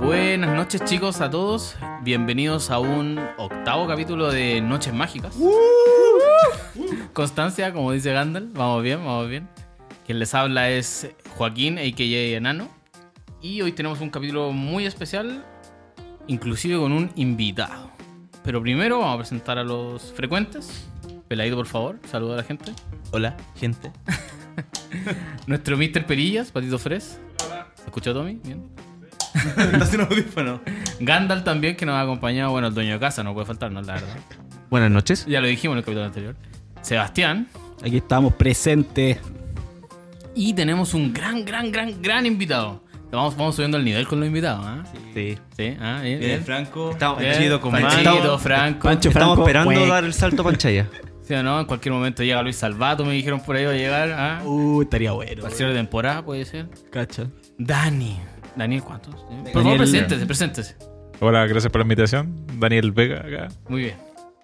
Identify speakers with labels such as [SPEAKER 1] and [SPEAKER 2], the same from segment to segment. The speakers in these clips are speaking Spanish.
[SPEAKER 1] Buenas noches chicos a todos, bienvenidos a un octavo capítulo de Noches Mágicas. Constancia, como dice Gandalf, vamos bien, vamos bien. Quien les habla es Joaquín, a.k.a. Enano. Y hoy tenemos un capítulo muy especial, inclusive con un invitado. Pero primero vamos a presentar a los frecuentes. Peladito, por favor, saluda a la gente.
[SPEAKER 2] Hola, gente.
[SPEAKER 1] Nuestro Mr. Perillas, Patito Fres. ¿Se escuchó Tommy? Bien.
[SPEAKER 2] ¿Estás sin audífono?
[SPEAKER 1] Gandalf también, que nos ha acompañado. Bueno, el dueño de casa, no puede faltarnos, la verdad.
[SPEAKER 2] Buenas noches.
[SPEAKER 1] Ya lo dijimos en el capítulo anterior. Sebastián.
[SPEAKER 3] Aquí estamos presentes.
[SPEAKER 1] Y tenemos un gran, gran, gran, gran invitado. Vamos, vamos subiendo el nivel con los invitados, ¿ah?
[SPEAKER 2] Sí.
[SPEAKER 1] Sí, ah, bien,
[SPEAKER 2] Bien,
[SPEAKER 1] bien.
[SPEAKER 2] Franco.
[SPEAKER 1] Bien.
[SPEAKER 2] Chido con
[SPEAKER 1] Panchito,
[SPEAKER 2] Mano.
[SPEAKER 1] Franco.
[SPEAKER 3] Pancho
[SPEAKER 4] Estamos
[SPEAKER 3] Franco,
[SPEAKER 4] esperando
[SPEAKER 3] güey.
[SPEAKER 4] dar el salto a Panchaya.
[SPEAKER 1] ¿Sí o no? En cualquier momento llega Luis Salvato, me dijeron por ahí va a llegar. ¿ah?
[SPEAKER 3] Uh, estaría bueno.
[SPEAKER 1] Al cierre de temporada puede ser.
[SPEAKER 3] Cacha.
[SPEAKER 1] Dani. Daniel, ¿cuántos? Por favor, preséntese, preséntese.
[SPEAKER 5] Hola, gracias por la invitación. Daniel Vega acá.
[SPEAKER 1] Muy bien.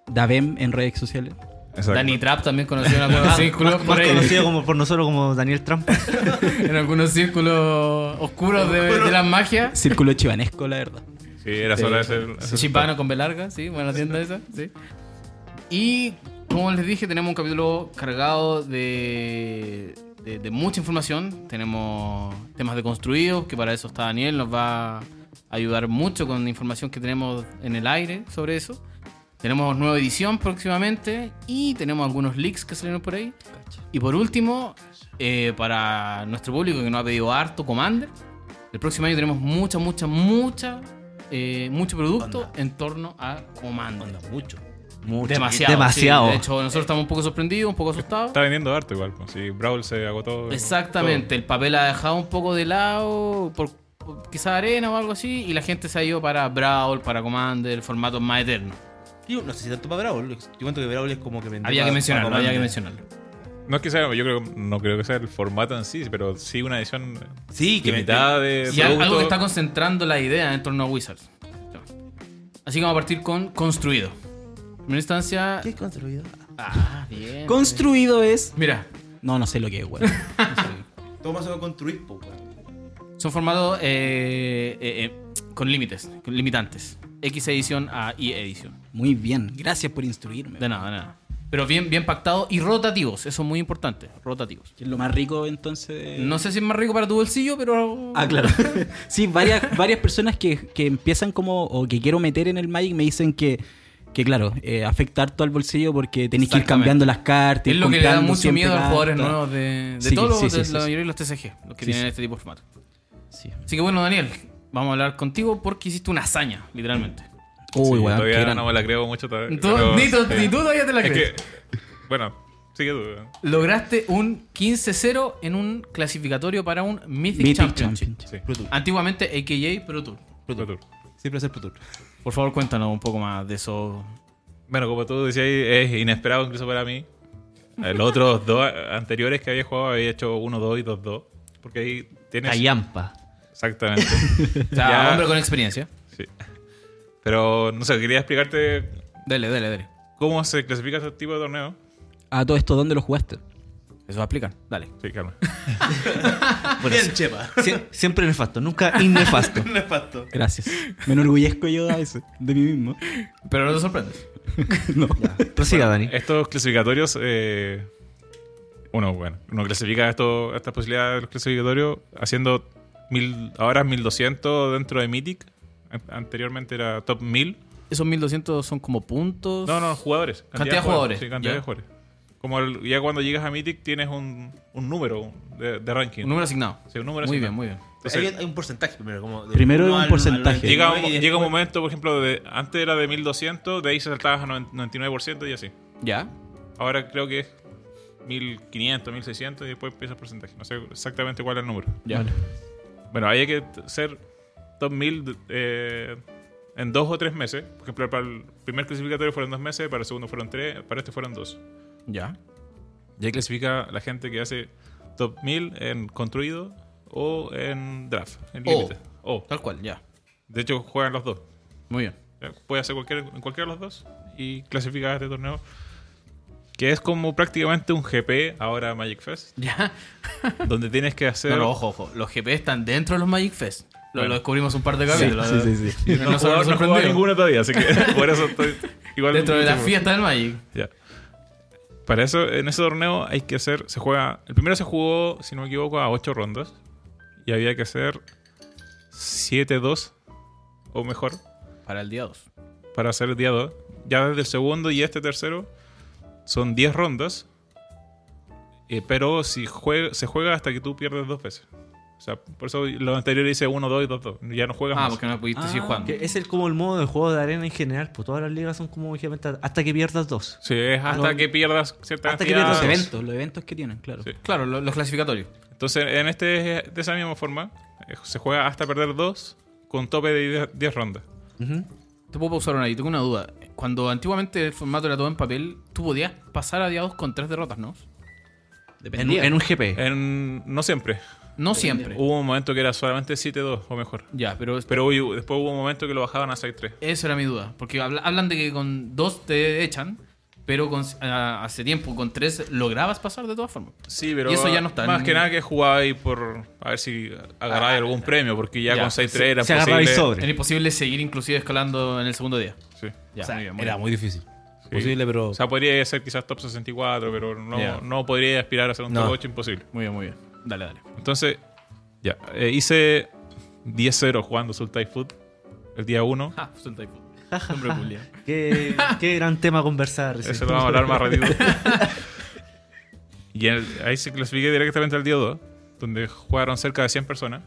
[SPEAKER 3] Davem en redes sociales.
[SPEAKER 5] Exacto.
[SPEAKER 1] Dani Trap también conoció en
[SPEAKER 2] Ah,
[SPEAKER 1] algunos círculos por
[SPEAKER 4] Más
[SPEAKER 1] ahí.
[SPEAKER 4] conocido como, por nosotros como Daniel Trump.
[SPEAKER 1] En algunos círculos oscuros de, de las magias.
[SPEAKER 3] Círculo chivanesco, la verdad.
[SPEAKER 5] Sí, era solo ese. ese-
[SPEAKER 1] Chipano con B larga, sí, buena tienda esa, sí. Y como les dije, tenemos un capítulo cargado de, de, de mucha información. Tenemos temas de construidos, que para eso está Daniel, nos va a ayudar mucho con información que tenemos en el aire sobre eso. Tenemos nueva edición próximamente y tenemos algunos leaks que salieron por ahí. Y por último, eh, para nuestro público que nos ha pedido harto Commander, el próximo año tenemos mucha, mucha, mucha, eh, mucho producto en torno a Commander.
[SPEAKER 2] Mucho.
[SPEAKER 1] Demasiado.
[SPEAKER 4] Demasiado.
[SPEAKER 1] sí. de hecho, nosotros estamos un poco sorprendidos, un poco asustados.
[SPEAKER 5] Está vendiendo harto igual. pues. Sí, Brawl se agotó.
[SPEAKER 1] Exactamente, el papel ha dejado un poco de lado, por por quizá arena o algo así, y la gente se ha ido para Brawl, para Commander, formatos más eternos.
[SPEAKER 2] Tío, no sé si tanto para Brawl. Yo cuento que Brawl es como que vendió
[SPEAKER 1] Había
[SPEAKER 2] para-
[SPEAKER 1] que
[SPEAKER 2] para
[SPEAKER 1] mencionarlo,
[SPEAKER 2] Commander.
[SPEAKER 1] había que mencionarlo.
[SPEAKER 5] todo. No es que sea, yo creo, no creo que sea el formato en sí, pero sí una edición
[SPEAKER 2] Sí, que
[SPEAKER 5] limitada
[SPEAKER 2] vendió-
[SPEAKER 5] de.
[SPEAKER 1] Y al- algo
[SPEAKER 5] producto.
[SPEAKER 1] que está concentrando la idea en torno a Wizards. Así que vamos a partir con construido. En primera instancia.
[SPEAKER 2] ¿Qué construido?
[SPEAKER 1] Ah, bien.
[SPEAKER 3] Construido es.
[SPEAKER 1] Mira,
[SPEAKER 3] No, no sé lo que es, güey.
[SPEAKER 2] Todo más se va a construir, po, weón.
[SPEAKER 1] son formados eh, eh, eh, con límites, con limitantes. X edición a Y edición.
[SPEAKER 3] Muy bien. Gracias por instruirme.
[SPEAKER 1] De nada, de nada. Pero bien, bien pactados y rotativos. Eso es muy importante. Rotativos.
[SPEAKER 3] Que es lo más rico entonces.
[SPEAKER 1] No sé si es más rico para tu bolsillo, pero.
[SPEAKER 3] Ah, claro. sí, varias, varias personas que, que empiezan como. o que quiero meter en el Magic me dicen que. Que claro, eh, afecta harto al bolsillo porque tenés que ir
[SPEAKER 1] Exactamente.
[SPEAKER 3] cambiando las cartas.
[SPEAKER 1] Es
[SPEAKER 3] ir
[SPEAKER 1] lo que le da
[SPEAKER 3] comprando
[SPEAKER 1] mucho
[SPEAKER 3] siempre
[SPEAKER 1] miedo a los jugadores
[SPEAKER 3] cartas.
[SPEAKER 1] nuevos de, de
[SPEAKER 3] Sí,
[SPEAKER 1] todos los,
[SPEAKER 3] sí, sí,
[SPEAKER 1] de
[SPEAKER 3] sí,
[SPEAKER 1] la
[SPEAKER 3] sí.
[SPEAKER 1] mayoría de los TCG, los que
[SPEAKER 3] Sí,
[SPEAKER 1] tienen
[SPEAKER 3] sí.
[SPEAKER 1] este tipo de formato.
[SPEAKER 3] Sí.
[SPEAKER 1] Así que bueno, Daniel, vamos a hablar contigo porque hiciste una hazaña, literalmente.
[SPEAKER 3] Uy,
[SPEAKER 5] Sí,
[SPEAKER 3] weón, qué
[SPEAKER 5] Todavía
[SPEAKER 3] gran-
[SPEAKER 5] no me la creo mucho. Todavía,
[SPEAKER 1] Tú-
[SPEAKER 5] pero-
[SPEAKER 1] ni, tú,
[SPEAKER 5] sí.
[SPEAKER 1] ni tú todavía te la
[SPEAKER 5] Es
[SPEAKER 1] crees.
[SPEAKER 5] que. Bueno, sigue tú. weón.
[SPEAKER 1] Lograste un 15-0 en un clasificatorio para un Mythic,
[SPEAKER 3] Mythic
[SPEAKER 1] Championship.
[SPEAKER 3] Championship.
[SPEAKER 5] Sí.
[SPEAKER 2] Pro Tour.
[SPEAKER 1] Antiguamente AKA Pro Tour.
[SPEAKER 5] Pro Tour.
[SPEAKER 2] Siempre hacer Pro Tour.
[SPEAKER 1] Por favor, cuéntanos un poco más de eso.
[SPEAKER 5] Bueno, como tú decías, es inesperado incluso para mí. Los otros dos anteriores que había jugado había hecho 1-2 y 2-2. Porque ahí tienes.
[SPEAKER 4] Callampa.
[SPEAKER 5] Exactamente.
[SPEAKER 1] O sea,
[SPEAKER 5] Ya.
[SPEAKER 1] hombre con experiencia.
[SPEAKER 5] Sí. Pero no sé, quería explicarte
[SPEAKER 1] Dale, dale, dale.
[SPEAKER 5] cómo se clasifica este tipo de torneo.
[SPEAKER 3] A todo esto, ¿dónde lo jugaste?
[SPEAKER 1] Eso va a explicar. Dale.
[SPEAKER 5] Sí, calma.
[SPEAKER 2] Bueno, Bien, chepa.
[SPEAKER 4] Sie- siempre nefasto, nunca innefasto.
[SPEAKER 2] Nefasto.
[SPEAKER 3] Gracias. Me enorgullezco yo a veces, de mí mismo.
[SPEAKER 1] Pero no te sorprendes.
[SPEAKER 3] No.
[SPEAKER 4] Prosiga, Dani.
[SPEAKER 5] Estos clasificatorios. eh, uno, bueno, uno clasifica esto, estas posibilidades de los clasificatorios haciendo mil, ahora 1200 dentro de Mythic. An- Anteriormente era top 1000.
[SPEAKER 1] Esos 1200 son como puntos.
[SPEAKER 5] No, no, jugadores.
[SPEAKER 1] Cantidad de jugadores,
[SPEAKER 5] Sí, cantidad
[SPEAKER 1] ya.
[SPEAKER 5] de jugadores. Como el- ya cuando llegas a Mythic tienes un, un número de, de ranking.
[SPEAKER 1] Un número asignado.
[SPEAKER 5] Sí, un número
[SPEAKER 1] muy
[SPEAKER 5] asignado.
[SPEAKER 1] bien, muy bien.
[SPEAKER 5] Entonces,
[SPEAKER 2] hay, hay un porcentaje primero. Como de
[SPEAKER 3] Primero
[SPEAKER 2] uno
[SPEAKER 3] un
[SPEAKER 2] al-
[SPEAKER 3] porcentaje.
[SPEAKER 2] al
[SPEAKER 5] Llega un,
[SPEAKER 2] 99 y
[SPEAKER 5] llega un
[SPEAKER 2] después-
[SPEAKER 5] momento, por ejemplo, de, antes era de 1200, de ahí se saltabas a 99% y así.
[SPEAKER 1] Ya.
[SPEAKER 5] Ahora creo que es 1500, 1600 y después empieza el porcentaje. No sé exactamente cuál es el número.
[SPEAKER 1] Ya.
[SPEAKER 5] Bueno, ahí hay que t- ser top 1000 eh, en dos o tres meses. Por ejemplo, para el primer clasificatorio fueron dos meses, para el segundo fueron tres, para este fueron dos.
[SPEAKER 1] Ya.
[SPEAKER 5] Y ahí clasifica la gente que hace top 1000 en construido o en draft, en
[SPEAKER 1] O.
[SPEAKER 5] límite. O.
[SPEAKER 1] Tal cual, ya.
[SPEAKER 5] De hecho, juegan los dos.
[SPEAKER 1] Muy bien.
[SPEAKER 5] Ya, Eh, Puede hacer cualquiera, en cualquiera de los dos y clasificar a este torneo. Que es como prácticamente un GP ahora Magic Fest,
[SPEAKER 1] Ya.
[SPEAKER 5] donde tienes que hacer.
[SPEAKER 1] No, no, ojo, ojo. Los GP están dentro de los Magic Fest. Lo,
[SPEAKER 5] Bueno.
[SPEAKER 1] lo descubrimos un par de capítulos.
[SPEAKER 5] No,
[SPEAKER 1] No se
[SPEAKER 5] he jugado-
[SPEAKER 1] habrá
[SPEAKER 5] no he jugado
[SPEAKER 1] sorprendido.
[SPEAKER 5] ninguna todavía, así que por eso estoy igual.
[SPEAKER 1] Dentro de la
[SPEAKER 5] Sí,
[SPEAKER 1] fiesta del Magic.
[SPEAKER 5] Ya. Para eso, en ese torneo hay que hacer. Se juega. El primero se jugó, si no me equivoco, a 8 rondas. Y había que hacer 7-2 o mejor
[SPEAKER 1] Para el día 2.
[SPEAKER 5] para hacer el día 2. Ya desde el segundo y este tercero son 10 rondas. Eh, pero si jue- se juega hasta que tú pierdes dos veces. O sea, por eso lo anterior dice 1-2 y 2-2. Ya no juegas
[SPEAKER 1] Ah,
[SPEAKER 5] más.
[SPEAKER 1] porque no pudiste seguir jugando.
[SPEAKER 4] Que es el, como el modo de juego de arena en general. Pues todas las ligas son como obviamente hasta que pierdas dos.
[SPEAKER 5] Sí, es hasta
[SPEAKER 4] No. Ah,
[SPEAKER 5] que pierdas cierta
[SPEAKER 4] Hasta que pierdas
[SPEAKER 5] cantidad.
[SPEAKER 3] Los
[SPEAKER 4] Ah, sí.
[SPEAKER 3] eventos, los eventos que tienen, claro.
[SPEAKER 5] Sí.
[SPEAKER 1] Claro, lo- los clasificatorios.
[SPEAKER 5] Entonces, en este es de esa misma forma. Eh, Se juega hasta perder dos con tope de 10 10 rondas.
[SPEAKER 1] Te puedo pausar una ahí, tengo una duda. Cuando antiguamente el formato era todo en papel, tú podías pasar a día 2 con tres derrotas, ¿no?
[SPEAKER 4] En,
[SPEAKER 3] Dependía.
[SPEAKER 4] en un GP.
[SPEAKER 5] En- no siempre.
[SPEAKER 1] No siempre.
[SPEAKER 5] Hubo un momento que era solamente 7-2 o mejor.
[SPEAKER 1] Ya, pero,
[SPEAKER 5] Pero hubo- después hubo un momento que lo bajaban a 6-3.
[SPEAKER 1] esa era mi duda. Porque habla- hablan de que con dos te echan, pero con, a- hace tiempo con tres lograbas pasar de todas formas.
[SPEAKER 5] Sí, pero
[SPEAKER 1] Y eso ya no está
[SPEAKER 5] más
[SPEAKER 1] en- Ah,
[SPEAKER 5] que nada que jugaba ahí por a ver si agarraba algún premio, porque ya,
[SPEAKER 1] Ya,
[SPEAKER 5] con 6-3 era
[SPEAKER 4] se agarraba y
[SPEAKER 5] posible-
[SPEAKER 4] sobre.
[SPEAKER 1] Era imposible seguir inclusive escalando en el segundo día.
[SPEAKER 5] Sí.
[SPEAKER 1] Ya,
[SPEAKER 2] O sea,
[SPEAKER 1] muy bien, muy
[SPEAKER 2] era
[SPEAKER 1] bien.
[SPEAKER 2] muy difícil.
[SPEAKER 5] Sí.
[SPEAKER 2] Posible, pero.
[SPEAKER 5] O sea, podría ser quizás top 64, pero no,
[SPEAKER 1] Ya.
[SPEAKER 5] no podría aspirar a ser un
[SPEAKER 2] No.
[SPEAKER 5] top 8, imposible.
[SPEAKER 1] Muy bien, muy bien. Dale, dale.
[SPEAKER 5] Entonces, ya. eh, hice 10-0 jugando Sultai Food el día 1.
[SPEAKER 1] Ah, son typo. Hombre Julián.
[SPEAKER 4] Qué, qué gran tema a conversar. sí.
[SPEAKER 5] Eso lo vamos a hablar más ratito. y en el- ahí se clasifique directamente al día 2, donde jugaron cerca de 100 personas.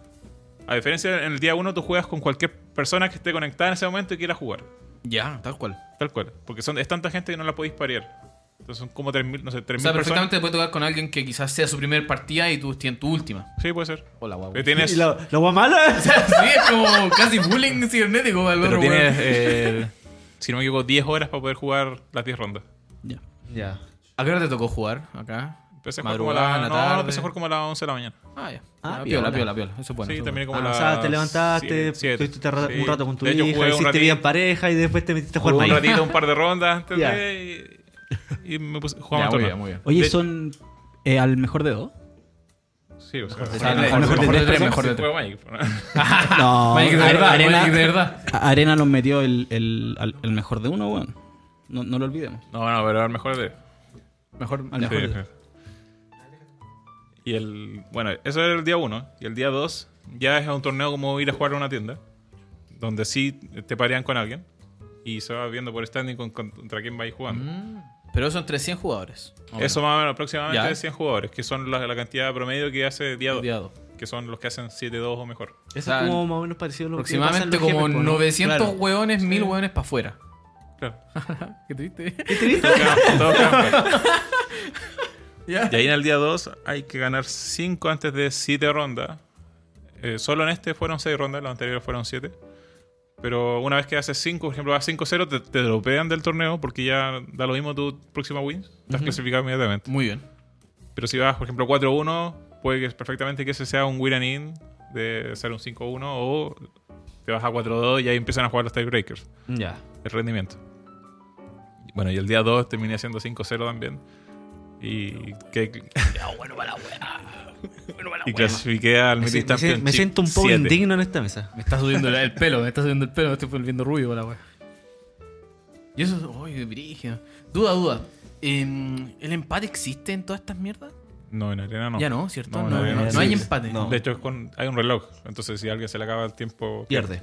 [SPEAKER 5] A diferencia, en el día 1 tú juegas con cualquier persona que esté conectada en ese momento y quiera jugar.
[SPEAKER 1] Ya, tal cual.
[SPEAKER 5] Tal cual. Porque son, es tanta gente que no la podéis parear. Entonces son como 3.000, no sé, 3.000
[SPEAKER 1] O sea,
[SPEAKER 5] personas.
[SPEAKER 1] perfectamente te puede tocar con alguien que quizás sea su primer partida y tú estés en tu última.
[SPEAKER 5] Sí, puede ser.
[SPEAKER 1] Hola, guau.
[SPEAKER 5] Eh, Tienes,
[SPEAKER 4] ¿Y la, la guamala?
[SPEAKER 1] sí, es como casi bullying cibernético al
[SPEAKER 5] pero
[SPEAKER 1] otro weón.
[SPEAKER 5] tienes, eh, si no me equivoco, 10 horas para poder jugar las 10 rondas.
[SPEAKER 3] Ya.
[SPEAKER 4] Ya.
[SPEAKER 1] ¿A qué hora te tocó jugar acá?
[SPEAKER 5] Empecé a jugar como a
[SPEAKER 1] Madrugada,
[SPEAKER 5] la,
[SPEAKER 1] en la
[SPEAKER 5] no,
[SPEAKER 1] tarde.
[SPEAKER 5] empecé a jugar como a las 11 de la mañana.
[SPEAKER 1] Ah, ya.
[SPEAKER 4] Ah,
[SPEAKER 1] Ah,
[SPEAKER 4] piola.
[SPEAKER 1] piola, piola, piola. Eso es bueno.
[SPEAKER 5] sí,
[SPEAKER 1] eso es
[SPEAKER 5] terminé como
[SPEAKER 4] Ah,
[SPEAKER 5] a
[SPEAKER 4] o
[SPEAKER 5] las
[SPEAKER 4] sea, te levantaste,
[SPEAKER 5] 7.
[SPEAKER 4] estuviste tarra-
[SPEAKER 5] Sí.
[SPEAKER 4] un rato con tu
[SPEAKER 5] De hecho,
[SPEAKER 4] hija,
[SPEAKER 5] jugué un
[SPEAKER 4] hiciste
[SPEAKER 5] ratito.
[SPEAKER 4] vida en pareja y después te metiste a jugar
[SPEAKER 5] Jugué un
[SPEAKER 4] maíz.
[SPEAKER 5] ratito, un par de rondas antes
[SPEAKER 4] Ya.
[SPEAKER 5] de- y, y me puse
[SPEAKER 1] bueno.
[SPEAKER 5] jugaba
[SPEAKER 1] Ya,
[SPEAKER 5] un
[SPEAKER 1] muy
[SPEAKER 5] torneo.
[SPEAKER 1] bien, muy bien.
[SPEAKER 3] Oye,
[SPEAKER 5] De-
[SPEAKER 3] son eh, al mejor de dos.
[SPEAKER 5] Sí, o sea,
[SPEAKER 1] O
[SPEAKER 5] fue-
[SPEAKER 1] sea,
[SPEAKER 5] fue-
[SPEAKER 1] mejor,
[SPEAKER 5] fue-
[SPEAKER 1] de tres,
[SPEAKER 5] fue-
[SPEAKER 1] mejor de
[SPEAKER 5] sí,
[SPEAKER 1] tres.
[SPEAKER 5] fue Magic, fue-
[SPEAKER 3] No,
[SPEAKER 1] Magic de
[SPEAKER 3] Are-
[SPEAKER 1] verdad,
[SPEAKER 3] Arena,
[SPEAKER 1] Magic de verdad.
[SPEAKER 3] A- Arena nos metió el, el, al- el mejor de uno, weón. No, no lo olvidemos.
[SPEAKER 5] No, no, pero era el mejor de
[SPEAKER 1] Mejor,
[SPEAKER 3] Al
[SPEAKER 1] ya.
[SPEAKER 3] mejor de
[SPEAKER 5] Sí. Y el. Bueno, eso era el día 1. Y el día 2 ya es un torneo como ir a jugar a una tienda. Donde sí te parean con alguien. Y se va viendo por standing con- con- contra quién vais jugando.
[SPEAKER 1] Mm, Pero son 300 jugadores.
[SPEAKER 5] Eso más o menos aproximadamente
[SPEAKER 1] Ya.
[SPEAKER 5] de 100 jugadores, que son la, la cantidad promedio que hace día 2.
[SPEAKER 1] Día dos.
[SPEAKER 5] Que son los que hacen 7-2 o mejor.
[SPEAKER 4] Eso
[SPEAKER 1] O sea,
[SPEAKER 4] es como más o menos parecido a lo que pasa en
[SPEAKER 1] Aproximadamente
[SPEAKER 4] los
[SPEAKER 1] como
[SPEAKER 4] GP, pues, ¿no?
[SPEAKER 1] 900
[SPEAKER 4] Claro.
[SPEAKER 1] hueones, 1000 hueones para afuera.
[SPEAKER 5] Claro.
[SPEAKER 1] ¿Qué triste?
[SPEAKER 5] Todos quedan- todos quedan fuera.
[SPEAKER 1] Ya.
[SPEAKER 5] Y ahí en el día 2 hay que ganar 5 antes de 7 rondas. Eh, solo en este fueron 6 rondas, los anteriores fueron 7. Pero una vez que haces 5, por ejemplo, vas 5-0, te, te dropean del torneo porque ya da lo mismo tu próxima win. Estás clasificado inmediatamente.
[SPEAKER 1] Muy bien.
[SPEAKER 5] Pero si vas, por ejemplo, 4-1, puede que perfectamente que ese sea un win and in de ser un 5-1 o te vas a 4-2 y ahí empiezan a jugar los tiebreakers
[SPEAKER 4] Ya.
[SPEAKER 5] el rendimiento. Bueno, y el día 2 terminé haciendo 5-0 también. Y, que, y clasifiqué al
[SPEAKER 4] Me,
[SPEAKER 5] Mythic
[SPEAKER 4] si- me si-
[SPEAKER 5] Championship
[SPEAKER 4] me siento un poco
[SPEAKER 5] 7.
[SPEAKER 4] indigno en esta mesa.
[SPEAKER 1] Me está subiendo el- el pelo, me está subiendo el pelo, me estoy volviendo rubio para la wea. Y eso, uy, brígido. Duda, duda. Em, ¿El empate existe en todas estas mierdas?
[SPEAKER 5] No, en arena no.
[SPEAKER 1] Ya no, ¿cierto?
[SPEAKER 5] No,
[SPEAKER 1] No,
[SPEAKER 5] no,
[SPEAKER 1] no,
[SPEAKER 5] no,
[SPEAKER 1] no
[SPEAKER 5] sí,
[SPEAKER 1] hay
[SPEAKER 5] sí.
[SPEAKER 1] empate.
[SPEAKER 4] No.
[SPEAKER 5] De hecho, es con, hay un reloj. Entonces, si a alguien se le acaba el tiempo.
[SPEAKER 4] Pierde.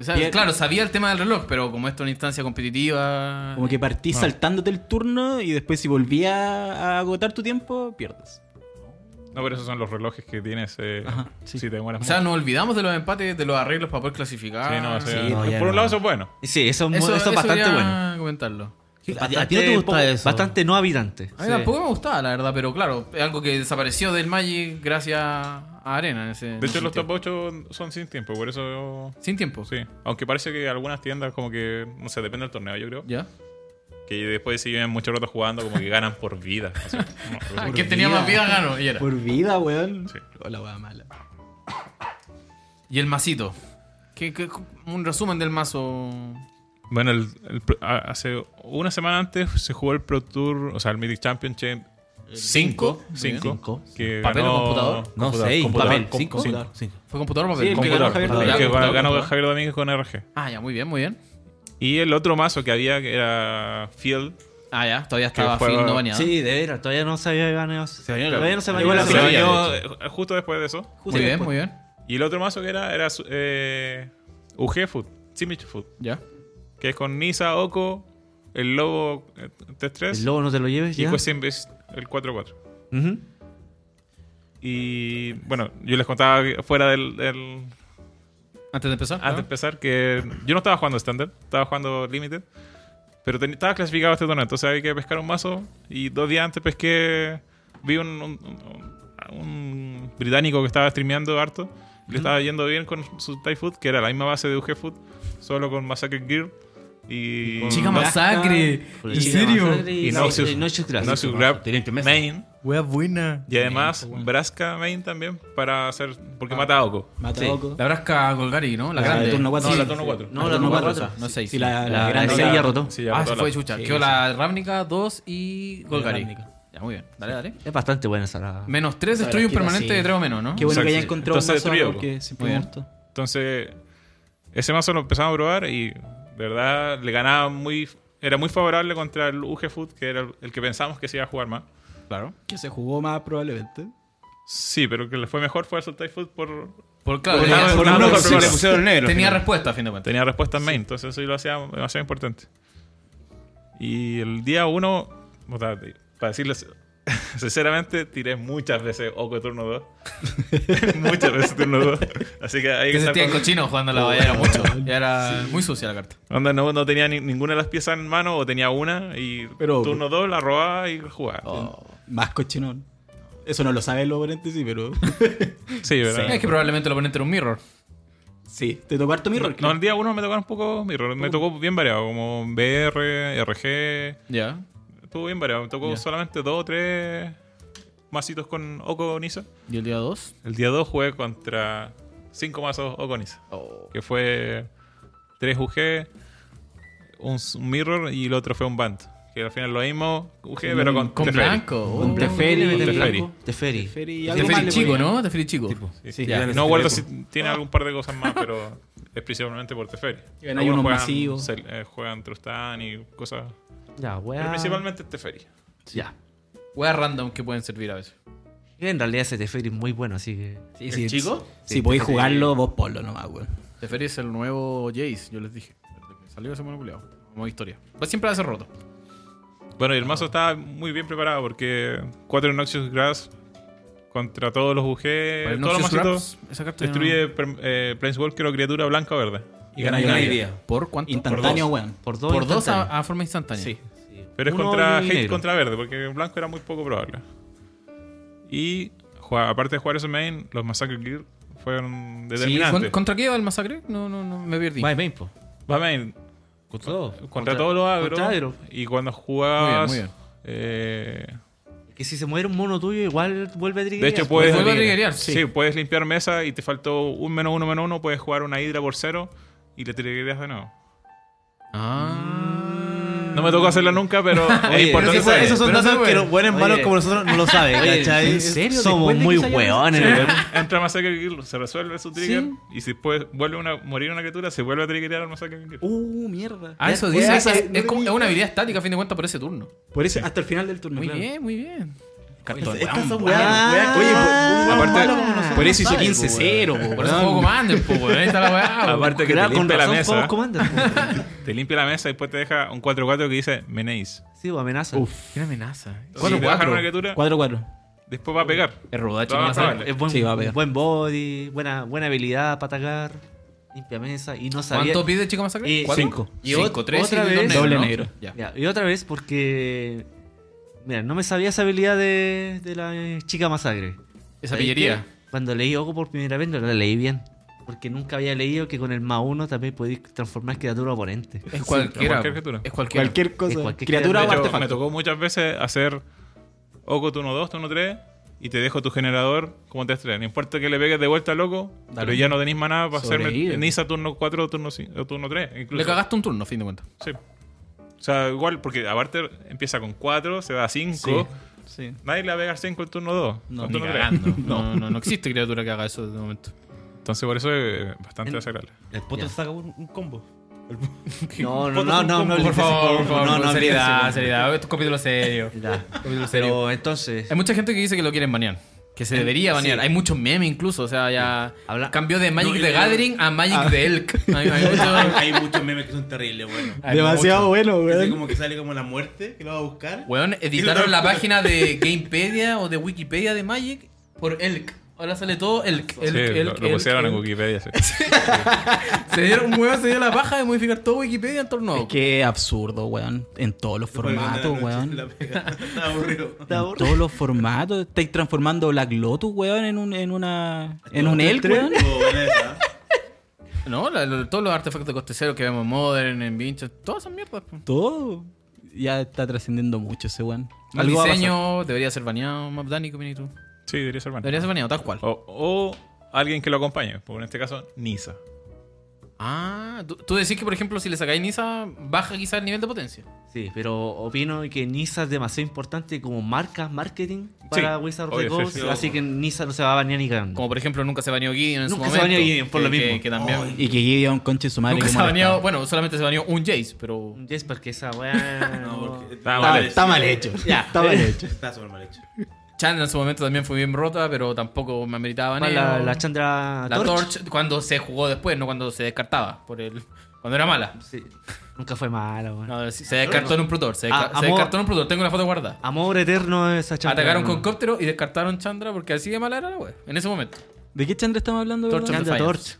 [SPEAKER 1] O sea,
[SPEAKER 3] Bien.
[SPEAKER 1] claro, sabía el tema del reloj, pero como esto es una instancia competitiva.
[SPEAKER 3] Como que partís saltándote el turno y después si volvías a agotar tu tiempo, pierdes.
[SPEAKER 5] No, pero esos son los relojes que tienes eh,
[SPEAKER 3] Ajá, sí.
[SPEAKER 5] si te demoras
[SPEAKER 1] O sea, Ah,
[SPEAKER 5] mucho.
[SPEAKER 1] nos olvidamos de los empates, de los arreglos para poder clasificar.
[SPEAKER 5] Sí, no, o sea,
[SPEAKER 4] sí, no, ya
[SPEAKER 5] por un
[SPEAKER 4] no.
[SPEAKER 5] lado, eso es bueno.
[SPEAKER 4] Sí, eso, es mo-
[SPEAKER 1] Eso,
[SPEAKER 4] eso es bastante bueno.
[SPEAKER 1] bueno. comentarlo.
[SPEAKER 4] Bastante
[SPEAKER 2] ¿A ti no te gusta
[SPEAKER 4] poco-
[SPEAKER 2] eso?
[SPEAKER 4] Bastante no habitante.
[SPEAKER 1] A mí tampoco me gustaba, la verdad, pero claro, es algo que desapareció del Magic gracias a Arena. en ese- en
[SPEAKER 5] De
[SPEAKER 1] ese
[SPEAKER 5] hecho, los
[SPEAKER 1] sentido.
[SPEAKER 5] top 8 son sin tiempo. Por eso.
[SPEAKER 1] Sin tiempo.
[SPEAKER 5] Sí. Aunque parece que algunas tiendas, como que. No sé, depende del torneo, yo creo.
[SPEAKER 1] ¿Ya?
[SPEAKER 5] Que después, si llevan mucho rato jugando, como que ganan por vida. O sea, no,
[SPEAKER 1] Ah,
[SPEAKER 5] no sé.
[SPEAKER 1] quien tenía más vida ganó. Y, era.
[SPEAKER 3] Por vida, weón.
[SPEAKER 5] Sí.
[SPEAKER 3] Hola, weón mala.
[SPEAKER 1] y el masito. ¿Qué- qué- un resumen del mazo.
[SPEAKER 5] Bueno, ah, el- el pro- a- hace una semana antes se jugó el Pro Tour, o sea, el Mythic Championship Cinco.
[SPEAKER 2] Cinco.
[SPEAKER 5] Cinco. Que
[SPEAKER 1] ¿Papel o
[SPEAKER 5] ganó-
[SPEAKER 1] computador?
[SPEAKER 2] No,
[SPEAKER 5] computador,
[SPEAKER 2] seis.
[SPEAKER 5] computador.
[SPEAKER 2] Papel, cinco.
[SPEAKER 5] Cinco.
[SPEAKER 2] Cinco.
[SPEAKER 1] ¿Fue computador o
[SPEAKER 3] Sí,
[SPEAKER 1] papel?
[SPEAKER 3] el
[SPEAKER 5] Computador,
[SPEAKER 3] ganó Javier
[SPEAKER 5] computador,
[SPEAKER 1] Domínguez.
[SPEAKER 5] que ganó- ganó
[SPEAKER 1] Computador.
[SPEAKER 5] Javier Domínguez con RG.
[SPEAKER 1] Ah, ya, muy bien, muy bien.
[SPEAKER 5] Y el otro mazo que había que era Field.
[SPEAKER 1] Ah, ya, todavía estaba
[SPEAKER 5] juega-
[SPEAKER 1] Phil no baneado.
[SPEAKER 4] Sí, de veras, todavía no se había ganado. Se
[SPEAKER 2] bañó la-
[SPEAKER 4] todavía no se Ah, había
[SPEAKER 2] Igual la
[SPEAKER 5] Se
[SPEAKER 2] primera,
[SPEAKER 4] ganado.
[SPEAKER 5] bañó,
[SPEAKER 2] de
[SPEAKER 5] eh, justo después de eso.
[SPEAKER 1] Muy bien, muy bien.
[SPEAKER 5] Y el otro mazo que era era su- eh, UG Food, Simich Food,
[SPEAKER 1] Ya.
[SPEAKER 5] que es con Nisa, Oko, el Lobo eh,
[SPEAKER 4] El
[SPEAKER 5] T3
[SPEAKER 4] lobo no te lo lleves
[SPEAKER 5] y pues,
[SPEAKER 4] ya.
[SPEAKER 5] Question Base, el 4-4.
[SPEAKER 4] Ujú.
[SPEAKER 5] Y bueno, yo les contaba que fuera del, del-
[SPEAKER 1] Antes de empezar.
[SPEAKER 5] antes de
[SPEAKER 1] ¿no?
[SPEAKER 5] empezar que yo no estaba jugando estándar, estaba jugando limited, pero ten- estaba clasificado a este torneo, entonces había que pescar un mazo y dos días antes pesqué vi un, un- un- un británico que estaba streameando harto, y le estaba yendo bien con su Thai Food, que era la misma base de UG Food, solo con Massacre Gear y
[SPEAKER 1] Chica
[SPEAKER 5] con-
[SPEAKER 1] Masacre.
[SPEAKER 2] Con
[SPEAKER 1] ¿En
[SPEAKER 2] Chica
[SPEAKER 1] serio?
[SPEAKER 4] Masacre
[SPEAKER 5] y
[SPEAKER 4] la-
[SPEAKER 5] Noxious-
[SPEAKER 4] y Noxious Grass.
[SPEAKER 5] Noxious Grab
[SPEAKER 2] Tenía intermezzo.
[SPEAKER 5] main
[SPEAKER 1] Wea buena. Ah.
[SPEAKER 5] y además Braska main también para hacer porque mata a Oko.
[SPEAKER 3] Mata
[SPEAKER 4] Sí.
[SPEAKER 3] a Oco.
[SPEAKER 1] La Brasca Golgari, ¿no? La
[SPEAKER 3] La
[SPEAKER 1] grande.
[SPEAKER 3] de turno cuatro.
[SPEAKER 5] No,
[SPEAKER 3] Sí.
[SPEAKER 5] la turno 4.
[SPEAKER 4] No,
[SPEAKER 1] Ah,
[SPEAKER 4] la
[SPEAKER 1] turno
[SPEAKER 4] número
[SPEAKER 1] cuatro,
[SPEAKER 4] cuatro.
[SPEAKER 1] esa, No sé.
[SPEAKER 3] Sí, la- la grande.
[SPEAKER 4] Sí, ya rotó.
[SPEAKER 1] Ah, se fue chucha. Quedó la Ravnica 2 y Golgari.
[SPEAKER 3] Ravnica.
[SPEAKER 1] Ya, muy bien. Dale, dale.
[SPEAKER 4] Es bastante buena esa. la-
[SPEAKER 1] Menos 3 destruye un
[SPEAKER 3] quita,
[SPEAKER 1] permanente
[SPEAKER 3] sí.
[SPEAKER 1] de 3 o menos, ¿no?
[SPEAKER 3] Qué bueno
[SPEAKER 5] Exacto,
[SPEAKER 3] que haya
[SPEAKER 5] sí.
[SPEAKER 3] encontrado
[SPEAKER 5] Entonces,
[SPEAKER 3] un mazo
[SPEAKER 5] trío,
[SPEAKER 3] porque siempre
[SPEAKER 1] Muy
[SPEAKER 3] me
[SPEAKER 1] bien.
[SPEAKER 3] gustó.
[SPEAKER 5] Entonces, ese mazo lo empezamos a probar y de verdad le ganaba muy. Era muy favorable contra el UG Food, que era el que pensábamos que se iba a jugar más.
[SPEAKER 1] Claro.
[SPEAKER 3] Que se jugó más probablemente.
[SPEAKER 5] Sí, pero el que le fue mejor fue el Sultai Food por.
[SPEAKER 1] Por, claro,
[SPEAKER 5] Por
[SPEAKER 1] tenía,
[SPEAKER 5] nada- por
[SPEAKER 1] tenía-
[SPEAKER 5] nada
[SPEAKER 1] tenía
[SPEAKER 5] más
[SPEAKER 2] Sí, le pusieron negro.
[SPEAKER 1] tenía
[SPEAKER 2] al final.
[SPEAKER 1] respuesta a fin de cuentas.
[SPEAKER 5] Tenía respuesta en main, entonces eso lo hacía demasiado importante. Y el día uno, o sea, para decirles sinceramente, tiré muchas veces Oco turno 2. muchas veces turno 2. Así que hay
[SPEAKER 1] Que
[SPEAKER 5] que
[SPEAKER 1] se
[SPEAKER 5] estar
[SPEAKER 1] sentía
[SPEAKER 5] con-
[SPEAKER 1] cochino jugando la valla, era mucho. Ya era muy sucia la carta.
[SPEAKER 5] Onda, no, no tenía ni- ninguna de las piezas en mano o tenía una y
[SPEAKER 3] Pero-
[SPEAKER 5] turno 2 la robaba y jugaba.
[SPEAKER 1] Oh.
[SPEAKER 4] Oh.
[SPEAKER 3] Más cochinón. Eso no lo sabe el paréntesis, pero.
[SPEAKER 5] Sí, ¿verdad?
[SPEAKER 1] Es que probablemente lo ponen en un mirror.
[SPEAKER 3] sí, te tocó harto mirror.
[SPEAKER 5] No,
[SPEAKER 3] creo.
[SPEAKER 5] el día 1 me tocaron un poco mirror.
[SPEAKER 1] Uh.
[SPEAKER 5] Me tocó bien variado, como BR, RG.
[SPEAKER 1] Ya.
[SPEAKER 5] Estuvo bien variado. Me tocó
[SPEAKER 1] Ya.
[SPEAKER 5] solamente 2 o 3 masitos con Oko Nisa.
[SPEAKER 1] ¿Y el día 2?
[SPEAKER 5] El día 2 jugué contra 5 mazos Oko Nisa. Que fue 3 UG, un, s- un mirror y el otro fue un Band. Que al final lo mismo UG, pero con,
[SPEAKER 1] Con
[SPEAKER 5] Teferi.
[SPEAKER 1] blanco.
[SPEAKER 4] Un
[SPEAKER 1] oh.
[SPEAKER 4] Teferi.
[SPEAKER 3] Teferi.
[SPEAKER 4] Teferi. Teferi.
[SPEAKER 3] Teferi y algo más
[SPEAKER 1] Teferi
[SPEAKER 3] le
[SPEAKER 1] chico,
[SPEAKER 3] ponía.
[SPEAKER 1] ¿no? Teferi chico.
[SPEAKER 5] Sí.
[SPEAKER 3] Sí.
[SPEAKER 5] Ya,
[SPEAKER 2] Ya,
[SPEAKER 5] no guardo si
[SPEAKER 2] Teferi.
[SPEAKER 5] tiene algún par de cosas más, pero es principalmente por Teferi.
[SPEAKER 3] Bueno, hay
[SPEAKER 5] Algunos
[SPEAKER 3] unos
[SPEAKER 5] juegan
[SPEAKER 3] masivos.
[SPEAKER 5] cel- eh, juegan Trustan y cosas.
[SPEAKER 4] Ya, weá.
[SPEAKER 5] Pero principalmente es Teferi.
[SPEAKER 1] Ya. Weas random que pueden servir a veces.
[SPEAKER 4] En realidad ese Teferi es muy bueno, así que.
[SPEAKER 3] Sí,
[SPEAKER 2] ¿El
[SPEAKER 3] sí,
[SPEAKER 2] chico?
[SPEAKER 3] Si podéis jugarlo, vos ponlo nomás, weón.
[SPEAKER 1] Teferi es el nuevo Jace, yo les dije. Desde que Salió ese monopoleado. Como historia. Pues siempre va a ser roto.
[SPEAKER 5] Bueno, y el mazo estaba muy bien preparado porque 4 Noxious Grass contra todos los UG,
[SPEAKER 1] Pero
[SPEAKER 5] Eh, todos los
[SPEAKER 1] Noxious
[SPEAKER 5] macitos,
[SPEAKER 1] Grabs, esa carta ya no-
[SPEAKER 5] destruye per- eh, Planeswalker o criatura blanca o verde. Y gana
[SPEAKER 2] Gana
[SPEAKER 5] una
[SPEAKER 2] una
[SPEAKER 5] vida.
[SPEAKER 2] vida.
[SPEAKER 1] ¿Por cuánto?
[SPEAKER 3] Instantáneo, weón.
[SPEAKER 4] Por dos.
[SPEAKER 1] Por dos
[SPEAKER 4] instantáneos.
[SPEAKER 1] a, a forma instantánea.
[SPEAKER 5] Sí. Pero es
[SPEAKER 4] Uno
[SPEAKER 5] contra
[SPEAKER 4] y
[SPEAKER 5] hate
[SPEAKER 4] negro.
[SPEAKER 5] contra verde, porque en blanco era muy poco probable. Y jugaba- aparte de jugar esos main, los Massacre Gear
[SPEAKER 1] Sí,
[SPEAKER 5] fueron
[SPEAKER 1] ¿con-
[SPEAKER 5] determinantes.
[SPEAKER 1] ¿Contra qué va el masacre? No, no, no, me perdí.
[SPEAKER 4] Va de main, po.
[SPEAKER 5] Va main,
[SPEAKER 4] Contra dos.
[SPEAKER 5] Contra, todos los agros.
[SPEAKER 4] Contra agro.
[SPEAKER 5] Y cuando jugabas.
[SPEAKER 1] Muy bien, muy bien.
[SPEAKER 5] eh,
[SPEAKER 4] Que si se muere un mono tuyo, igual vuelve a trigger.
[SPEAKER 5] de hecho, puedes.
[SPEAKER 1] Vuelvo a triggerear,
[SPEAKER 5] sí.
[SPEAKER 1] sí.
[SPEAKER 5] puedes limpiar mesa y te faltó un menos uno menos uno. Puedes jugar una hidra por cero y le triggerías de nuevo.
[SPEAKER 1] Ah.
[SPEAKER 5] No me tocó hacerlo nunca, pero
[SPEAKER 4] Oye,
[SPEAKER 5] es importante.
[SPEAKER 1] pero sí se
[SPEAKER 5] saber.
[SPEAKER 1] puede.
[SPEAKER 4] esos son
[SPEAKER 1] Pero se
[SPEAKER 4] datos
[SPEAKER 1] puede.
[SPEAKER 4] que los buenos
[SPEAKER 2] Oye.
[SPEAKER 4] malos como nosotros no lo saben,
[SPEAKER 2] Oye,
[SPEAKER 4] ¿cachai?
[SPEAKER 3] ¿en serio?
[SPEAKER 4] Somos
[SPEAKER 3] Después de
[SPEAKER 4] muy
[SPEAKER 3] que salga la-
[SPEAKER 4] hueones.
[SPEAKER 5] Entra Massacre Gear, se resuelve su trigger. Y si después vuelve una, morir una criatura, se vuelve a triggerear al Massacre Gear.
[SPEAKER 3] Uh, mierda.
[SPEAKER 1] Ah, eso
[SPEAKER 4] Ya,
[SPEAKER 1] dice.
[SPEAKER 4] ya,
[SPEAKER 1] esa-
[SPEAKER 4] ya,
[SPEAKER 1] es,
[SPEAKER 4] no lo
[SPEAKER 1] como-
[SPEAKER 4] vi.
[SPEAKER 1] es una habilidad estática, a fin de cuentas, por ese turno.
[SPEAKER 3] Por eso, ah, hasta el final del turno.
[SPEAKER 1] Muy
[SPEAKER 3] claro.
[SPEAKER 1] bien, muy bien. Cartón.
[SPEAKER 4] Estas
[SPEAKER 1] weón.
[SPEAKER 4] son
[SPEAKER 3] Ah,
[SPEAKER 4] hueones.
[SPEAKER 3] oye,
[SPEAKER 4] Ah,
[SPEAKER 3] por-
[SPEAKER 5] aparte-
[SPEAKER 4] malo como nosotros
[SPEAKER 3] Por eso
[SPEAKER 4] no saben,
[SPEAKER 3] hizo
[SPEAKER 4] po,
[SPEAKER 3] 15-0, po,
[SPEAKER 1] Por eso juego
[SPEAKER 3] weón.
[SPEAKER 1] Commander, po, weón. Ahí está la weá, weón.
[SPEAKER 5] Aparte que te
[SPEAKER 4] Claro, con
[SPEAKER 5] limpia la
[SPEAKER 4] razón
[SPEAKER 5] mesa.
[SPEAKER 4] Fobos Commander, po.
[SPEAKER 5] Te limpia la mesa y después te deja un 4-4 que dice Menéis.
[SPEAKER 4] Sí, po, amenaza.
[SPEAKER 1] Qué amenaza.
[SPEAKER 5] Bueno, si te bajan una criatura,
[SPEAKER 3] 4-4.
[SPEAKER 5] después va a pegar.
[SPEAKER 1] Es rodacho,
[SPEAKER 5] Ah,
[SPEAKER 1] no sabe.
[SPEAKER 5] vale.
[SPEAKER 4] Es buen,
[SPEAKER 3] Sí, va a pegar.
[SPEAKER 4] buen body, buena, buena habilidad para atacar, limpia mesa y no sabía.
[SPEAKER 1] ¿Cuánto pide Chica Masacre?
[SPEAKER 4] Eh,
[SPEAKER 1] ¿Cuatro?
[SPEAKER 4] cinco.
[SPEAKER 1] Y
[SPEAKER 4] Cinco,
[SPEAKER 1] ot- tres
[SPEAKER 4] otra
[SPEAKER 1] y dos
[SPEAKER 4] vez.
[SPEAKER 1] negros,
[SPEAKER 3] Doble
[SPEAKER 1] ¿no?
[SPEAKER 3] negro.
[SPEAKER 1] Ya.
[SPEAKER 4] Ya, y otra vez porque. Mira, no me sabía esa habilidad de, de la eh, chica masacre.
[SPEAKER 1] Esa pillería.
[SPEAKER 4] Cuando leí Oco por primera vez no la leí bien. Porque nunca había leído que con el más uno también podéis transformar criatura oponente.
[SPEAKER 1] Es
[SPEAKER 5] a
[SPEAKER 1] cualquiera.
[SPEAKER 5] cualquier criatura.
[SPEAKER 1] es cualquiera.
[SPEAKER 3] Cualquier cosa.
[SPEAKER 4] Eh, cualquier
[SPEAKER 3] criatura
[SPEAKER 5] De
[SPEAKER 3] o
[SPEAKER 5] hecho,
[SPEAKER 3] artefacto.
[SPEAKER 5] me tocó muchas veces hacer Oco turno 2, turno 3 y te dejo tu generador como te 3. No importa que le pegues de vuelta, loco,
[SPEAKER 1] Dale.
[SPEAKER 5] pero ya no tenéis más nada para
[SPEAKER 3] Sobrevive.
[SPEAKER 5] hacerme Nisa turno 4 o turno, 5, o turno 3. Incluso.
[SPEAKER 1] Le cagaste un turno, a fin de cuentas.
[SPEAKER 5] Sí. O sea, igual, porque aparte empieza con 4, se va a 5.
[SPEAKER 3] Sí.
[SPEAKER 5] Nadie le va a pegar 5 el turno 2.
[SPEAKER 3] No.
[SPEAKER 5] al
[SPEAKER 1] Ni
[SPEAKER 5] turno tres.
[SPEAKER 1] cagando. no, no, no existe criatura que haga eso de momento.
[SPEAKER 5] Entonces por eso es bastante desagradable.
[SPEAKER 2] El poto
[SPEAKER 4] Ya.
[SPEAKER 2] saca un, un combo.
[SPEAKER 4] No, no,
[SPEAKER 2] Ponte
[SPEAKER 4] no,
[SPEAKER 2] un
[SPEAKER 4] no,
[SPEAKER 2] combo,
[SPEAKER 4] no,
[SPEAKER 1] Por favor, por favor,
[SPEAKER 4] no, no,
[SPEAKER 1] seriedad,
[SPEAKER 4] olvides ese
[SPEAKER 1] seriedad. Esto es capítulo serio.
[SPEAKER 4] combo. Ya.
[SPEAKER 1] capítulo serio.
[SPEAKER 4] Pero entonces,
[SPEAKER 1] Hay mucha gente que dice que lo quieren banear. Que se
[SPEAKER 4] Eh,
[SPEAKER 1] debería
[SPEAKER 4] sí.
[SPEAKER 1] banear. Hay muchos memes incluso. O sea, ya.
[SPEAKER 4] Habla-
[SPEAKER 1] Cambió de Magic
[SPEAKER 2] No, y
[SPEAKER 1] the
[SPEAKER 2] de-
[SPEAKER 1] Gathering a Magic the Elk. Hay- hay mucho-
[SPEAKER 2] hay, hay muchos memes que son terribles, bueno.
[SPEAKER 1] Ah, hay mucho.
[SPEAKER 3] bueno,
[SPEAKER 2] Ese como que sale como la muerte, que lo va a buscar.
[SPEAKER 1] Weón, editaron la página de Gamepedia o de Wikipedia de Magic por Elk. Ahora sale todo Elk. Elk,
[SPEAKER 5] Sí,
[SPEAKER 1] elk,
[SPEAKER 5] lo, lo
[SPEAKER 1] elk,
[SPEAKER 5] pusieron en
[SPEAKER 1] elk.
[SPEAKER 5] Wikipedia. sí.
[SPEAKER 1] Se dieron, un weón se dio la paja de modificar todo Wikipedia en torno a
[SPEAKER 3] Es que oh. es absurdo, weón. En todos los formatos, weón. En
[SPEAKER 2] Está aburrido.
[SPEAKER 3] todos los formatos. Estáis transformando Black Lotus, weón, en, un, en una. En un elk, weón.
[SPEAKER 2] Estuvo buena esa.
[SPEAKER 1] No, la- la- todos los artefactos de coste cero que vemos en Modern, en Vincha, todas esas mierdas. po.
[SPEAKER 3] Todo. Ya está trascendiendo mucho ese weón.
[SPEAKER 1] El
[SPEAKER 3] va a
[SPEAKER 1] diseño debería ser baneado, Map Danny, ¿qué opinas tú?
[SPEAKER 5] Sí, debería ser bueno.
[SPEAKER 1] Debería ser baneado, tal cual.
[SPEAKER 5] O, o alguien que lo acompañe, porque en este caso, Nisa.
[SPEAKER 1] Ah, ¿tú, tú decís que, por ejemplo, si le sacáis Nisa, baja quizás el nivel de potencia.
[SPEAKER 4] sí, pero opino que Nisa es demasiado importante como marca, marketing para
[SPEAKER 5] Sí,
[SPEAKER 4] Wizard of the
[SPEAKER 5] obvio,
[SPEAKER 4] Coast.
[SPEAKER 5] sí, sí.
[SPEAKER 4] así que Nisa no se va a bañar ni cagando.
[SPEAKER 1] Como, por ejemplo, nunca se baneó Gideon en su
[SPEAKER 4] Nunca
[SPEAKER 1] momento.
[SPEAKER 4] se baneó Gideon, por lo
[SPEAKER 1] que-
[SPEAKER 4] mismo.
[SPEAKER 1] Que, que también...
[SPEAKER 2] Ay,
[SPEAKER 3] Y que llegue a un conche de su madre.
[SPEAKER 1] Nunca
[SPEAKER 3] que
[SPEAKER 1] se
[SPEAKER 3] molesta.
[SPEAKER 1] baneó... Bueno, solamente se baneó un Jace, pero...
[SPEAKER 4] Yes, porque esa weá.
[SPEAKER 2] No,
[SPEAKER 4] no.
[SPEAKER 2] porque-
[SPEAKER 5] Está
[SPEAKER 3] Está, está mal hecho.
[SPEAKER 4] Ya.
[SPEAKER 3] Está mal hecho.
[SPEAKER 2] Está súper mal hecho.
[SPEAKER 1] Chan en su momento también fue bien rota, pero tampoco me ameritaba
[SPEAKER 4] ¿Cuál,
[SPEAKER 1] baneo.
[SPEAKER 4] La, la Chandra
[SPEAKER 1] La
[SPEAKER 4] Torch?
[SPEAKER 1] Torch, cuando se jugó después, no cuando se descartaba. por el Cuando era mala.
[SPEAKER 4] Sí. Nunca fue mala, weón.
[SPEAKER 1] No, se descartó en un Prutor. Se, desca-
[SPEAKER 4] Ah,
[SPEAKER 1] se
[SPEAKER 4] amor.
[SPEAKER 1] descartó en un Prutor. Tengo la foto guardada.
[SPEAKER 4] Amor eterno esa Chandra.
[SPEAKER 1] Atacaron
[SPEAKER 4] weón.
[SPEAKER 1] con cóptero y descartaron Chandra porque así de mala era la wea. En ese momento.
[SPEAKER 3] ¿De qué Chandra estamos hablando?
[SPEAKER 1] Torch
[SPEAKER 3] perdón?
[SPEAKER 1] of the
[SPEAKER 4] Chandra Torch.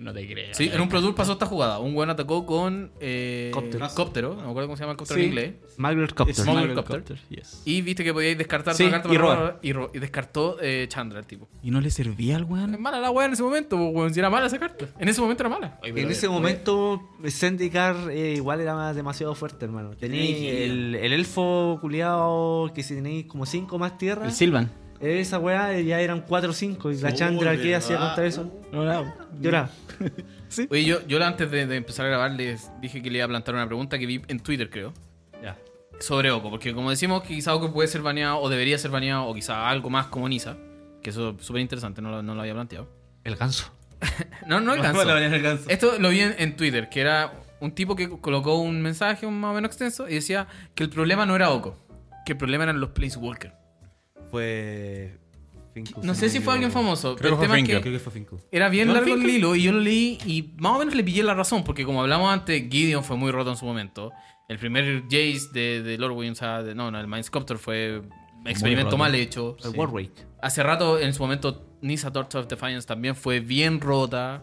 [SPEAKER 3] No te creo.
[SPEAKER 1] Sí, en un Pro Tour pasó esta jugada. Un weón atacó con. Eh,
[SPEAKER 4] Cóptero.
[SPEAKER 1] No me acuerdo cómo se llama el cóptero
[SPEAKER 3] Sí.
[SPEAKER 1] en inglés.
[SPEAKER 4] Smuggler Copter.
[SPEAKER 1] Smuggler
[SPEAKER 3] Smuggler
[SPEAKER 1] Copter.
[SPEAKER 3] Copter, yes.
[SPEAKER 1] Y viste que podíais descartar
[SPEAKER 3] Sí,
[SPEAKER 1] una carta
[SPEAKER 3] y
[SPEAKER 1] para
[SPEAKER 3] robar.
[SPEAKER 1] robar, Y, ro- y descartó eh, Chandra, el tipo.
[SPEAKER 3] ¿Y no le servía al
[SPEAKER 1] Es
[SPEAKER 3] weón?
[SPEAKER 1] mala la wea en ese momento, po, weón. Si era mala esa carta. En ese momento era mala.
[SPEAKER 4] En ese momento, Zendikar eh, igual era más- demasiado fuerte, hermano. Tenéis el, el elfo culiado que si tenéis como 5 más tierra,
[SPEAKER 3] El Silvan.
[SPEAKER 4] esa weá eh, ya eran 4 o 5. Y la Chandra,
[SPEAKER 2] Uy,
[SPEAKER 4] ¿qué hacía
[SPEAKER 2] ¿verdad?
[SPEAKER 4] contra eso?
[SPEAKER 3] No, no.
[SPEAKER 4] Llora.
[SPEAKER 1] Oye, yo, yo antes de, de empezar a grabar les dije que le iba a plantear una pregunta que vi en Twitter, creo.
[SPEAKER 4] Ya.
[SPEAKER 1] sobre Oco, porque como decimos que quizá Oco puede ser baneado o debería ser baneado o quizá algo más como Nisa, que eso es súper interesante, no, lo- no lo había planteado.
[SPEAKER 4] El ganso.
[SPEAKER 1] No, no alcanzó.
[SPEAKER 2] Vamos a la mañana del ganso.
[SPEAKER 1] Esto lo vi en, en Twitter, que era un tipo que colocó un mensaje más o menos extenso y decía que el problema no era Oco, que el problema eran los Planeswalker.
[SPEAKER 2] Fue. Finco,
[SPEAKER 1] No sé si fue alguien famoso, pero el
[SPEAKER 5] que fue
[SPEAKER 1] tema es
[SPEAKER 5] Finger.
[SPEAKER 1] que
[SPEAKER 2] Creo que fue Finco.
[SPEAKER 1] era bien
[SPEAKER 5] ¿No
[SPEAKER 1] largo el
[SPEAKER 5] Finkel?
[SPEAKER 1] hilo y yo lo leí y más o menos le pillé la razón, porque como hablamos antes, Gideon fue muy roto en su momento. El primer Jace de, de Lord Williams, o sea, de- no, no, el Mindsculptor fue experimento
[SPEAKER 3] roto.
[SPEAKER 1] mal hecho.
[SPEAKER 4] El
[SPEAKER 1] Sí.
[SPEAKER 4] Warwick.
[SPEAKER 1] Hace rato, en su momento, Nisa Torch of Defiance también fue bien rota.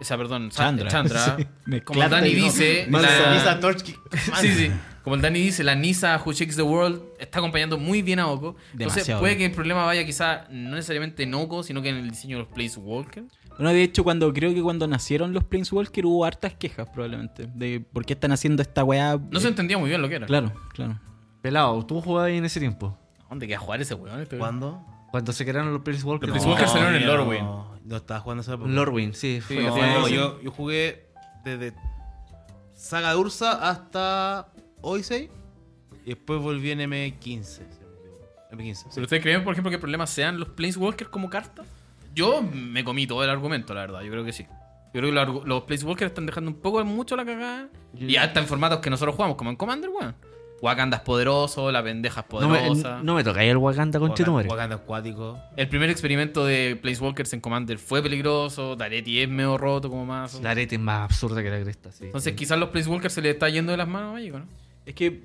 [SPEAKER 1] O sea, perdón, Sa-
[SPEAKER 3] Chandra.
[SPEAKER 1] Chandra.
[SPEAKER 3] Sí, me
[SPEAKER 1] Como el
[SPEAKER 3] claro,
[SPEAKER 1] Dani
[SPEAKER 3] yo no.
[SPEAKER 1] dice.
[SPEAKER 2] Más
[SPEAKER 1] la-
[SPEAKER 2] Nisa Torchki.
[SPEAKER 1] Sí, sí. Como el Dani dice, la Nisa Who Shakes the World está acompañando muy bien a Oko. Entonces,
[SPEAKER 3] Demasiado
[SPEAKER 1] puede
[SPEAKER 3] bien.
[SPEAKER 1] que el problema vaya quizá no necesariamente en Oko, sino que en el diseño de los Place Walker.
[SPEAKER 3] Bueno, de hecho, cuando creo que cuando nacieron los Planeswalker hubo hartas quejas, probablemente. De por qué están haciendo esta weá.
[SPEAKER 1] No se entendía muy bien lo que era.
[SPEAKER 3] Claro, claro.
[SPEAKER 4] Pelado, tú jugabas ahí en ese tiempo.
[SPEAKER 1] ¿Dónde queda jugar ese weón? Este weón?
[SPEAKER 2] ¿Cuándo?
[SPEAKER 4] Cuando se crearon los Prince Walker.
[SPEAKER 1] Los Prince Walker
[SPEAKER 2] No,
[SPEAKER 1] salieron en
[SPEAKER 2] yo no-
[SPEAKER 1] Lorwyn.
[SPEAKER 2] No estaba jugando esa época.
[SPEAKER 4] Lorwin, sí. Fue
[SPEAKER 1] Sí,
[SPEAKER 4] fue-
[SPEAKER 2] No, yo, yo jugué desde Saga de Ursa hasta Odyssey. Y después volví en M15. si no me equivoco. M15. sí.
[SPEAKER 1] ¿Pero ustedes creen, por ejemplo, que el problema sean los Planeswalkers como carta? Yo me comí todo el argumento, la verdad. Yo creo que sí. Yo creo que los argu- los Planeswalkers están dejando un poco de mucho la cagada.
[SPEAKER 4] Yo-
[SPEAKER 1] Y hasta en formatos que nosotros jugamos, como en Commander, weón. Wakanda es poderoso, la pendeja es
[SPEAKER 4] no, me,
[SPEAKER 1] poderosa.
[SPEAKER 4] no me toca ahí el Wakanda con Chetumare.
[SPEAKER 2] Wakanda acuático.
[SPEAKER 1] El primer experimento de Planeswalkers en Commander fue peligroso. Daretti es medio roto como más.
[SPEAKER 4] La arete es más absurda que la cresta, sí.
[SPEAKER 1] Entonces quizás los Planeswalkers se les está yendo de las manos a México, ¿no?
[SPEAKER 3] Es que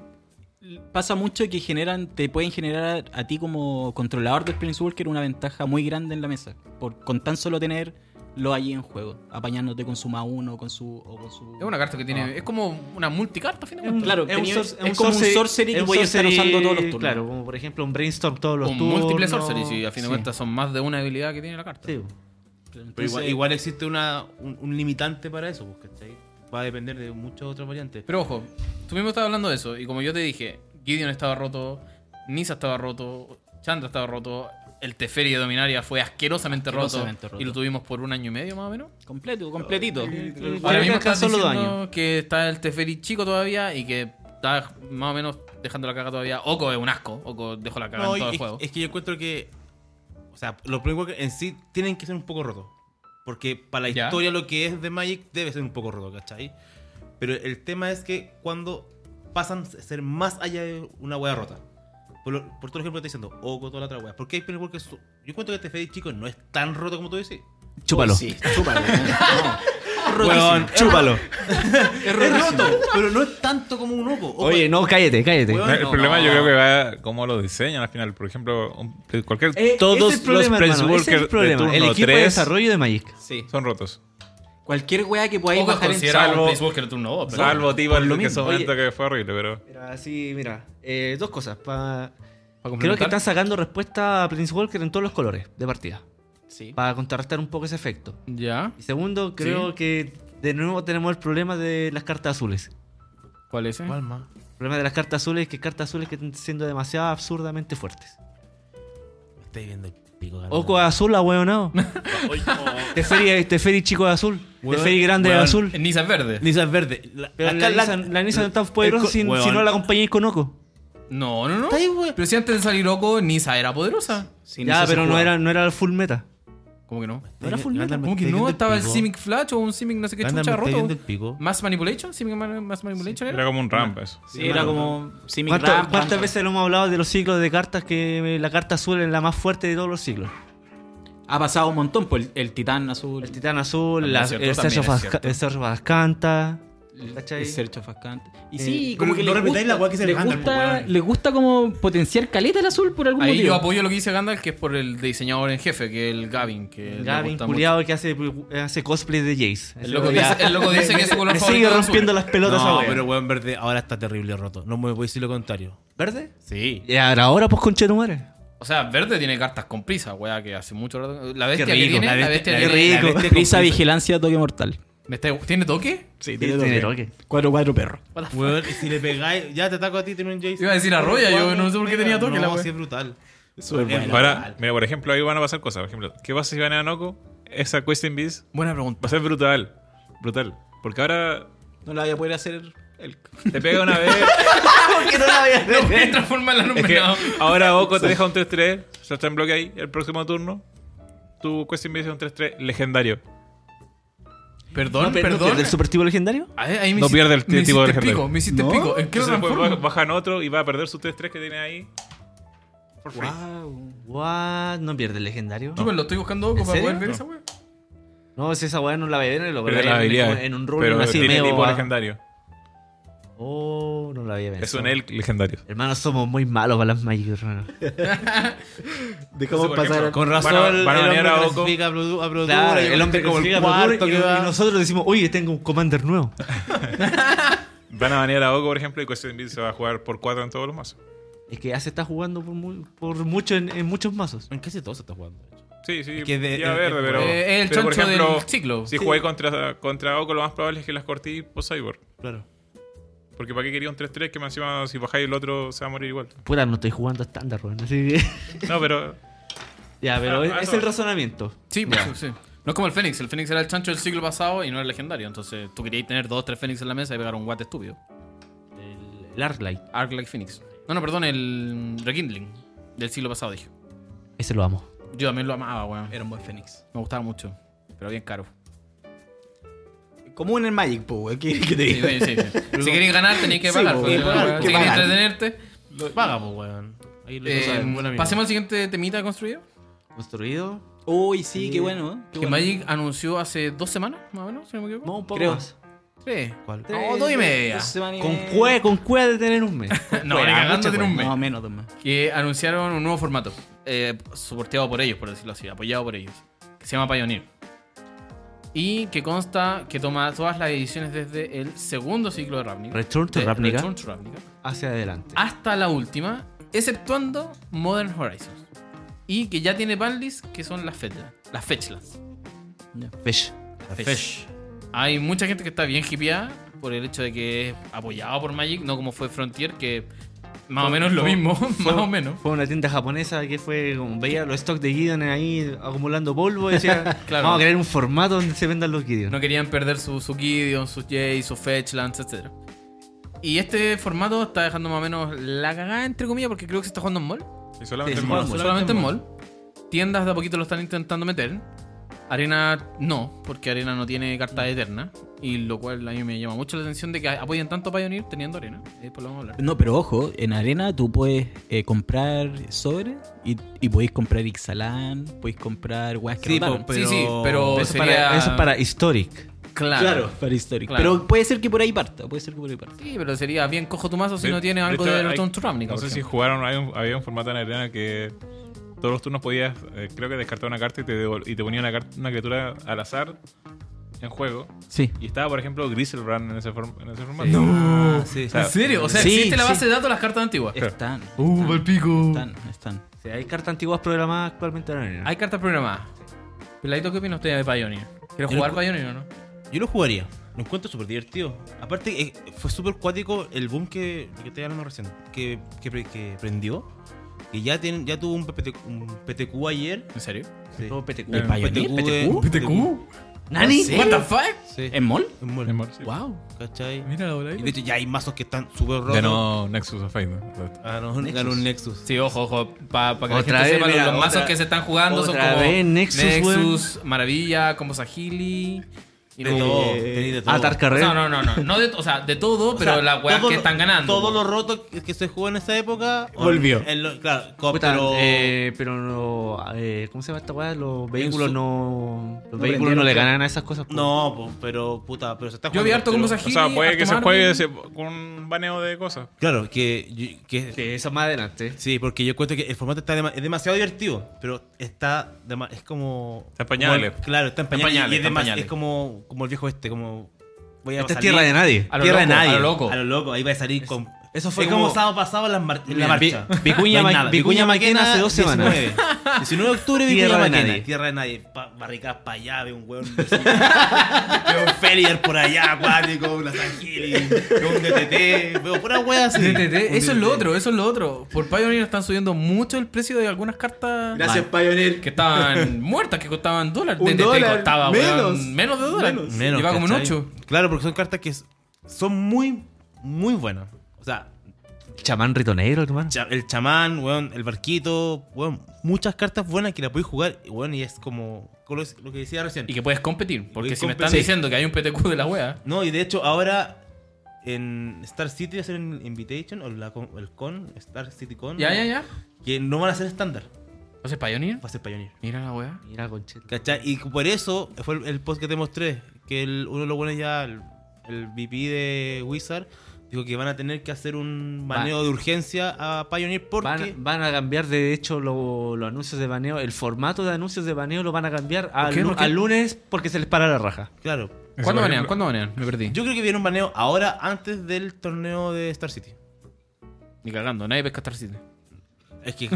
[SPEAKER 3] pasa mucho que generan, te pueden generar a, a ti como controlador del Planeswalker una ventaja muy grande en la mesa. Por, con tan solo tenerlo ahí en juego, apañándote con su más uno con su, o con su.
[SPEAKER 1] Es una carta que tiene...
[SPEAKER 3] Ah.
[SPEAKER 1] Es como una multicarta, al final.
[SPEAKER 3] Claro,
[SPEAKER 4] Es un
[SPEAKER 3] tenía-
[SPEAKER 4] sor-
[SPEAKER 3] es
[SPEAKER 4] un
[SPEAKER 3] como un
[SPEAKER 4] sorcery-
[SPEAKER 3] sorcery
[SPEAKER 4] es
[SPEAKER 3] que
[SPEAKER 4] un
[SPEAKER 3] voy a estar
[SPEAKER 4] sorcery,
[SPEAKER 3] usando todos los turnos.
[SPEAKER 4] Claro, como por ejemplo un brainstorm todos los
[SPEAKER 1] Un
[SPEAKER 4] turnos.
[SPEAKER 1] múltiple sorcery, si a fin de
[SPEAKER 4] Sí.
[SPEAKER 1] cuentas son más de una habilidad que tiene la carta.
[SPEAKER 4] Sí.
[SPEAKER 2] Pero igual,
[SPEAKER 3] Entonces-
[SPEAKER 2] igual existe una, un, un limitante para eso, pues, ¿cachai? Va a depender de muchas otras variantes.
[SPEAKER 1] Pero ojo, tú mismo estabas hablando de eso, y como yo te dije, Gideon estaba roto, Nisa estaba roto, Chandra estaba roto, el Teferi de Dominaria fue asquerosamente,
[SPEAKER 3] Asquerosamente
[SPEAKER 1] roto,
[SPEAKER 3] roto.
[SPEAKER 1] y lo tuvimos por un año y medio más o menos.
[SPEAKER 3] Completo, completito.
[SPEAKER 4] Creo que
[SPEAKER 1] Ahora mismo estás
[SPEAKER 4] alcanzó los
[SPEAKER 1] diciendo
[SPEAKER 4] daños.
[SPEAKER 1] que está el Teferi chico todavía y que está más o menos dejando la caga todavía. Oco es un asco. Oco dejó la caga
[SPEAKER 2] No,
[SPEAKER 1] en todo
[SPEAKER 2] es,
[SPEAKER 1] el juego.
[SPEAKER 2] es que yo encuentro que. O sea, los Planeswalkers en sí tienen que ser un poco rotos. Porque para la
[SPEAKER 1] Ya.
[SPEAKER 2] historia lo que es de Magic debe ser un poco roto, ¿cachai? Pero el tema es que cuando pasan a ser más allá de una wea rota. Por, lo- por todo ejemplo, te estoy diciendo, o con toda la otra wea. Porque hay Planeswalkers. su- Yo encuentro que este Fede chico no es tan roto como tú dices.
[SPEAKER 3] Chúpalo.
[SPEAKER 1] Sí,
[SPEAKER 3] chúpalo.
[SPEAKER 2] Weón, chúpalo.
[SPEAKER 3] Es
[SPEAKER 2] Es
[SPEAKER 3] rotísimo.
[SPEAKER 2] roto, pero no es tanto como un oco. Oco-
[SPEAKER 4] Oye, no, cállate, cállate.
[SPEAKER 2] Weón,
[SPEAKER 5] El
[SPEAKER 2] no,
[SPEAKER 5] problema
[SPEAKER 2] no.
[SPEAKER 5] yo creo que va cómo lo diseñan al final. Por ejemplo, un- cualquier,
[SPEAKER 4] Eh,
[SPEAKER 5] todos
[SPEAKER 4] ese es el problema,
[SPEAKER 5] los
[SPEAKER 4] hermano, ese es
[SPEAKER 5] Planeswalkers
[SPEAKER 4] el
[SPEAKER 5] de
[SPEAKER 4] problema.
[SPEAKER 5] turno
[SPEAKER 4] El equipo de
[SPEAKER 5] 3
[SPEAKER 4] desarrollo de Magic.
[SPEAKER 3] Sí.
[SPEAKER 5] son rotos.
[SPEAKER 3] Cualquier weá que podáis
[SPEAKER 1] Oco es
[SPEAKER 3] bajar en
[SPEAKER 1] considerado
[SPEAKER 5] salvo-
[SPEAKER 1] un Planeswalker turno dos, pero-
[SPEAKER 5] Salvo Tibor,
[SPEAKER 4] lo
[SPEAKER 5] que en su
[SPEAKER 4] mismo.
[SPEAKER 5] momento que fue horrible, pero...
[SPEAKER 4] Mira, sí, mira. eh, dos cosas. pa-
[SPEAKER 1] ¿Para
[SPEAKER 4] Creo que
[SPEAKER 1] complementar?
[SPEAKER 4] están sacando respuesta a Prince Walker en todos los colores de partida.
[SPEAKER 3] Sí.
[SPEAKER 4] Para contrarrestar un poco ese efecto.
[SPEAKER 1] Ya.
[SPEAKER 4] Y segundo, creo que de nuevo tenemos el problema de las cartas azules.
[SPEAKER 1] ¿Cuál es? ese?
[SPEAKER 2] ¿Cuál más?
[SPEAKER 4] El problema de las cartas azules es que cartas azules que están siendo demasiado absurdamente fuertes.
[SPEAKER 2] Me estáis viendo el pico,
[SPEAKER 4] Oco de azul, ahueonado. Teferi, Teferi chico de azul.
[SPEAKER 2] Weón,
[SPEAKER 4] Teferi grande de
[SPEAKER 2] weón.
[SPEAKER 4] azul.
[SPEAKER 1] El Niza es verde.
[SPEAKER 2] Nisa es verde. La,
[SPEAKER 4] Pero la,
[SPEAKER 2] la- la-
[SPEAKER 4] Nisa, la Nisa no es tan
[SPEAKER 2] el
[SPEAKER 4] poderosa
[SPEAKER 2] co-
[SPEAKER 4] si,
[SPEAKER 2] weón.
[SPEAKER 4] si no la acompañáis con Oco.
[SPEAKER 1] No, no, no.
[SPEAKER 2] Está ahí, weón.
[SPEAKER 1] Pero si antes de salir Oco, Nisa era poderosa.
[SPEAKER 3] Sí,
[SPEAKER 4] ya,
[SPEAKER 3] sé si
[SPEAKER 4] pero no
[SPEAKER 3] jugaba.
[SPEAKER 4] era, no era el full meta.
[SPEAKER 1] ¿Cómo que no?
[SPEAKER 2] ¿No era full metal?
[SPEAKER 1] ¿Cómo que
[SPEAKER 2] Estoy viendo
[SPEAKER 1] no?
[SPEAKER 2] el
[SPEAKER 1] Estaba el
[SPEAKER 2] pico.
[SPEAKER 1] Simic Flash o un Simic no sé qué
[SPEAKER 2] Gandalf,
[SPEAKER 1] chucha
[SPEAKER 2] me estáis
[SPEAKER 1] roto.
[SPEAKER 2] viendo el pico.
[SPEAKER 1] ¿Mass Manipulation? ¿Simic Ma- Mass Manipulation
[SPEAKER 5] Era
[SPEAKER 1] era?
[SPEAKER 5] como un ramp eso.
[SPEAKER 3] Sí, era como. Sí, mi
[SPEAKER 4] ¿Cuántas-
[SPEAKER 3] gran-
[SPEAKER 4] ¿Cuántas veces lo hemos hablado de los ciclos de cartas que la carta azul es la más fuerte de todos los ciclos?
[SPEAKER 3] Ha pasado un montón, por el, el titán azul.
[SPEAKER 4] El Titán Azul,
[SPEAKER 1] También
[SPEAKER 4] la-
[SPEAKER 1] es cierto,
[SPEAKER 4] el
[SPEAKER 1] también
[SPEAKER 4] Sergio
[SPEAKER 1] es
[SPEAKER 4] Fas-
[SPEAKER 1] cierto.
[SPEAKER 4] el Sergio Vascanta.
[SPEAKER 3] El-
[SPEAKER 4] ¿Cachai?
[SPEAKER 3] el Sergio Fascante. Y
[SPEAKER 4] Eh,
[SPEAKER 3] sí,
[SPEAKER 2] pero
[SPEAKER 3] como que
[SPEAKER 2] no
[SPEAKER 3] le
[SPEAKER 2] repitáis
[SPEAKER 3] gusta,
[SPEAKER 2] la weá que se
[SPEAKER 3] le
[SPEAKER 2] levanta, pues,
[SPEAKER 3] gusta,
[SPEAKER 2] weón.
[SPEAKER 3] le gusta como potenciar caleta el azul por algún
[SPEAKER 1] Ahí
[SPEAKER 3] motivo.
[SPEAKER 1] yo apoyo lo que dice Gandalf, que es por el diseñador en jefe, que es el Gavin. Que le
[SPEAKER 4] Gavin,
[SPEAKER 1] gusta
[SPEAKER 4] culiado que hace, hace cosplay de Jace.
[SPEAKER 1] mucho. El loco dice, el loco dice que es su color
[SPEAKER 4] Me
[SPEAKER 1] favorito.
[SPEAKER 4] sigue
[SPEAKER 1] de azul.
[SPEAKER 4] rompiendo las pelotas a
[SPEAKER 2] No,
[SPEAKER 4] weón.
[SPEAKER 2] pero weón verde ahora está terrible roto. No me voy a decir lo contrario.
[SPEAKER 4] ¿Verde?
[SPEAKER 2] Sí.
[SPEAKER 4] Y ahora, ahora pues conchetumare.
[SPEAKER 1] O sea, verde tiene cartas con prisa, weá, que hace mucho rato. La bestia
[SPEAKER 4] rico,
[SPEAKER 1] que tiene,
[SPEAKER 4] la
[SPEAKER 1] la bestia,
[SPEAKER 4] bestia-
[SPEAKER 1] que
[SPEAKER 4] qué
[SPEAKER 1] tiene-
[SPEAKER 4] rico.
[SPEAKER 2] Este
[SPEAKER 3] Prisa, vigilancia, toque mortal.
[SPEAKER 1] ¿Me está- ¿Tiene toque?
[SPEAKER 3] Sí,
[SPEAKER 4] Tiene toque.
[SPEAKER 3] Cuatro, cuatro perros.
[SPEAKER 2] Weón, y si le pegáis, ya te ataco a ti, tiene un Jason.
[SPEAKER 1] Iba a decir arroya, yo no sé por qué tenía toque
[SPEAKER 2] No,
[SPEAKER 1] la wea.
[SPEAKER 2] sí es brutal.
[SPEAKER 3] Súper
[SPEAKER 2] Es
[SPEAKER 3] bueno.
[SPEAKER 5] Ahora,
[SPEAKER 2] brutal.
[SPEAKER 5] mira, por ejemplo, ahí van a pasar cosas. Por ejemplo, ¿qué pasa si van a Noco? Esa Question Beast
[SPEAKER 1] Buena pregunta.
[SPEAKER 5] va a ser brutal. Brutal. Porque ahora
[SPEAKER 3] No la voy a poder hacer el.
[SPEAKER 5] te pega una vez.
[SPEAKER 1] Transformarla en un
[SPEAKER 5] es que
[SPEAKER 1] venado.
[SPEAKER 5] ahora Oco te deja un 3-3. Ya está en bloque ahí. El próximo turno, tu Question Beast es un 3-3 legendario.
[SPEAKER 1] Perdón, perdón.
[SPEAKER 4] ¿Del super tipo legendario?
[SPEAKER 1] Ahí- ahí me
[SPEAKER 5] No
[SPEAKER 1] hici-
[SPEAKER 5] pierde el
[SPEAKER 1] me
[SPEAKER 5] tipo
[SPEAKER 1] hiciste
[SPEAKER 5] del jefe.
[SPEAKER 1] pico, me hiciste
[SPEAKER 3] ¿No?
[SPEAKER 1] pico. ¿En qué lo
[SPEAKER 5] Entonces, pues,
[SPEAKER 1] transformo?
[SPEAKER 5] baj- bajan otro y va a perder su 3-3 que tiene ahí. Por free.
[SPEAKER 3] Wow.
[SPEAKER 4] What? ¿No pierde el legendario?
[SPEAKER 1] Chúpenlo, estoy buscando Oco
[SPEAKER 4] ¿En
[SPEAKER 1] para
[SPEAKER 4] serio?
[SPEAKER 1] poder ver
[SPEAKER 5] No.
[SPEAKER 1] esa wea.
[SPEAKER 4] No, si esa weá no la ve en el
[SPEAKER 5] Pierde las habilidades.
[SPEAKER 4] en un
[SPEAKER 5] pero
[SPEAKER 4] rubro así
[SPEAKER 5] tiene
[SPEAKER 4] medio.
[SPEAKER 5] tipo
[SPEAKER 4] ah.
[SPEAKER 5] legendario.
[SPEAKER 4] Oh, no la había
[SPEAKER 5] Es
[SPEAKER 4] pensado.
[SPEAKER 5] un elk legendario.
[SPEAKER 4] Hermano, somos muy malos para las Magic, hermano.
[SPEAKER 5] Entonces, por ejemplo,
[SPEAKER 2] Con razón,
[SPEAKER 5] van a,
[SPEAKER 2] el
[SPEAKER 5] van a
[SPEAKER 2] hombre
[SPEAKER 5] banear a Oco.
[SPEAKER 2] clasifica a Brodu- a Brodura,
[SPEAKER 4] Claro,
[SPEAKER 2] y
[SPEAKER 4] el hombre
[SPEAKER 2] como el cuarto que
[SPEAKER 4] y
[SPEAKER 2] va.
[SPEAKER 4] nosotros decimos, oye, tengo un commander nuevo.
[SPEAKER 5] Van a banear a Oco, por ejemplo, y Question Beast se va a jugar por 4 en todos los mazos.
[SPEAKER 4] Es que ya se está jugando por, mu- por mucho en, en muchos mazos.
[SPEAKER 2] En casi todos se está jugando.
[SPEAKER 5] Sí, sí,
[SPEAKER 2] Es que de-
[SPEAKER 5] ya
[SPEAKER 2] de-
[SPEAKER 5] verde,
[SPEAKER 2] de-
[SPEAKER 5] pero.
[SPEAKER 1] Eh, el
[SPEAKER 5] pero, por
[SPEAKER 1] chancho
[SPEAKER 5] ejemplo,
[SPEAKER 1] del ciclo.
[SPEAKER 5] Si
[SPEAKER 1] Sí.
[SPEAKER 5] jugué contra, contra Oco, lo más probable es que las cortí por Cyborg.
[SPEAKER 2] Claro.
[SPEAKER 5] Porque para qué quería un 3-3 que más encima si bajáis el otro se va a morir igual.
[SPEAKER 4] Puta, no estoy jugando estándar, weón. Así que.
[SPEAKER 5] No, pero.
[SPEAKER 4] ya, pero
[SPEAKER 5] Ah,
[SPEAKER 4] es,
[SPEAKER 5] ah,
[SPEAKER 4] es
[SPEAKER 5] no.
[SPEAKER 4] el razonamiento.
[SPEAKER 1] Sí, pues, sí. No es como el Fénix. El Fénix era el chancho del siglo pasado y no era legendario. Entonces tú querías tener dos, tres Fénix en la mesa y pegar un guate estúpido.
[SPEAKER 4] El Arclight.
[SPEAKER 1] Arc Like Phoenix. No, no, perdón, el Rekindling. Del siglo pasado, dije.
[SPEAKER 4] Ese lo amo.
[SPEAKER 1] Yo también lo amaba, weón.
[SPEAKER 3] Era un buen Fénix.
[SPEAKER 1] Me gustaba mucho. Pero bien caro.
[SPEAKER 3] Como en el Magic, pues, weón. ¿Qué, qué te
[SPEAKER 1] Sí,
[SPEAKER 3] digo?
[SPEAKER 1] sí, sí. si queréis ganar, tenéis que
[SPEAKER 3] Sí,
[SPEAKER 1] pagar.
[SPEAKER 3] pues,
[SPEAKER 1] pues,
[SPEAKER 3] hay que pagar,
[SPEAKER 1] weón.
[SPEAKER 3] hay
[SPEAKER 1] si
[SPEAKER 3] que
[SPEAKER 1] queréis
[SPEAKER 3] pagar.
[SPEAKER 1] entretenerte.
[SPEAKER 2] Paga, pues, weón. Ahí lo
[SPEAKER 1] Eh,
[SPEAKER 2] hizo saber, buen amigo.
[SPEAKER 1] pasemos al siguiente temita construido.
[SPEAKER 4] Construido.
[SPEAKER 3] Uy, sí, qué bueno. ¿eh? Qué
[SPEAKER 1] Que
[SPEAKER 3] bueno.
[SPEAKER 1] Magic anunció hace dos semanas, más o menos, si no me equivoco.
[SPEAKER 4] No, un poco
[SPEAKER 3] Creo.
[SPEAKER 4] más.
[SPEAKER 1] Tres.
[SPEAKER 2] ¿Cuál?
[SPEAKER 1] No, dos y media.
[SPEAKER 3] Dos semanas y
[SPEAKER 4] Con
[SPEAKER 3] media.
[SPEAKER 4] cue, con cue de tener un mes.
[SPEAKER 1] No,
[SPEAKER 4] Con
[SPEAKER 1] ni
[SPEAKER 4] cue, ah,
[SPEAKER 1] cagando
[SPEAKER 4] mucha
[SPEAKER 1] tiene un mes.
[SPEAKER 4] cue.
[SPEAKER 3] pues. No, menos dos más.
[SPEAKER 1] que anunciaron un nuevo formato, eh, soporteado por ellos, por decirlo así, apoyado por ellos, que se llama Pioneer. Y que consta que toma todas las ediciones desde el segundo ciclo de Ravnica,
[SPEAKER 4] Return to
[SPEAKER 1] de-
[SPEAKER 4] Ravnica.
[SPEAKER 1] Return to Ah. Ravnica,
[SPEAKER 4] Hacia adelante.
[SPEAKER 1] hasta la última, exceptuando Modern Horizons. Y que ya tiene bandis que son las fechlas. Las fetchlas.
[SPEAKER 4] Fish.
[SPEAKER 2] La
[SPEAKER 1] Fish.
[SPEAKER 2] Fish.
[SPEAKER 1] Hay mucha gente que está bien hipeada por el hecho de que es apoyado por Magic, no como fue Frontier, que más o menos lo mismo, más o menos.
[SPEAKER 4] Fue una tienda japonesa que fue como veía los stocks de Gideon ahí acumulando polvo y decía,
[SPEAKER 1] Claro.
[SPEAKER 4] vamos a crear un formato donde se vendan los Gideon.
[SPEAKER 1] No querían perder su, su Gideon, sus Jay, sus Fetchlands, etc. Y este formato está dejando más o menos la cagada, entre comillas, porque creo que se está jugando en mall.
[SPEAKER 5] Y solamente
[SPEAKER 2] Sí,
[SPEAKER 5] el mono.
[SPEAKER 2] solamente
[SPEAKER 1] solamente en
[SPEAKER 2] en
[SPEAKER 1] mall. Tiendas de a poquito lo están intentando meter. Arena no, porque Arena no tiene carta eterna. Y lo cual a mí me llama mucho la atención de que apoyen tanto a Pioneer teniendo Arena. Eh, Después lo vamos a hablar.
[SPEAKER 3] No, pero ojo, en Arena tú puedes eh, comprar sobre y, y podéis comprar Ixalan, podéis comprar weas que
[SPEAKER 2] Sí,
[SPEAKER 3] rotaron.
[SPEAKER 2] po,
[SPEAKER 1] Sí, sí, pero
[SPEAKER 4] Eso,
[SPEAKER 1] sería...
[SPEAKER 4] para, eso es para Historic.
[SPEAKER 1] Claro.
[SPEAKER 3] Claro, para histórico.
[SPEAKER 1] Claro.
[SPEAKER 3] Pero puede ser que por ahí parta, puede ser que por ahí parta.
[SPEAKER 1] Sí, pero sería bien cojo tu mazo si
[SPEAKER 5] De-
[SPEAKER 1] no tiene
[SPEAKER 5] de
[SPEAKER 1] algo
[SPEAKER 5] hecho,
[SPEAKER 1] de
[SPEAKER 5] hay-
[SPEAKER 1] Return to Ravnica.
[SPEAKER 5] No
[SPEAKER 1] por
[SPEAKER 5] sé si
[SPEAKER 1] ejemplo.
[SPEAKER 5] jugaron, hay un- había un formato en arena que todos los turnos podías, eh, creo que descartar una carta y te, devol- y te ponía una, car- una criatura al azar en juego.
[SPEAKER 3] Sí.
[SPEAKER 5] Y estaba, por ejemplo, Grisel Run en ese, form- en ese formato.
[SPEAKER 2] No. Sí.
[SPEAKER 5] O sea, Eh,
[SPEAKER 1] ¿En serio? O sea,
[SPEAKER 3] Sí,
[SPEAKER 1] existe la
[SPEAKER 3] sí.
[SPEAKER 1] base de datos de las cartas antiguas.
[SPEAKER 5] Claro.
[SPEAKER 3] Están.
[SPEAKER 1] Uh,
[SPEAKER 3] están,
[SPEAKER 1] palpico.
[SPEAKER 3] Están, están.
[SPEAKER 4] Sí, hay cartas antiguas programadas actualmente en Arena.
[SPEAKER 1] Hay cartas programadas. Peladito, ¿qué opina usted de Pioneer? ¿Quieres
[SPEAKER 2] Yo
[SPEAKER 1] jugar
[SPEAKER 2] lo-
[SPEAKER 1] Pioneer o no?
[SPEAKER 2] Yo lo jugaría. Lo encuentro súper divertido. Aparte, eh, fue súper cuático el boom que, que te hablando recién, que, que, pre- que prendió. Que ya, tienen, ya tuvo un, PPT un PTQ ayer.
[SPEAKER 1] ¿En serio?
[SPEAKER 2] Sí.
[SPEAKER 4] Todo PTQ.
[SPEAKER 5] Eh,
[SPEAKER 3] ¿El Pioneer?
[SPEAKER 2] PTQ?
[SPEAKER 4] ¿Nani?
[SPEAKER 1] ¿What the fuck?
[SPEAKER 2] Sí.
[SPEAKER 3] ¿En mall?
[SPEAKER 2] Es bueno,
[SPEAKER 5] En mol- sí.
[SPEAKER 1] Wow.
[SPEAKER 2] ¿Cachai?
[SPEAKER 1] Mira la bola
[SPEAKER 2] Y de hecho, ya hay mazos que están súper rotos.
[SPEAKER 5] Ganó Nexus of Fate. ¿no?
[SPEAKER 2] Ganó, ganó un Nexus.
[SPEAKER 1] Sí, ojo, ojo, para que la
[SPEAKER 4] Otra
[SPEAKER 1] gente
[SPEAKER 4] vez,
[SPEAKER 1] sepa,
[SPEAKER 4] mira,
[SPEAKER 1] los
[SPEAKER 4] otra-
[SPEAKER 1] mazos que se están jugando son
[SPEAKER 4] otra
[SPEAKER 1] como
[SPEAKER 4] vez Nexus,
[SPEAKER 1] Nexus, Maravilla, como Sahili y
[SPEAKER 2] De
[SPEAKER 1] no-
[SPEAKER 2] todo. tenés de todo.
[SPEAKER 4] Atar Carrera.
[SPEAKER 1] No, no, no, no, no de, o sea, de todo, pero
[SPEAKER 2] O sea,
[SPEAKER 1] las weas
[SPEAKER 2] todo
[SPEAKER 1] que
[SPEAKER 2] lo-
[SPEAKER 1] están ganando.
[SPEAKER 2] Todo lo roto que que se jugó en esa época. o-
[SPEAKER 3] Volvió.
[SPEAKER 2] en lo- claro,
[SPEAKER 4] Oh, Puta,
[SPEAKER 2] pero.
[SPEAKER 4] eh, pero no, eh, ¿cómo se llama esta weá? Los vehículos
[SPEAKER 2] su-
[SPEAKER 4] no. Los
[SPEAKER 3] no
[SPEAKER 4] vehículos no le
[SPEAKER 3] prendieron.
[SPEAKER 4] ganan a esas cosas. po.
[SPEAKER 2] No, po, pero puta, pero se está
[SPEAKER 1] Yo vi harto como
[SPEAKER 2] pero-
[SPEAKER 5] O
[SPEAKER 1] Sahili.
[SPEAKER 5] sea, puede que se
[SPEAKER 1] Aston
[SPEAKER 5] juegue
[SPEAKER 1] Martin.
[SPEAKER 5] ese- con un baneo de cosas.
[SPEAKER 2] Claro, que, yo- que
[SPEAKER 4] Sí, eso es más adelante.
[SPEAKER 2] Sí, porque yo cuento que el formato está dema- es demasiado divertido, pero está dema- es como
[SPEAKER 5] Está en pañales.
[SPEAKER 2] como- claro, está en pañales,
[SPEAKER 1] pañales,
[SPEAKER 2] y es,
[SPEAKER 1] está en
[SPEAKER 2] dema-
[SPEAKER 1] pañales.
[SPEAKER 2] es como como el viejo este, como voy a
[SPEAKER 4] Esta es
[SPEAKER 2] salir-
[SPEAKER 4] tierra de nadie.
[SPEAKER 1] A lo
[SPEAKER 2] tierra
[SPEAKER 1] loco,
[SPEAKER 2] de nadie,
[SPEAKER 1] a lo loco.
[SPEAKER 2] a lo loco, ahí va a salir con
[SPEAKER 4] eso fue
[SPEAKER 2] es como,
[SPEAKER 4] como-
[SPEAKER 2] sábado pasado en la, mar- en la
[SPEAKER 4] Mira, Vi-
[SPEAKER 2] marcha.
[SPEAKER 4] Vicuña
[SPEAKER 2] No hay
[SPEAKER 4] Ma-
[SPEAKER 2] nada.
[SPEAKER 4] Vicuña Maquena hace dos
[SPEAKER 2] 19. 19 de octubre Vicuña
[SPEAKER 4] Tierra de
[SPEAKER 2] Maquena,
[SPEAKER 4] nadie.
[SPEAKER 2] tierra de nadie, pa- barricadas para allá, ve un hueón veo un Felier por allá, acuático, una Sangili, veo un DTT, veo pura wea así.
[SPEAKER 1] DTT,
[SPEAKER 2] Un
[SPEAKER 1] eso es lo
[SPEAKER 2] DTT.
[SPEAKER 1] otro, eso es lo otro. Por Pioneer están subiendo mucho el precio de algunas cartas
[SPEAKER 4] Pioneer.
[SPEAKER 1] que estaban muertas, que costaban dólar.
[SPEAKER 4] Un
[SPEAKER 1] DTT
[SPEAKER 4] dólar,
[SPEAKER 1] costaba weón,
[SPEAKER 4] menos.
[SPEAKER 1] menos de dólar.
[SPEAKER 2] Menos,
[SPEAKER 1] Lleva como un
[SPEAKER 2] ¿cachai?
[SPEAKER 1] 8.
[SPEAKER 2] Claro, porque son cartas que s- son muy, muy buenas. O sea,
[SPEAKER 4] Chamán ritonero, hermano.
[SPEAKER 2] cha- el chamán, weón, el barquito, weón, muchas cartas buenas que la podéis jugar, y, weón, y es como, como lo, lo que decía recién.
[SPEAKER 1] Y que puedes competir, porque
[SPEAKER 2] Puedes
[SPEAKER 1] si me están
[SPEAKER 2] competir.
[SPEAKER 1] diciendo que hay un PTQ de la wea.
[SPEAKER 2] No, y de hecho ahora en Star City va a ser un Invitation o la con- el con, Star City Con,
[SPEAKER 1] Ya, ya, ya.
[SPEAKER 2] que no van a ser estándar,
[SPEAKER 1] Entonces, Pioneer,
[SPEAKER 2] va a ser Pioneer.
[SPEAKER 1] mira la wea.
[SPEAKER 4] Mira, conchete.
[SPEAKER 2] ¿Cachai? Y por eso fue el, el post que te mostré, que el- uno de los buenos ya, el, el VP de Wizard, dijo que van a tener que hacer un baneo de urgencia a Pioneer porque...
[SPEAKER 4] Van, van a cambiar, de hecho, lo- los anuncios de baneo. El formato de anuncios de baneo lo van a cambiar al,
[SPEAKER 1] qué? ¿Por qué?
[SPEAKER 4] al lunes porque se les para la raja.
[SPEAKER 2] Claro.
[SPEAKER 1] ¿Cuándo
[SPEAKER 5] Por
[SPEAKER 1] banean?
[SPEAKER 5] ejemplo,
[SPEAKER 1] ¿Cuándo banean? Me perdí.
[SPEAKER 2] Yo creo que viene un baneo ahora antes del torneo de Star City.
[SPEAKER 1] Ni cagando, nadie pesca Star City.
[SPEAKER 2] Es que...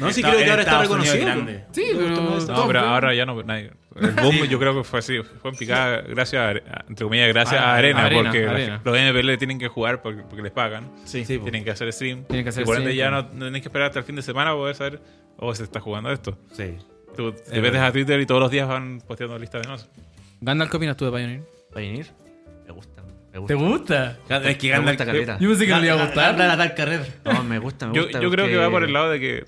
[SPEAKER 3] No, sí creo que ahora está reconocido.
[SPEAKER 1] Sí, pero.
[SPEAKER 5] No, pero ahora ya no. nadie- el boom yo creo que fue así. Fue en picada, gracias a, Are- a- entre comillas, gracias
[SPEAKER 1] Ah,
[SPEAKER 5] a Arena,
[SPEAKER 1] Arena,
[SPEAKER 5] porque la-
[SPEAKER 1] Arena.
[SPEAKER 5] los MPL tienen que jugar porque, porque les pagan.
[SPEAKER 2] Sí, po.
[SPEAKER 5] tienen que hacer stream.
[SPEAKER 1] Tienen que hacer
[SPEAKER 5] y por ende
[SPEAKER 1] stream,
[SPEAKER 5] ya
[SPEAKER 1] claro.
[SPEAKER 5] no, no tenés que esperar hasta el fin de semana para poder saber, oh, se está jugando esto.
[SPEAKER 2] Sí.
[SPEAKER 5] Tú te metes a Twitter y todos los días van posteando listas de más.
[SPEAKER 1] Gandalf, ¿qué opinas tú de Pioneer?
[SPEAKER 4] ¿Pioneer? Me gusta. Me
[SPEAKER 1] ¿Te
[SPEAKER 4] gusta.
[SPEAKER 1] gusta?
[SPEAKER 2] Es que
[SPEAKER 4] Me
[SPEAKER 2] gana
[SPEAKER 4] gusta caleta.
[SPEAKER 1] Yo pensé que no le iba a
[SPEAKER 2] Gana
[SPEAKER 1] gustar.
[SPEAKER 2] la tal carrera.
[SPEAKER 4] No, me gusta, me
[SPEAKER 5] Yo,
[SPEAKER 4] gusta.
[SPEAKER 5] yo creo que
[SPEAKER 4] porque-
[SPEAKER 5] va por el lado de que,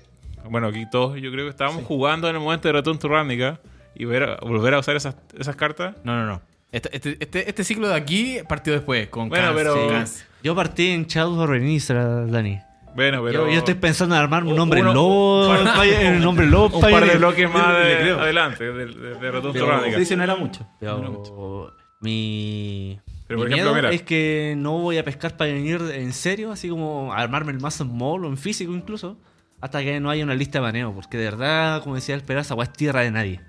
[SPEAKER 5] bueno, aquí todos, yo creo que estábamos jugando en el momento de Return to Ravnica y ver a- volver a usar esas, esas cartas.
[SPEAKER 1] No, no, no. Este, este, este, este ciclo de aquí partió después, con
[SPEAKER 5] Bueno,
[SPEAKER 1] Kans,
[SPEAKER 5] pero-
[SPEAKER 1] con
[SPEAKER 5] Sí.
[SPEAKER 1] Kans.
[SPEAKER 4] Yo partí en Shadow of Renistra, Dani.
[SPEAKER 5] Bueno, pero.
[SPEAKER 4] yo, yo estoy pensando en armar un nombre
[SPEAKER 5] uno-
[SPEAKER 4] lobo.
[SPEAKER 5] un par-
[SPEAKER 4] Pioneer, Un nombre lobo.
[SPEAKER 5] un par de
[SPEAKER 4] Pioneer.
[SPEAKER 5] bloques más
[SPEAKER 2] Le
[SPEAKER 5] de-
[SPEAKER 2] creo.
[SPEAKER 5] adelante de, de, de Return to
[SPEAKER 2] Pero-
[SPEAKER 5] Ravnica.
[SPEAKER 3] Dice no era mucho.
[SPEAKER 4] Pero mi,
[SPEAKER 5] Pero,
[SPEAKER 4] mi
[SPEAKER 5] por ejemplo,
[SPEAKER 4] miedo
[SPEAKER 5] mira.
[SPEAKER 4] es que no voy a pescar para venir en serio, así como armarme el mazo en mall o en físico incluso, hasta que no haya una lista de baneo, porque de verdad, como decía el Peraza, agua es tierra de nadie.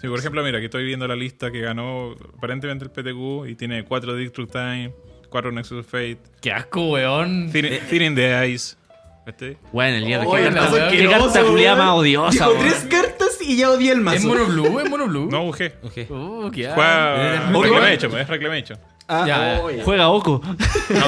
[SPEAKER 5] Sí, por ejemplo, mira, aquí estoy viendo la lista que ganó aparentemente el PTQ y tiene 4 Destruct Time, 4 Nexus of Fate,
[SPEAKER 1] Qué asco, weón.
[SPEAKER 5] Thin, Thin in the Ice. ¿viste?
[SPEAKER 4] Bueno, el día de
[SPEAKER 1] Oye,
[SPEAKER 4] qué
[SPEAKER 1] la
[SPEAKER 4] carta,
[SPEAKER 1] weá,
[SPEAKER 4] qué
[SPEAKER 1] asqueroso,
[SPEAKER 4] carta culiá más odiosa.
[SPEAKER 3] Dijo
[SPEAKER 4] weón.
[SPEAKER 3] tres cartas y ya odié el
[SPEAKER 1] ¿Es
[SPEAKER 3] mazo.
[SPEAKER 1] mono blue? ¿Es mono blue?
[SPEAKER 5] No, UG.
[SPEAKER 1] Oh, qué asco.
[SPEAKER 5] Juega
[SPEAKER 3] Ojo.
[SPEAKER 5] Reclamation, es Reclamation.
[SPEAKER 3] Ah,
[SPEAKER 1] Ya.
[SPEAKER 3] oye.
[SPEAKER 4] Juega Oco.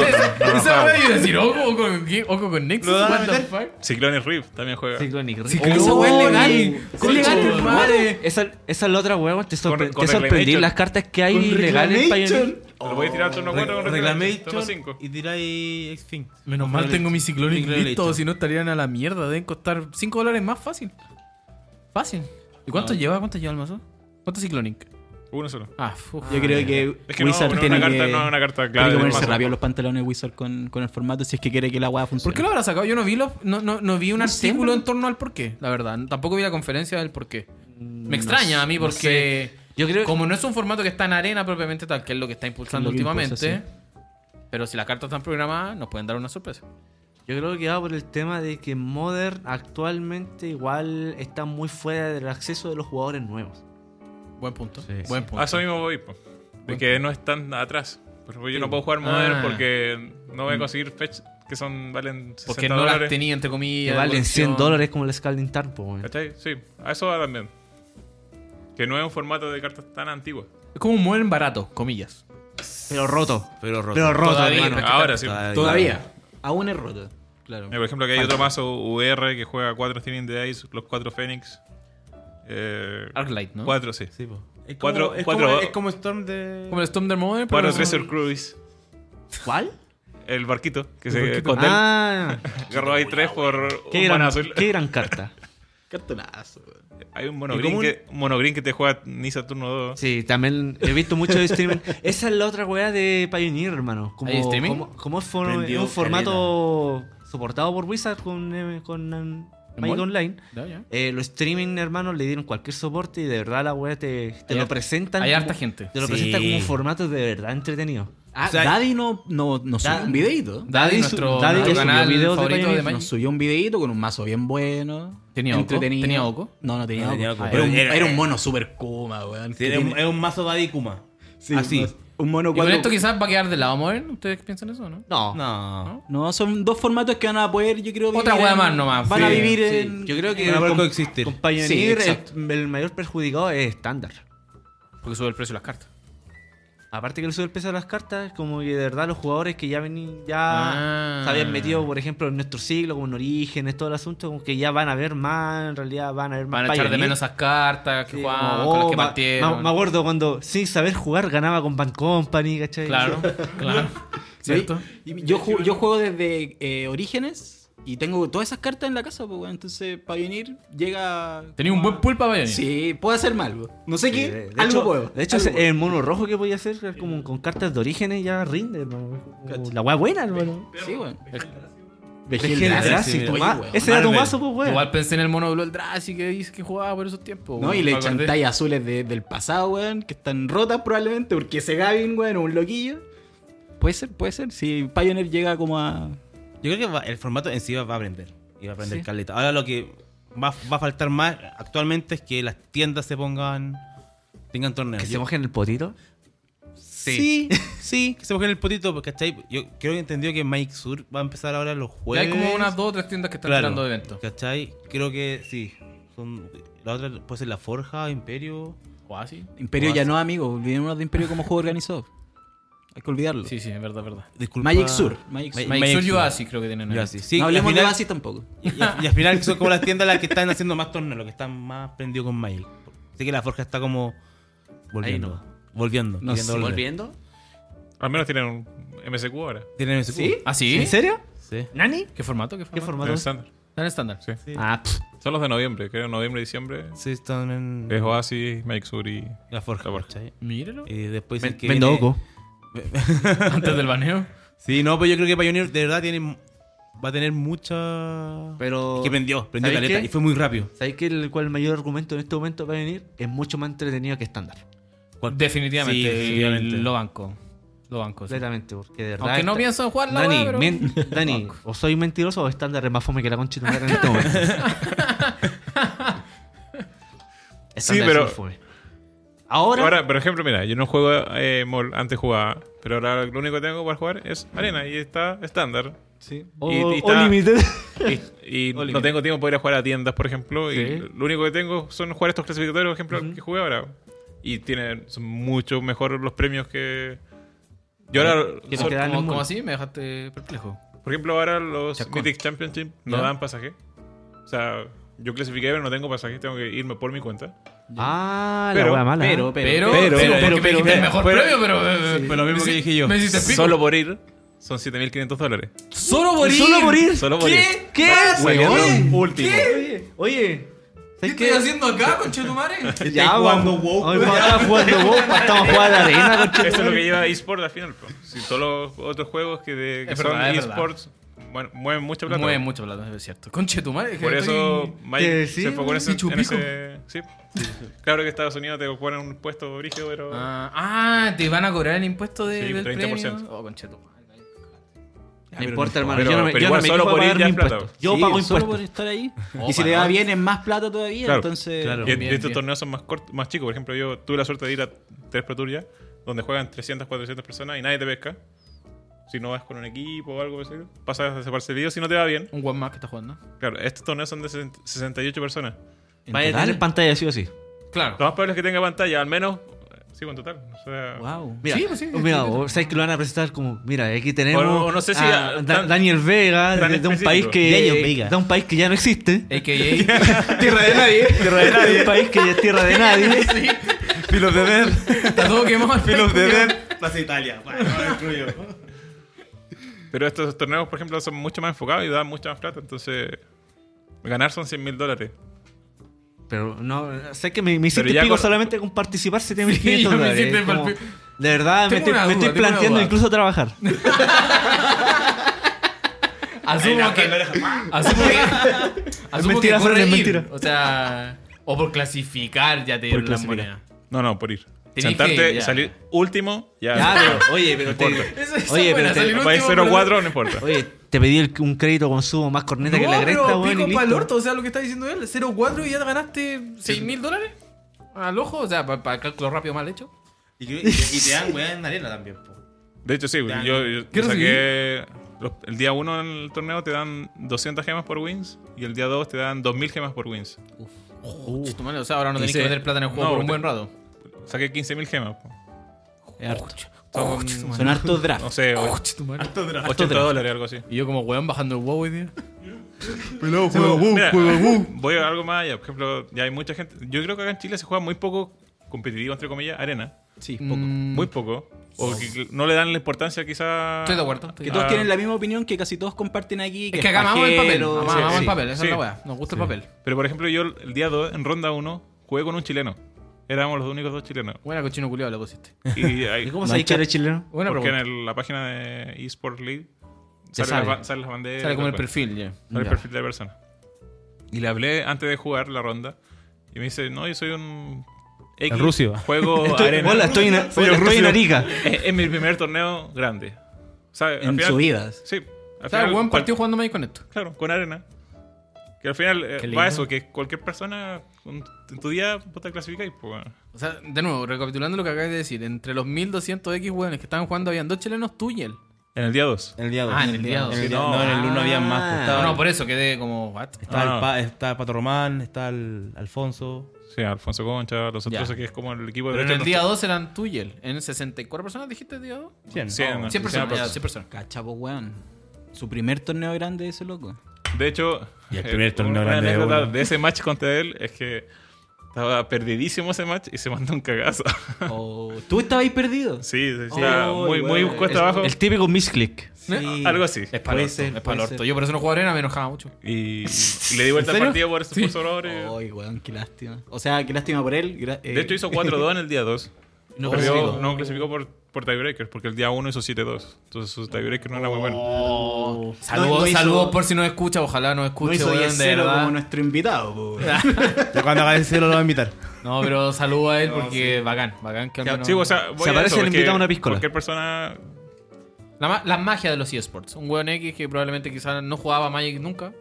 [SPEAKER 1] Esa wea iba a decir, ojo ojo con, ojo con Nexus.
[SPEAKER 2] ¿Lo van a
[SPEAKER 1] What the
[SPEAKER 2] meter?
[SPEAKER 1] fuck?
[SPEAKER 5] Cyclonic Rift también juega.
[SPEAKER 4] Cyclonic Rift.
[SPEAKER 1] Sí, claro, esa weá es legal.
[SPEAKER 4] Oh,
[SPEAKER 1] Con
[SPEAKER 4] sí,
[SPEAKER 1] legal,
[SPEAKER 4] weón.
[SPEAKER 1] madre.
[SPEAKER 4] Esa, esa es la otra weón. Te, sorpre-
[SPEAKER 5] Con- con
[SPEAKER 4] te sorprendí
[SPEAKER 5] Reclamation.
[SPEAKER 4] las cartas que hay legales en Pioneer.
[SPEAKER 5] Te lo voy a tirar turno 4 con
[SPEAKER 2] Oh, Reclamation
[SPEAKER 5] turno 5.
[SPEAKER 2] y tiráis X-Fing.
[SPEAKER 1] Menos mal tengo mi Cyclonic
[SPEAKER 2] Cyclonic
[SPEAKER 1] listo,
[SPEAKER 2] listo.
[SPEAKER 1] si no estarían a la mierda. Deben costar 5 dólares más fácil. Fácil. ¿Y cuánto
[SPEAKER 3] No.
[SPEAKER 1] lleva? ¿Cuánto lleva el mazo? ¿Cuánto Cyclonic?
[SPEAKER 5] Uno solo.
[SPEAKER 1] Ah, fu-
[SPEAKER 3] Yo creo que,
[SPEAKER 5] Es que no,
[SPEAKER 3] Wizard
[SPEAKER 5] no, es
[SPEAKER 3] tiene
[SPEAKER 5] una carta,
[SPEAKER 3] que,
[SPEAKER 5] no es una carta
[SPEAKER 3] tiene que
[SPEAKER 5] clave. del
[SPEAKER 3] ponerse
[SPEAKER 5] mazo.
[SPEAKER 3] rápido los pantalones Wizard con, con el formato si es que quiere que la weá
[SPEAKER 1] ¿Por
[SPEAKER 3] funcione.
[SPEAKER 1] qué lo habrá sacado? Yo no vi, los- no, no, no vi un
[SPEAKER 3] No sé,
[SPEAKER 1] artículo
[SPEAKER 3] pero-
[SPEAKER 1] en torno al porqué, la verdad. Tampoco vi la conferencia del porqué. Me extraña a mí porque...
[SPEAKER 4] Yo creo
[SPEAKER 1] Como no es un formato que está en arena propiamente tal, que es lo que está impulsando
[SPEAKER 3] Que es lo que
[SPEAKER 1] últimamente.
[SPEAKER 3] impulsa,
[SPEAKER 1] Pero si las cartas están programadas, nos pueden dar una sorpresa.
[SPEAKER 4] Yo creo que va por el tema de que Modern actualmente igual está muy fuera del acceso de los jugadores nuevos.
[SPEAKER 1] Buen punto.
[SPEAKER 4] Sí,
[SPEAKER 1] Buen
[SPEAKER 4] sí.
[SPEAKER 1] punto.
[SPEAKER 5] A eso mismo voy, po. De que no están atrás. Por ejemplo, yo no puedo jugar Modern
[SPEAKER 1] Ah.
[SPEAKER 5] porque no voy a conseguir fetch que son valen 60
[SPEAKER 1] Porque no las
[SPEAKER 5] dólares.
[SPEAKER 1] tenía, entre
[SPEAKER 4] Que
[SPEAKER 1] comillas. de
[SPEAKER 4] valen 100
[SPEAKER 1] colección.
[SPEAKER 4] dólares como el Scalding Tarn, po, weón.
[SPEAKER 5] ¿Cachai? Sí, a eso va también. Que no es un formato de cartas tan antiguo.
[SPEAKER 1] Es como un modem barato, comillas.
[SPEAKER 4] Pero roto.
[SPEAKER 2] Pero roto.
[SPEAKER 4] Pero roto,
[SPEAKER 1] Todavía,
[SPEAKER 4] hermano.
[SPEAKER 5] Ahora sí.
[SPEAKER 2] Todavía.
[SPEAKER 3] Todavía. Aún es roto. Claro.
[SPEAKER 5] Mira, Eh, por ejemplo, aquí hay otro mazo UR que juega 4 Stealing the Ice, los 4 Phoenix. Eh,
[SPEAKER 1] Arclight, Ah, ¿no?
[SPEAKER 5] 4, sí.
[SPEAKER 2] Sí, po. Es como,
[SPEAKER 5] Cuatro-
[SPEAKER 2] es,
[SPEAKER 5] cuatro-
[SPEAKER 2] como, es como Storm de.
[SPEAKER 1] Como el Storm del modem, pero...
[SPEAKER 5] 4 Treasure Cruise.
[SPEAKER 4] ¿Cuál?
[SPEAKER 5] El barquito que se
[SPEAKER 1] barquito.
[SPEAKER 5] esconde.
[SPEAKER 4] Ah,
[SPEAKER 5] Agarró ahí 3 por
[SPEAKER 4] qué
[SPEAKER 5] un mono
[SPEAKER 4] gran,
[SPEAKER 5] azul.
[SPEAKER 4] qué gran carta.
[SPEAKER 3] Cartonazo. weón.
[SPEAKER 5] Hay un
[SPEAKER 4] ¿Y cómo
[SPEAKER 5] monogreen
[SPEAKER 4] un-
[SPEAKER 5] que, monogreen que te juega Nisa turno 2.
[SPEAKER 4] Sí, también he visto mucho de streaming. Esa es la otra weá de Pioneer, hermano. Como,
[SPEAKER 1] ¿Hay streaming?
[SPEAKER 4] Como, como es for-
[SPEAKER 2] Prendió
[SPEAKER 4] un formato soportado por Wizard con, eh, con eh, Magic
[SPEAKER 1] Mol?
[SPEAKER 4] Online.
[SPEAKER 1] Ya, ya.
[SPEAKER 4] Eh, los streaming, hermanos, le dieron cualquier soporte y de verdad la weá te, te
[SPEAKER 1] Hay
[SPEAKER 4] lo
[SPEAKER 1] har-
[SPEAKER 4] presentan.
[SPEAKER 1] Hay
[SPEAKER 4] como-
[SPEAKER 1] harta gente.
[SPEAKER 4] Te lo
[SPEAKER 2] Sí.
[SPEAKER 4] presentan como un formato de verdad entretenido.
[SPEAKER 3] Ah,
[SPEAKER 2] O sea,
[SPEAKER 3] Daddy no, no, no subió
[SPEAKER 4] Da-
[SPEAKER 3] un videito.
[SPEAKER 1] Daddy,
[SPEAKER 4] Daddy
[SPEAKER 1] nuestro,
[SPEAKER 4] su- Daddy
[SPEAKER 1] nuestro
[SPEAKER 4] subió
[SPEAKER 1] canal
[SPEAKER 4] videos de
[SPEAKER 1] favorito de,
[SPEAKER 4] Pioneer,
[SPEAKER 1] Magic.
[SPEAKER 3] Nos subió un videito con un mazo bien bueno.
[SPEAKER 1] ¿Tenía oco?
[SPEAKER 3] entretenido.
[SPEAKER 1] ¿Tenía oco?
[SPEAKER 3] No, no tenía
[SPEAKER 2] No
[SPEAKER 3] oco.
[SPEAKER 2] tenía oco,
[SPEAKER 3] Ah,
[SPEAKER 2] pero
[SPEAKER 3] Era, un,
[SPEAKER 2] era-
[SPEAKER 3] era un mono super kuma, weón.
[SPEAKER 2] Sí,
[SPEAKER 3] que
[SPEAKER 2] es un-
[SPEAKER 3] tiene-
[SPEAKER 2] es un mazo Daddy Kuma. Ah,
[SPEAKER 3] sí,
[SPEAKER 2] así.
[SPEAKER 3] Un, un mono
[SPEAKER 1] Y con
[SPEAKER 3] cuatro-
[SPEAKER 1] esto quizás va a quedar de lado modem. ¿Ustedes piensan eso, no?
[SPEAKER 4] No.
[SPEAKER 2] No.
[SPEAKER 3] No, son dos formatos que van a poder, yo creo, vivir
[SPEAKER 1] Otra weá
[SPEAKER 3] en-
[SPEAKER 1] más nomás.
[SPEAKER 3] Van a
[SPEAKER 1] Sí,
[SPEAKER 3] vivir
[SPEAKER 1] sí.
[SPEAKER 3] en...
[SPEAKER 4] Yo creo que
[SPEAKER 2] Para poder
[SPEAKER 4] con,
[SPEAKER 2] coexistir.
[SPEAKER 4] con Pioneer
[SPEAKER 3] Sí, exacto.
[SPEAKER 4] el, el mayor perjudicado es estándar.
[SPEAKER 1] Porque sube el precio de las cartas.
[SPEAKER 4] Aparte que le sube el peso a las cartas, como que de verdad los jugadores que ya venían,
[SPEAKER 1] Ah.
[SPEAKER 4] ya se habían metido, por ejemplo, en nuestro siglo, como en Orígenes, todo el asunto, como que ya van a ver más, en realidad van a ver más.
[SPEAKER 1] Van a echar de
[SPEAKER 4] Pioneer.
[SPEAKER 1] menos esas cartas que
[SPEAKER 4] Sí,
[SPEAKER 1] jugaban,
[SPEAKER 4] como,
[SPEAKER 1] con las
[SPEAKER 4] oh,
[SPEAKER 1] que
[SPEAKER 4] ma-
[SPEAKER 1] partieron.
[SPEAKER 4] ma- Me acuerdo cuando sin saber jugar ganaba con Bank Company, ¿cachai?
[SPEAKER 1] Claro, claro. ¿Cierto?
[SPEAKER 3] Y Yo, ju- yo juego desde eh, Orígenes y tengo todas esas cartas en la casa, pues, weón. Entonces, Pioneer llega...
[SPEAKER 1] Tenía un buen pool para Pioneer.
[SPEAKER 3] Sí, puedo hacer mal, weón. No sé
[SPEAKER 4] Sí,
[SPEAKER 3] qué,
[SPEAKER 4] de, de
[SPEAKER 3] algo
[SPEAKER 4] hecho,
[SPEAKER 3] puedo.
[SPEAKER 4] de hecho,
[SPEAKER 3] algo
[SPEAKER 4] ese-
[SPEAKER 3] puedo.
[SPEAKER 4] el mono rojo que podía hacer, era como con cartas de orígenes ya rinde, hermano. Como La wea buena, hermano.
[SPEAKER 3] Sí, weón.
[SPEAKER 4] Vegel
[SPEAKER 3] Vegel
[SPEAKER 4] Drazi,
[SPEAKER 3] Drazi,
[SPEAKER 4] tu
[SPEAKER 3] oye,
[SPEAKER 4] ma-
[SPEAKER 3] weón.
[SPEAKER 4] Ese era tu
[SPEAKER 2] Marvel.
[SPEAKER 4] mazo, pues, weón.
[SPEAKER 1] Igual pensé en el mono Blue el Drazi que dice que jugaba por esos tiempos.
[SPEAKER 3] No,
[SPEAKER 1] weón.
[SPEAKER 3] y le
[SPEAKER 1] Me
[SPEAKER 3] echan
[SPEAKER 1] acordé.
[SPEAKER 3] tallas azules de- del pasado, weón, que están rotas probablemente, porque ese Gavin, weón, es un loquillo. Puede ser, puede ser. Si Pioneer llega como a.
[SPEAKER 2] Yo creo que va- el formato en sí va va a aprender. Y va a aprender
[SPEAKER 1] Sí.
[SPEAKER 2] caleta. Ahora lo que va, va a faltar más actualmente es que las tiendas se pongan. tengan torneos.
[SPEAKER 4] Que se
[SPEAKER 2] Yo-
[SPEAKER 4] mojen el potito.
[SPEAKER 2] Sí, sí, que se mojen el potito, porque, ¿cachai? Yo creo que entendió que Mike Sur va a empezar ahora los
[SPEAKER 1] Ya
[SPEAKER 2] jueves.
[SPEAKER 1] hay como unas dos o tres tiendas que están
[SPEAKER 2] pues. Claro,
[SPEAKER 1] tirando eventos.
[SPEAKER 2] ¿Cachai? Creo que sí. Son, la otra puede ser La Forja, Imperio.
[SPEAKER 1] ¿O así?
[SPEAKER 3] Imperio
[SPEAKER 2] Guas.
[SPEAKER 3] ya no, amigo. Olvidémonos de Imperio como juego organizado. Hay que olvidarlo.
[SPEAKER 1] Sí, sí, es verdad, es verdad.
[SPEAKER 2] Disculpa.
[SPEAKER 3] Magic Sur. Magic Sur.
[SPEAKER 2] Ma-
[SPEAKER 1] Magic Sur y
[SPEAKER 2] Sur.
[SPEAKER 1] Oasis creo que tienen ahí.
[SPEAKER 2] Yo así. Sí,
[SPEAKER 3] no
[SPEAKER 2] y al
[SPEAKER 3] hablemos de
[SPEAKER 2] final,
[SPEAKER 3] Basis tampoco.
[SPEAKER 2] y, y- y al final son como las tiendas las que están haciendo más torneos, los que están más prendidos con Magic. Así que La Forja está como. volviendo.
[SPEAKER 4] no.
[SPEAKER 2] Volviendo.
[SPEAKER 3] No sé,
[SPEAKER 2] queriendo volver.
[SPEAKER 4] ¿Volviendo?
[SPEAKER 5] Al menos tienen un MSQ ahora.
[SPEAKER 2] ¿Tienen ese cubo?
[SPEAKER 1] ¿Ah, sí?
[SPEAKER 4] ¿En serio?
[SPEAKER 2] Sí.
[SPEAKER 4] ¿Nani?
[SPEAKER 1] ¿Qué formato? ¿Qué formato?
[SPEAKER 4] ¿Qué formato?
[SPEAKER 5] Tienen estándar.
[SPEAKER 1] Están estándar.
[SPEAKER 5] Sí.
[SPEAKER 4] Ah, pff.
[SPEAKER 5] Son los de noviembre, creo. Noviembre, diciembre.
[SPEAKER 2] Sí, están en.
[SPEAKER 5] Es Oasis, Make Sur y.
[SPEAKER 2] La Forja.
[SPEAKER 5] La Forja.
[SPEAKER 2] ¿cachai?
[SPEAKER 1] Míralo.
[SPEAKER 2] Y después dicen que.
[SPEAKER 4] Vendo
[SPEAKER 2] viene-
[SPEAKER 4] Oco.
[SPEAKER 1] Antes del baneo.
[SPEAKER 2] Sí, no, pues yo creo que Pioneer de verdad tiene, va a tener mucha.
[SPEAKER 4] Pero-
[SPEAKER 2] Es que prendió, prendió
[SPEAKER 4] ¿Sabes
[SPEAKER 2] caleta
[SPEAKER 4] qué?
[SPEAKER 2] y fue muy rápido.
[SPEAKER 4] ¿Sabéis que el, cuál el mayor argumento en este momento para venir? Es mucho más entretenido que estándar.
[SPEAKER 1] Definitivamente.
[SPEAKER 2] Sí, definitivamente.
[SPEAKER 1] Lo banco. Lo banco. sí.
[SPEAKER 4] Completamente, porque de verdad.
[SPEAKER 1] Aunque no
[SPEAKER 4] esta-
[SPEAKER 1] pienso en jugar la
[SPEAKER 4] Dani,
[SPEAKER 1] weá, pero-
[SPEAKER 4] men- Dani, o soy mentiroso o estándar es más fome que la concha de tu madre en este momento. Estándar es muy
[SPEAKER 5] pero-
[SPEAKER 4] fome. Ahora,
[SPEAKER 5] Ahora, por ejemplo, mira, yo no juego eh, MOL, antes jugaba, pero ahora lo único que tengo para jugar es Arena y está estándar.
[SPEAKER 2] Sí.
[SPEAKER 4] o,
[SPEAKER 5] y- y
[SPEAKER 4] o
[SPEAKER 5] está-
[SPEAKER 4] Limited.
[SPEAKER 5] Y, y
[SPEAKER 2] Oliver.
[SPEAKER 5] no tengo tiempo para ir a jugar a tiendas, por ejemplo. Y
[SPEAKER 4] Sí.
[SPEAKER 5] lo único que tengo son jugar estos clasificatorios, por ejemplo, que jugué ahora. Y tienen, son mucho mejor los premios que. Yo ahora,
[SPEAKER 4] Que
[SPEAKER 5] son-
[SPEAKER 4] te dan
[SPEAKER 1] ¿Cómo,
[SPEAKER 4] un-
[SPEAKER 1] cómo así? Me dejaste perplejo.
[SPEAKER 5] por ejemplo, ahora los
[SPEAKER 1] Chacón.
[SPEAKER 5] Mythic Championship no
[SPEAKER 1] ¿Ya?
[SPEAKER 5] dan pasaje. O sea, Yo clasifiqué, pero no tengo pasajes, tengo que irme por mi cuenta.
[SPEAKER 4] Ah,
[SPEAKER 5] Pero-
[SPEAKER 4] la wea mala.
[SPEAKER 3] Pero,
[SPEAKER 1] Pero,
[SPEAKER 3] pero,
[SPEAKER 1] pero,
[SPEAKER 5] pero,
[SPEAKER 1] sí,
[SPEAKER 5] pero,
[SPEAKER 1] porque me
[SPEAKER 5] pero,
[SPEAKER 1] dijiste el mejor
[SPEAKER 5] pero-
[SPEAKER 1] premio, pero. eh,
[SPEAKER 5] Pero lo
[SPEAKER 1] me
[SPEAKER 5] mismo que
[SPEAKER 1] hici-
[SPEAKER 5] dije yo.
[SPEAKER 1] Me hiciste pico.
[SPEAKER 5] Solo por ir son 7.500 dólares.
[SPEAKER 1] Solo por ir.
[SPEAKER 4] Solo por ir.
[SPEAKER 5] Solo por ir.
[SPEAKER 4] ¿Qué?
[SPEAKER 5] Saliendo
[SPEAKER 4] Oye,
[SPEAKER 5] último.
[SPEAKER 4] Oye, oye.
[SPEAKER 1] ¿Qué
[SPEAKER 4] ¿sabes
[SPEAKER 1] estoy haciendo acá, conchetumare?
[SPEAKER 3] Este
[SPEAKER 4] Ya,
[SPEAKER 2] jugando
[SPEAKER 4] vamos.
[SPEAKER 2] WoW,
[SPEAKER 4] Ay, vamos a estar jugando WoW, vamos a estar jugando a la arena, conche-
[SPEAKER 5] Eso es lo que lleva eSport al final. po. Si todos los otros juegos que, de- que
[SPEAKER 1] Es
[SPEAKER 5] son
[SPEAKER 1] verdad, es verdad.
[SPEAKER 5] eSports bueno, mueven mucha plata.
[SPEAKER 1] Mueve
[SPEAKER 5] po.
[SPEAKER 1] mucho plata, es cierto. Conchetumare.
[SPEAKER 5] Por eso Mike
[SPEAKER 4] Te
[SPEAKER 5] se
[SPEAKER 4] decía,
[SPEAKER 5] enfocó en ese,
[SPEAKER 1] bicho
[SPEAKER 5] en
[SPEAKER 1] pico.
[SPEAKER 5] ese- sí. Claro que Estados Unidos te ponen un puesto brígido, pero
[SPEAKER 1] Ah, ah, te van a cobrar el impuesto de,
[SPEAKER 5] Sí,
[SPEAKER 1] del
[SPEAKER 5] 30%.
[SPEAKER 1] premio. Oh, conchetumare.
[SPEAKER 4] No importa, hermano.
[SPEAKER 5] Pero-
[SPEAKER 4] yo no me, yo
[SPEAKER 5] pero
[SPEAKER 4] no
[SPEAKER 5] igual
[SPEAKER 4] me
[SPEAKER 5] solo
[SPEAKER 4] quejo a
[SPEAKER 5] por ir
[SPEAKER 4] pagar
[SPEAKER 5] ya
[SPEAKER 4] mi
[SPEAKER 5] es plata.
[SPEAKER 4] impuesto. Yo
[SPEAKER 3] Sí,
[SPEAKER 4] pago
[SPEAKER 3] solo
[SPEAKER 4] impuestos.
[SPEAKER 3] por estar ahí.
[SPEAKER 1] Opa,
[SPEAKER 3] y si le va
[SPEAKER 1] ¿no?
[SPEAKER 3] bien es más plata todavía,
[SPEAKER 5] Claro,
[SPEAKER 3] entonces...
[SPEAKER 4] claro.
[SPEAKER 5] y
[SPEAKER 1] Bien,
[SPEAKER 5] estos
[SPEAKER 1] bien.
[SPEAKER 5] torneos son más cortos, más chicos. Por ejemplo, yo tuve la suerte de ir a tres Pro Tour ya, donde juegan 300, 400 personas y nadie te pesca. Si no vas con un equipo o algo así, pasas desapercibido si no te va bien.
[SPEAKER 1] Un one más que está jugando.
[SPEAKER 5] Claro, estos torneos son de 60 68 personas.
[SPEAKER 3] ¿En
[SPEAKER 4] Vaya a
[SPEAKER 3] total?
[SPEAKER 4] tener pantalla sí o sí.
[SPEAKER 1] Claro.
[SPEAKER 5] Lo más probable es que tenga pantalla, al menos. eh, Sí, con total. O sea,
[SPEAKER 3] Wow.
[SPEAKER 4] Mira,
[SPEAKER 1] Sí, pues sí,
[SPEAKER 4] mira, oh.
[SPEAKER 1] sí, sí.
[SPEAKER 4] o sabes que lo van a presentar como, mira, aquí tenemos
[SPEAKER 5] O- o no sé si
[SPEAKER 4] a
[SPEAKER 5] a-
[SPEAKER 4] Da-
[SPEAKER 5] tan-
[SPEAKER 4] Daniel Vega
[SPEAKER 5] tan
[SPEAKER 4] de, de un
[SPEAKER 5] específico.
[SPEAKER 4] país
[SPEAKER 3] Daniel
[SPEAKER 4] que
[SPEAKER 3] Vega.
[SPEAKER 4] de un país que ya no existe,
[SPEAKER 1] AKA.
[SPEAKER 2] Tierra de nadie. Tierra de
[SPEAKER 4] de un país que ya es tierra de nadie.
[SPEAKER 1] sí.
[SPEAKER 2] Feel of the Dead.
[SPEAKER 1] Está todo quemado.
[SPEAKER 2] Feel of the Dead. Plaza Italia. Bueno, lo destruyo.
[SPEAKER 5] Pero estos torneos, por ejemplo, son mucho más enfocados y dan mucha más plata. Entonces, ganar son 100 mil dólares.
[SPEAKER 4] Pero no, sé que me, me hiciste
[SPEAKER 5] Pero ya
[SPEAKER 4] pico
[SPEAKER 5] con-
[SPEAKER 4] solamente con participar 7500
[SPEAKER 1] Sí, ya me
[SPEAKER 4] dólares.
[SPEAKER 1] hiciste
[SPEAKER 4] como-
[SPEAKER 1] pal-
[SPEAKER 4] de verdad, me
[SPEAKER 1] Tengo
[SPEAKER 4] estoy,
[SPEAKER 1] una
[SPEAKER 4] me
[SPEAKER 1] duda,
[SPEAKER 4] estoy
[SPEAKER 1] tengo una
[SPEAKER 4] planteando
[SPEAKER 1] duda.
[SPEAKER 4] incluso trabajar.
[SPEAKER 1] Asumo que. Asumo que. Asumo
[SPEAKER 4] mentira,
[SPEAKER 1] que por
[SPEAKER 4] Fran,
[SPEAKER 1] reír,
[SPEAKER 4] es mentira.
[SPEAKER 1] O sea. O por clasificar ya te
[SPEAKER 4] Por
[SPEAKER 1] dieron la
[SPEAKER 4] clasificar.
[SPEAKER 1] moneda.
[SPEAKER 5] No, no, por ir.
[SPEAKER 1] Tenés
[SPEAKER 5] Sentarte
[SPEAKER 1] que-
[SPEAKER 5] y
[SPEAKER 1] ya.
[SPEAKER 5] salir último, ya.
[SPEAKER 4] Ya, pero, oye, pero te,
[SPEAKER 5] importa.
[SPEAKER 1] Eso es
[SPEAKER 4] Oye, pero te-
[SPEAKER 1] salir
[SPEAKER 5] País
[SPEAKER 1] último, pero-
[SPEAKER 5] 04, no importa.
[SPEAKER 4] oye, te pedí el- un crédito consumo más corneta que la
[SPEAKER 1] No,
[SPEAKER 4] cresta,
[SPEAKER 1] pero
[SPEAKER 4] weón. y
[SPEAKER 1] pico para el
[SPEAKER 4] listo.
[SPEAKER 1] orto, o sea, lo que está diciendo él, 0,4 y ya te ganaste 6 mil dólares al ojo, o sea, para cálculo rápido mal hecho.
[SPEAKER 2] Y, que- y- y te dan weá en arena también, po.
[SPEAKER 5] De hecho, sí, yo,
[SPEAKER 2] dan-
[SPEAKER 5] yo- yo
[SPEAKER 1] ¿Qué
[SPEAKER 5] saqué. los- el día 1 en el torneo te dan 200 gemas por wins y el día 2 te dan 2000 gemas por wins.
[SPEAKER 1] Chito, madre, o sea, ahora no tenés
[SPEAKER 5] Dice-
[SPEAKER 1] que meter plata en el juego
[SPEAKER 5] no,
[SPEAKER 1] por un
[SPEAKER 5] te-
[SPEAKER 1] buen rato.
[SPEAKER 5] Saqué 15.000 gemas. po.
[SPEAKER 3] Es harto.
[SPEAKER 5] Son,
[SPEAKER 3] Son hartos drafts.
[SPEAKER 5] no sé, o-
[SPEAKER 1] Chito, madre.
[SPEAKER 5] 80 dólares, algo así.
[SPEAKER 1] Y yo como weón bajando el WoW hoy día.
[SPEAKER 5] Mira, Voy a algo más allá. Por ejemplo, ya hay mucha gente. Yo creo que acá en Chile se juega muy poco competitivo, entre comillas, arena.
[SPEAKER 3] Sí, poco.
[SPEAKER 1] Mm,
[SPEAKER 5] Muy poco. O que no le dan la importancia, quizá.
[SPEAKER 1] Oh. Estoy de acuerdo. estoy de
[SPEAKER 3] Que
[SPEAKER 1] acuerdo.
[SPEAKER 3] todos
[SPEAKER 5] Ah.
[SPEAKER 3] tienen la misma opinión que casi todos comparten aquí.
[SPEAKER 1] Es que acá amamos el papel,
[SPEAKER 3] pajero,
[SPEAKER 1] amamos amamos
[SPEAKER 5] sí.
[SPEAKER 1] el papel, esa
[SPEAKER 5] Sí.
[SPEAKER 1] es la weá. Nos gusta el papel.
[SPEAKER 5] Pero por ejemplo, yo el día 2, en ronda 1, jugué con un chileno. Éramos los únicos dos chilenos.
[SPEAKER 1] Buena cochino culiado la pusiste.
[SPEAKER 5] Y ahí-
[SPEAKER 4] ¿Y cómo
[SPEAKER 5] No,
[SPEAKER 4] sabes que eres chileno?
[SPEAKER 1] Buena
[SPEAKER 5] porque
[SPEAKER 1] pregunta.
[SPEAKER 5] en el- la página de eSport League
[SPEAKER 4] Te
[SPEAKER 5] sale, las
[SPEAKER 4] sale.
[SPEAKER 5] ba- salen las banderas.
[SPEAKER 1] Sale como el
[SPEAKER 5] tal cual.
[SPEAKER 1] perfil, ya.
[SPEAKER 5] Sale el
[SPEAKER 1] Ya.
[SPEAKER 5] perfil de la persona. Y le hablé antes de jugar la ronda. Y me dice, no, yo soy un. X,
[SPEAKER 4] Rusio.
[SPEAKER 5] Juego
[SPEAKER 4] Estoy-
[SPEAKER 5] arena.
[SPEAKER 4] hola, estoy en, hola,
[SPEAKER 5] Soy un
[SPEAKER 4] estoy en
[SPEAKER 5] ruso.
[SPEAKER 4] Arica.
[SPEAKER 5] Es, es mi primer torneo grande. O sea, al
[SPEAKER 3] En
[SPEAKER 5] final-
[SPEAKER 3] su vida.
[SPEAKER 5] Sí. Al
[SPEAKER 1] O sea, el
[SPEAKER 5] final,
[SPEAKER 1] weón
[SPEAKER 5] cual-
[SPEAKER 1] partió jugando más con esto.
[SPEAKER 5] Claro, con arena. Que al final eh,
[SPEAKER 1] Qué lindo.
[SPEAKER 5] va eso, que cualquier persona con- en tu día vos te clasificáis. Pues, bueno.
[SPEAKER 1] O sea, de nuevo, recapitulando lo que acabas de decir, entre los 1200 X weones que estaban jugando habían dos chilenos tuyos.
[SPEAKER 5] En el día 2.
[SPEAKER 2] En el día 2.
[SPEAKER 1] Ah, en el día dos.
[SPEAKER 5] Sí,
[SPEAKER 2] no, pues.
[SPEAKER 5] no.
[SPEAKER 2] en el 1 había más. po.
[SPEAKER 4] Ah.
[SPEAKER 2] Estaba,
[SPEAKER 1] No, no, por eso quedé como, what?
[SPEAKER 2] estaba
[SPEAKER 5] Ah.
[SPEAKER 2] el pa- estaba Pato Román, está el Alfonso.
[SPEAKER 5] Sí, Alfonso Concha, los otros,
[SPEAKER 1] Ya.
[SPEAKER 5] que es como el equipo de
[SPEAKER 1] Pero en
[SPEAKER 5] derecho
[SPEAKER 1] el
[SPEAKER 5] de
[SPEAKER 1] día 2 eran tuyos. En 64 personas dijiste el día 2.
[SPEAKER 2] ¿Quién?
[SPEAKER 5] Cien,
[SPEAKER 2] Oh.
[SPEAKER 5] ¿no?
[SPEAKER 1] 100
[SPEAKER 5] personas,
[SPEAKER 1] personas, ya,
[SPEAKER 5] personas.
[SPEAKER 1] 100 personas.
[SPEAKER 3] Cachapo, pues, weón. Su primer torneo grande ese loco.
[SPEAKER 5] nosotros. De hecho,
[SPEAKER 2] Y el primer
[SPEAKER 5] eh,
[SPEAKER 2] torneo
[SPEAKER 5] una
[SPEAKER 2] grande de
[SPEAKER 5] anécdota
[SPEAKER 2] uno.
[SPEAKER 5] de ese match contra él es que estaba perdidísimo ese match y se mandó un cagazo.
[SPEAKER 3] O- ¿Tú estabas ahí perdido?
[SPEAKER 5] sí, sí, está
[SPEAKER 3] Oh,
[SPEAKER 5] muy, muy
[SPEAKER 3] bueno.
[SPEAKER 5] cuesta abajo.
[SPEAKER 4] El típico misclick.
[SPEAKER 3] Sí.
[SPEAKER 5] Algo así.
[SPEAKER 1] Es para el
[SPEAKER 3] Puede
[SPEAKER 1] orto,
[SPEAKER 3] ser,
[SPEAKER 1] es para
[SPEAKER 3] puede
[SPEAKER 1] el orto.
[SPEAKER 3] ser.
[SPEAKER 1] Yo por eso no jugaba arena, me enojaba mucho.
[SPEAKER 5] Y, y le di vuelta al
[SPEAKER 1] serio?
[SPEAKER 5] partido por, por sobre ahora y-
[SPEAKER 3] Ay, weón, qué lástima. O sea, qué lástima por él. gra- eh,
[SPEAKER 5] De hecho, hizo 4-2 en el día 2. No,
[SPEAKER 3] clasificó.
[SPEAKER 5] clasificó. no clasificó por, por tiebreakers, porque el día 1 hizo 7-2. Entonces su tiebreaker no era muy bueno.
[SPEAKER 1] Saludos,
[SPEAKER 3] no hizo-
[SPEAKER 1] saludos por si nos escucha, ojalá nos
[SPEAKER 3] No
[SPEAKER 1] escuche,
[SPEAKER 3] hizo
[SPEAKER 1] weón,
[SPEAKER 3] 10
[SPEAKER 1] de verdad. Ah,
[SPEAKER 3] como nuestro invitado, po, weón.
[SPEAKER 2] Ya cuando haga el cielo lo va a invitar.
[SPEAKER 1] No, pero saludos a él porque bacán, bacán que al menos-
[SPEAKER 5] Sí, o sea, voy
[SPEAKER 4] Se
[SPEAKER 5] a
[SPEAKER 4] aparece
[SPEAKER 5] eso,
[SPEAKER 4] el
[SPEAKER 5] porque
[SPEAKER 4] invitado a una piscola.
[SPEAKER 5] Cualquier persona.
[SPEAKER 1] La, ma- la magia de los eSports. Un weón X que probablemente quizás no jugaba Magic nunca.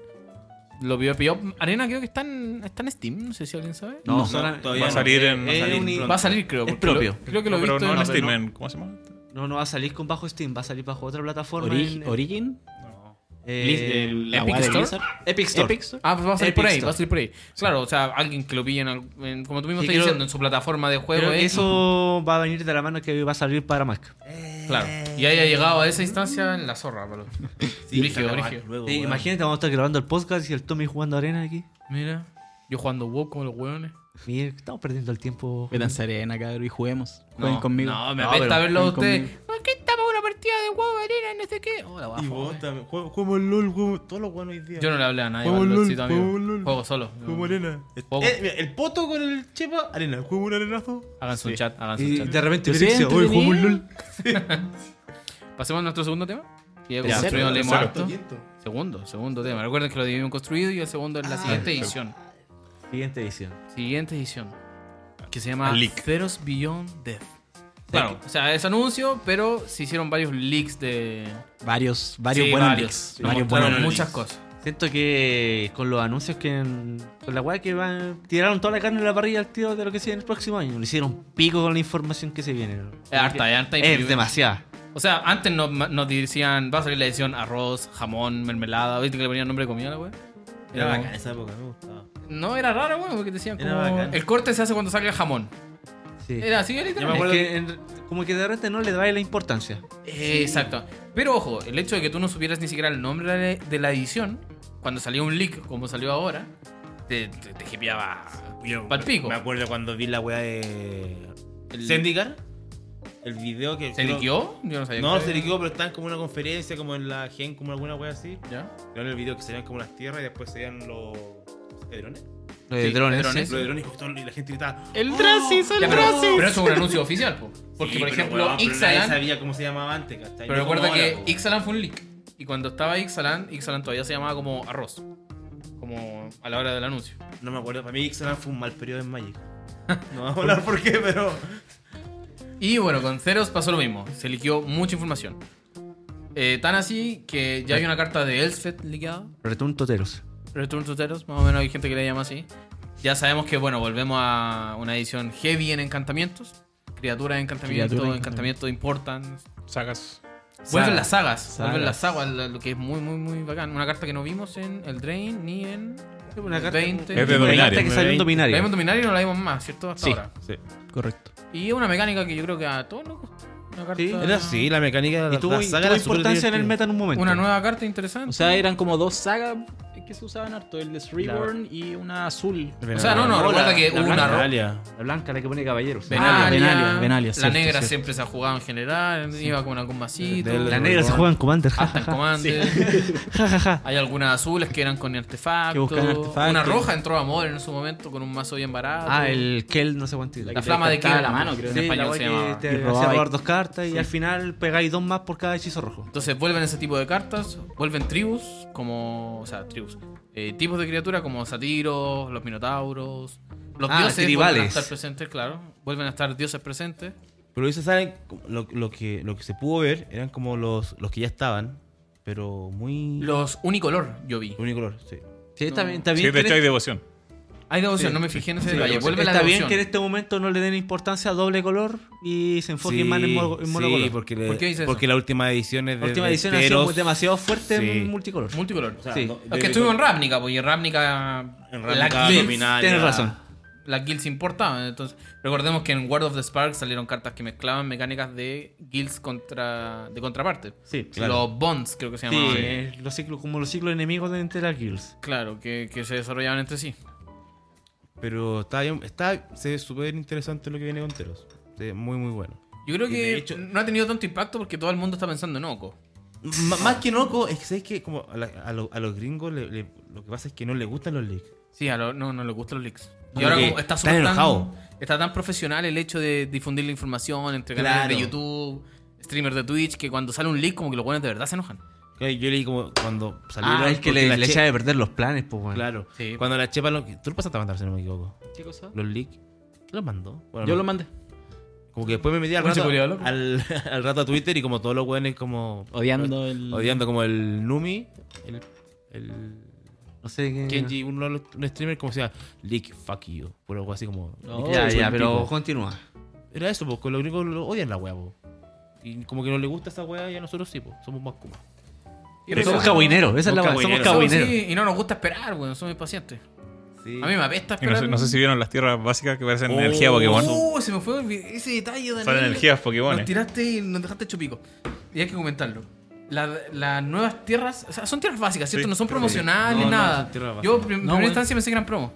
[SPEAKER 1] Lo vio, pilló. Arena creo que está en, está en Steam, no sé si alguien sabe.
[SPEAKER 3] No,
[SPEAKER 4] son-
[SPEAKER 5] va a salir en-
[SPEAKER 4] eh,
[SPEAKER 2] salir
[SPEAKER 4] un-
[SPEAKER 2] pronto.
[SPEAKER 1] Va a salir, creo.
[SPEAKER 4] Es
[SPEAKER 1] porque lo-
[SPEAKER 4] propio.
[SPEAKER 1] creo que lo he
[SPEAKER 5] pero
[SPEAKER 1] visto
[SPEAKER 5] no
[SPEAKER 1] en-
[SPEAKER 5] en Steam,
[SPEAKER 4] no.
[SPEAKER 5] en- ¿cómo se llama?
[SPEAKER 4] No, no va a salir con bajo Steam, va a salir bajo otra plataforma.
[SPEAKER 3] Origi-
[SPEAKER 4] en-
[SPEAKER 3] ¿Origin?
[SPEAKER 4] eh,
[SPEAKER 3] Blizzard, la
[SPEAKER 1] Epic
[SPEAKER 3] weá de
[SPEAKER 1] Store.
[SPEAKER 3] Blizzard.
[SPEAKER 4] Epic Store.
[SPEAKER 3] Epic Store.
[SPEAKER 1] Ah, pues va a salir por
[SPEAKER 4] Epic
[SPEAKER 1] ahí,
[SPEAKER 4] Store.
[SPEAKER 1] va a salir por ahí. Claro, o sea, alguien que lo pille en, al- en- como tú mismo
[SPEAKER 4] Sí,
[SPEAKER 1] estás
[SPEAKER 4] creo-
[SPEAKER 1] diciendo, en su plataforma de
[SPEAKER 4] Creo
[SPEAKER 1] juego. eh,
[SPEAKER 4] que
[SPEAKER 1] X.
[SPEAKER 4] eso va a venir de la mano que va a salir para Mac.
[SPEAKER 1] Claro. Y haya llegado a esa instancia en la zorra, bro. Sí, brígido, brígido.
[SPEAKER 4] Sí, imagínate, vamos a estar grabando el podcast y el Tommy jugando arena aquí.
[SPEAKER 1] Mira, yo jugando WoW como los hueones.
[SPEAKER 4] Mira, estamos perdiendo el tiempo.
[SPEAKER 3] Vete a Serena, cabrón, y juguemos. Jueguen
[SPEAKER 1] no,
[SPEAKER 3] conmigo.
[SPEAKER 1] No, me
[SPEAKER 4] No,
[SPEAKER 1] apesta
[SPEAKER 4] pero
[SPEAKER 1] verlo a
[SPEAKER 3] jueguen
[SPEAKER 1] ustedes. Aquí estamos en una partida de WoW Arena, no sé qué. Oh, la guapo,
[SPEAKER 2] Y vos
[SPEAKER 1] eh.
[SPEAKER 2] también. Jue- Juego el LOL, juego todos los buenos hoy día.
[SPEAKER 1] Yo no le hablé a nadie.
[SPEAKER 2] Juego
[SPEAKER 1] Juego,
[SPEAKER 2] LOL,
[SPEAKER 1] LOL,
[SPEAKER 2] juego LOL.
[SPEAKER 1] juego solo. Mm.
[SPEAKER 2] Juego arena. Eh,
[SPEAKER 1] Juego.
[SPEAKER 2] mira, el poto con el chepa, arena. Juego un arenazo.
[SPEAKER 1] Hagan su chat, hagan su
[SPEAKER 4] Y
[SPEAKER 1] chat.
[SPEAKER 4] de repente
[SPEAKER 3] Pero sí,
[SPEAKER 4] Félix dice, oye,
[SPEAKER 3] entretenido.
[SPEAKER 4] juego un LOL.
[SPEAKER 1] Pasemos a nuestro segundo tema. Que ya
[SPEAKER 3] Ya,
[SPEAKER 1] construido
[SPEAKER 3] cero,
[SPEAKER 1] leemos
[SPEAKER 5] cero.
[SPEAKER 1] harto. Segundo, segundo tema. Recuerden que lo dividimos en construido y el segundo
[SPEAKER 3] Ah.
[SPEAKER 1] es la siguiente edición.
[SPEAKER 4] Siguiente edición.
[SPEAKER 1] Siguiente edición. Que se llama
[SPEAKER 5] A leak.
[SPEAKER 1] Theros Beyond Death. Claro, o sea, es anuncio, pero se hicieron varios leaks de.
[SPEAKER 3] Varios, varios
[SPEAKER 1] Sí,
[SPEAKER 3] buenos
[SPEAKER 1] varios.
[SPEAKER 3] leaks.
[SPEAKER 1] Nos
[SPEAKER 3] Varios
[SPEAKER 1] mostraron
[SPEAKER 3] buenos
[SPEAKER 1] muchas
[SPEAKER 3] leaks.
[SPEAKER 1] cosas.
[SPEAKER 4] Siento que con los anuncios que. en- con la weá que van. Tiraron toda la carne en la parrilla al tiro de lo que se viene el próximo año. Le hicieron pico con la información que se viene.
[SPEAKER 1] Es harta, es harta. y-
[SPEAKER 4] Es demasiada.
[SPEAKER 1] O sea, antes nos, nos decían, va a salir la edición arroz, jamón, mermelada. ¿Viste que le ponían nombre de comida a la wea?
[SPEAKER 2] Era
[SPEAKER 1] Era como-
[SPEAKER 2] bacán esa época, me gustaba.
[SPEAKER 1] No, era raro, weón, porque decían
[SPEAKER 2] Era
[SPEAKER 1] como...
[SPEAKER 2] bacán.
[SPEAKER 1] El corte se hace cuando salga el jamón.
[SPEAKER 4] Sí.
[SPEAKER 1] Era así,
[SPEAKER 4] Es
[SPEAKER 1] literalmente.
[SPEAKER 4] que en- como que de repente no le daba la importancia.
[SPEAKER 1] Eh, Exacto. Pero ojo, el hecho de que tú no supieras ni siquiera el nombre de- de la edición, cuando salió un leak como salió ahora, te, te, te hipeaba pa'l pico.
[SPEAKER 2] Me acuerdo cuando vi la weá de.
[SPEAKER 1] El-
[SPEAKER 2] Sendicar. El video que.
[SPEAKER 1] ¿Se liqueó? Yo no sabía.
[SPEAKER 2] No,
[SPEAKER 1] que-
[SPEAKER 2] se liqueó, pero estaban como en una conferencia, como en la Gen, como alguna wea así.
[SPEAKER 1] ¿Ya?
[SPEAKER 2] Vieron el video que salían como las tierras y después salían los. ¿Pedrones?
[SPEAKER 4] Lo de
[SPEAKER 1] Sí,
[SPEAKER 4] drones.
[SPEAKER 1] Eh, drones.
[SPEAKER 2] Los drones y justo- y la gente gritaba.
[SPEAKER 3] El Trasis, el
[SPEAKER 1] Ya, pero,
[SPEAKER 3] Trasis.
[SPEAKER 1] pero eso es un anuncio oficial, po. Porque,
[SPEAKER 2] Sí,
[SPEAKER 1] por
[SPEAKER 2] pero,
[SPEAKER 1] ejemplo,
[SPEAKER 2] weón, pero nadie
[SPEAKER 1] Ixalan...
[SPEAKER 2] sabía cómo se llamaba antes, ¿cachai?
[SPEAKER 1] Pero
[SPEAKER 2] No como
[SPEAKER 1] recuerda
[SPEAKER 2] ahora,
[SPEAKER 1] que
[SPEAKER 2] po.
[SPEAKER 1] Ixalan fue un leak. Y cuando estaba Ixalan, Ixalan todavía se llamaba como arroz. Como a la hora del anuncio.
[SPEAKER 2] No me acuerdo, para mí Ixalan fue un mal periodo en Magic. No vamos a hablar por qué, pero.
[SPEAKER 1] Y bueno, con Ceros pasó lo mismo. Se liqueó mucha información. Eh, tan así que ya hay una carta de Elspeth liqueada.
[SPEAKER 4] Return to Teros.
[SPEAKER 1] Return to Ceros, más o menos hay gente que le llama así. Ya sabemos que, bueno, volvemos a una edición heavy en encantamientos. Criaturas de encantamiento,
[SPEAKER 3] Criaturas de
[SPEAKER 1] encantamientos importan.
[SPEAKER 5] Sagas.
[SPEAKER 1] Vuelven las sagas, vuelven
[SPEAKER 3] Sagas.
[SPEAKER 1] las sagas, lo- lo que es muy, muy, muy bacán. Una carta que no vimos en el Drain ni en.
[SPEAKER 4] Una
[SPEAKER 1] el
[SPEAKER 4] carta-
[SPEAKER 1] 20.
[SPEAKER 5] Es de
[SPEAKER 1] La
[SPEAKER 5] dominaria.
[SPEAKER 4] Hasta que salió un
[SPEAKER 1] vimos en
[SPEAKER 4] dominario.
[SPEAKER 1] Dominaria y no la vimos más, ¿cierto? Hasta
[SPEAKER 4] Sí.
[SPEAKER 1] ahora.
[SPEAKER 5] Sí.
[SPEAKER 3] Correcto.
[SPEAKER 1] Y es una mecánica que yo creo que a todos nos gusta. Una carta...
[SPEAKER 4] Sí,
[SPEAKER 2] Era así, la mecánica de
[SPEAKER 4] Y tuvo, tuvo importancia en el meta en un momento.
[SPEAKER 1] Una nueva carta interesante.
[SPEAKER 3] O sea, eran como dos sagas que se usaban harto: el de Reborn y una azul.
[SPEAKER 1] O sea, no, no,
[SPEAKER 4] Hola,
[SPEAKER 1] recuerda que
[SPEAKER 4] la
[SPEAKER 1] hubo una
[SPEAKER 4] blanca.
[SPEAKER 1] ro-
[SPEAKER 4] La blanca, la que pone caballeros.
[SPEAKER 1] Benalia,
[SPEAKER 3] Ah, Benalia, Benalia,
[SPEAKER 1] la
[SPEAKER 3] cierto,
[SPEAKER 1] negra
[SPEAKER 3] cierto.
[SPEAKER 1] siempre se ha jugado en general, iba con algún vasito.
[SPEAKER 2] Del-
[SPEAKER 4] la negra se juega en Commander.
[SPEAKER 1] Hasta en Commander.
[SPEAKER 4] Ja, ja, ja.
[SPEAKER 1] Hay algunas azules que eran con
[SPEAKER 3] Que
[SPEAKER 1] artefactos.
[SPEAKER 3] buscan artefactos.
[SPEAKER 1] Una roja entró a Modern en su momento con un mazo bien barato.
[SPEAKER 4] Ah, el Kel, no sé cuánto.
[SPEAKER 1] La flama de
[SPEAKER 3] cortaba
[SPEAKER 1] Kel.
[SPEAKER 3] la mano, creo, en
[SPEAKER 1] Sí,
[SPEAKER 4] Sí,
[SPEAKER 1] español
[SPEAKER 4] la
[SPEAKER 1] se
[SPEAKER 4] wea
[SPEAKER 1] llamaba.
[SPEAKER 4] que
[SPEAKER 3] Y
[SPEAKER 4] te
[SPEAKER 3] robaba
[SPEAKER 4] hacía
[SPEAKER 3] ahí.
[SPEAKER 4] robar dos cartas y al final pegáis dos más por cada hechizo rojo.
[SPEAKER 1] Entonces vuelven ese tipo de cartas, vuelven tribus, como. O sea, tribus. Eh, tipos de criaturas como satiros, los minotauros. Los
[SPEAKER 4] Ah,
[SPEAKER 1] dioses vuelven a
[SPEAKER 4] tribales.
[SPEAKER 1] estar presentes, claro. Vuelven a estar dioses presentes.
[SPEAKER 2] Pero eso saben, lo, lo que, lo que se pudo ver eran como los, los que ya estaban, pero muy.
[SPEAKER 1] Los unicolor, yo vi.
[SPEAKER 2] Unicolor, sí.
[SPEAKER 4] Sí, está
[SPEAKER 1] No.
[SPEAKER 4] bien, está
[SPEAKER 5] Sí,
[SPEAKER 4] bien.
[SPEAKER 5] de
[SPEAKER 4] que
[SPEAKER 5] hecho hay
[SPEAKER 4] en-
[SPEAKER 5] devoción.
[SPEAKER 1] Hay devoción, no me fijé en ese detalle. Vuelve la
[SPEAKER 4] Está bien
[SPEAKER 1] devoción.
[SPEAKER 4] que en este momento no le den importancia a doble color y se enfoquen más en, mo- en monocolor.
[SPEAKER 2] Sí, porque, le-
[SPEAKER 1] ¿Por qué dices
[SPEAKER 2] porque
[SPEAKER 1] eso?
[SPEAKER 2] la última edición es de.
[SPEAKER 4] la última
[SPEAKER 2] de
[SPEAKER 4] edición ha sido
[SPEAKER 2] Teros.
[SPEAKER 4] muy- demasiado fuerte
[SPEAKER 2] Sí.
[SPEAKER 4] en multicolor.
[SPEAKER 1] Multicolor.
[SPEAKER 2] O sea,
[SPEAKER 4] sí.
[SPEAKER 2] no-
[SPEAKER 1] es que estuvimos en Ravnica, pues, y en Ravnica.
[SPEAKER 2] En
[SPEAKER 1] la
[SPEAKER 2] Ravnica
[SPEAKER 1] guild-
[SPEAKER 2] dominaba.
[SPEAKER 4] Tienes razón.
[SPEAKER 1] las guilds importaban. Entonces, recordemos que en World of the Spark salieron cartas que mezclaban mecánicas de guilds contra de contraparte.
[SPEAKER 4] Sí,
[SPEAKER 2] Claro.
[SPEAKER 1] Los bonds, creo que se
[SPEAKER 4] Sí,
[SPEAKER 1] llamaban.
[SPEAKER 4] eh, los ciclos, como los ciclos enemigos de entre las guilds.
[SPEAKER 1] Claro, que, que se desarrollaban entre sí.
[SPEAKER 2] Pero está bien, está se ve súper interesante lo que viene con Teros. Se ve Muy, muy bueno.
[SPEAKER 1] Yo creo
[SPEAKER 2] Y de
[SPEAKER 1] que
[SPEAKER 2] hecho-
[SPEAKER 1] no ha tenido tanto impacto porque todo el mundo está pensando en Oco.
[SPEAKER 2] M- más que Noco, es que sabes que como a, la- a lo- a los gringos le- le- lo que pasa es que no les gustan los leaks.
[SPEAKER 1] Sí, a lo- no, no le gustan los leaks. Y
[SPEAKER 2] No,
[SPEAKER 1] ahora
[SPEAKER 2] porque
[SPEAKER 1] como está
[SPEAKER 2] están
[SPEAKER 1] súper
[SPEAKER 2] enojados.
[SPEAKER 1] tan, está tan profesional el hecho de difundir la información entre canales
[SPEAKER 2] Claro.
[SPEAKER 1] de YouTube, streamers de Twitch, que cuando sale un leak como que los buenos de verdad se enojan.
[SPEAKER 2] Yo leí como cuando salieron.
[SPEAKER 4] Ah, es que
[SPEAKER 2] porque
[SPEAKER 4] le,
[SPEAKER 2] la
[SPEAKER 4] le
[SPEAKER 2] che-
[SPEAKER 4] echa de perder los planes, pues bueno.
[SPEAKER 2] Claro.
[SPEAKER 1] Sí.
[SPEAKER 2] Cuando la chepa lo. Tú lo pasaste a mandar, si no me equivoco.
[SPEAKER 3] ¿Qué cosa?
[SPEAKER 2] Los leaks. ¿Qué los mandó? Bueno,
[SPEAKER 3] Yo
[SPEAKER 2] no.
[SPEAKER 3] lo mandé.
[SPEAKER 2] Como que después me metí al
[SPEAKER 1] Mucho
[SPEAKER 2] rato,
[SPEAKER 1] culiao, loco.
[SPEAKER 2] al, al rato a Twitter y como todos los weones como.
[SPEAKER 3] Odiando el.
[SPEAKER 2] Odiando como el Numi. El. el
[SPEAKER 4] No sé qué.
[SPEAKER 2] Kenji, uno de los- un streamer como sea. Leak, fuck you. Por algo así como.
[SPEAKER 3] No,
[SPEAKER 4] ya,
[SPEAKER 3] el
[SPEAKER 4] ya, pero
[SPEAKER 3] pico.
[SPEAKER 4] continúa.
[SPEAKER 2] Era eso, porque los gringos lo odian la wea, po. Y como que no les gusta esa wea y a nosotros sí, po. Somos más como.
[SPEAKER 4] Pero somos cabineros, esa es la
[SPEAKER 2] Somos
[SPEAKER 4] weá, somos
[SPEAKER 2] cabineros.
[SPEAKER 1] Somos,
[SPEAKER 4] cabineros.
[SPEAKER 1] sí, y no nos gusta esperar, weón, somos impacientes.
[SPEAKER 2] Sí.
[SPEAKER 1] A mí me apesta
[SPEAKER 5] Y no,
[SPEAKER 1] esperar.
[SPEAKER 5] sé- no sé si vieron las tierras básicas que parecen
[SPEAKER 2] Oh.
[SPEAKER 5] energía Pokémon.
[SPEAKER 1] Uh, se me fue el vi- ese detalle de
[SPEAKER 5] Son energías
[SPEAKER 1] Nos
[SPEAKER 5] Pokémon. eh.
[SPEAKER 1] tiraste y nos dejaste hecho pico. Y hay que comentarlo. la- las nuevas tierras, o sea, son tierras básicas, ¿cierto?
[SPEAKER 5] Sí,
[SPEAKER 1] no son
[SPEAKER 5] tierras
[SPEAKER 1] promocionales,
[SPEAKER 2] básicas. No, no,
[SPEAKER 1] nada.
[SPEAKER 2] son tierras
[SPEAKER 1] Yo, en
[SPEAKER 2] básicas.
[SPEAKER 1] primera
[SPEAKER 3] No, bueno.
[SPEAKER 1] instancia, pensé que eran promos.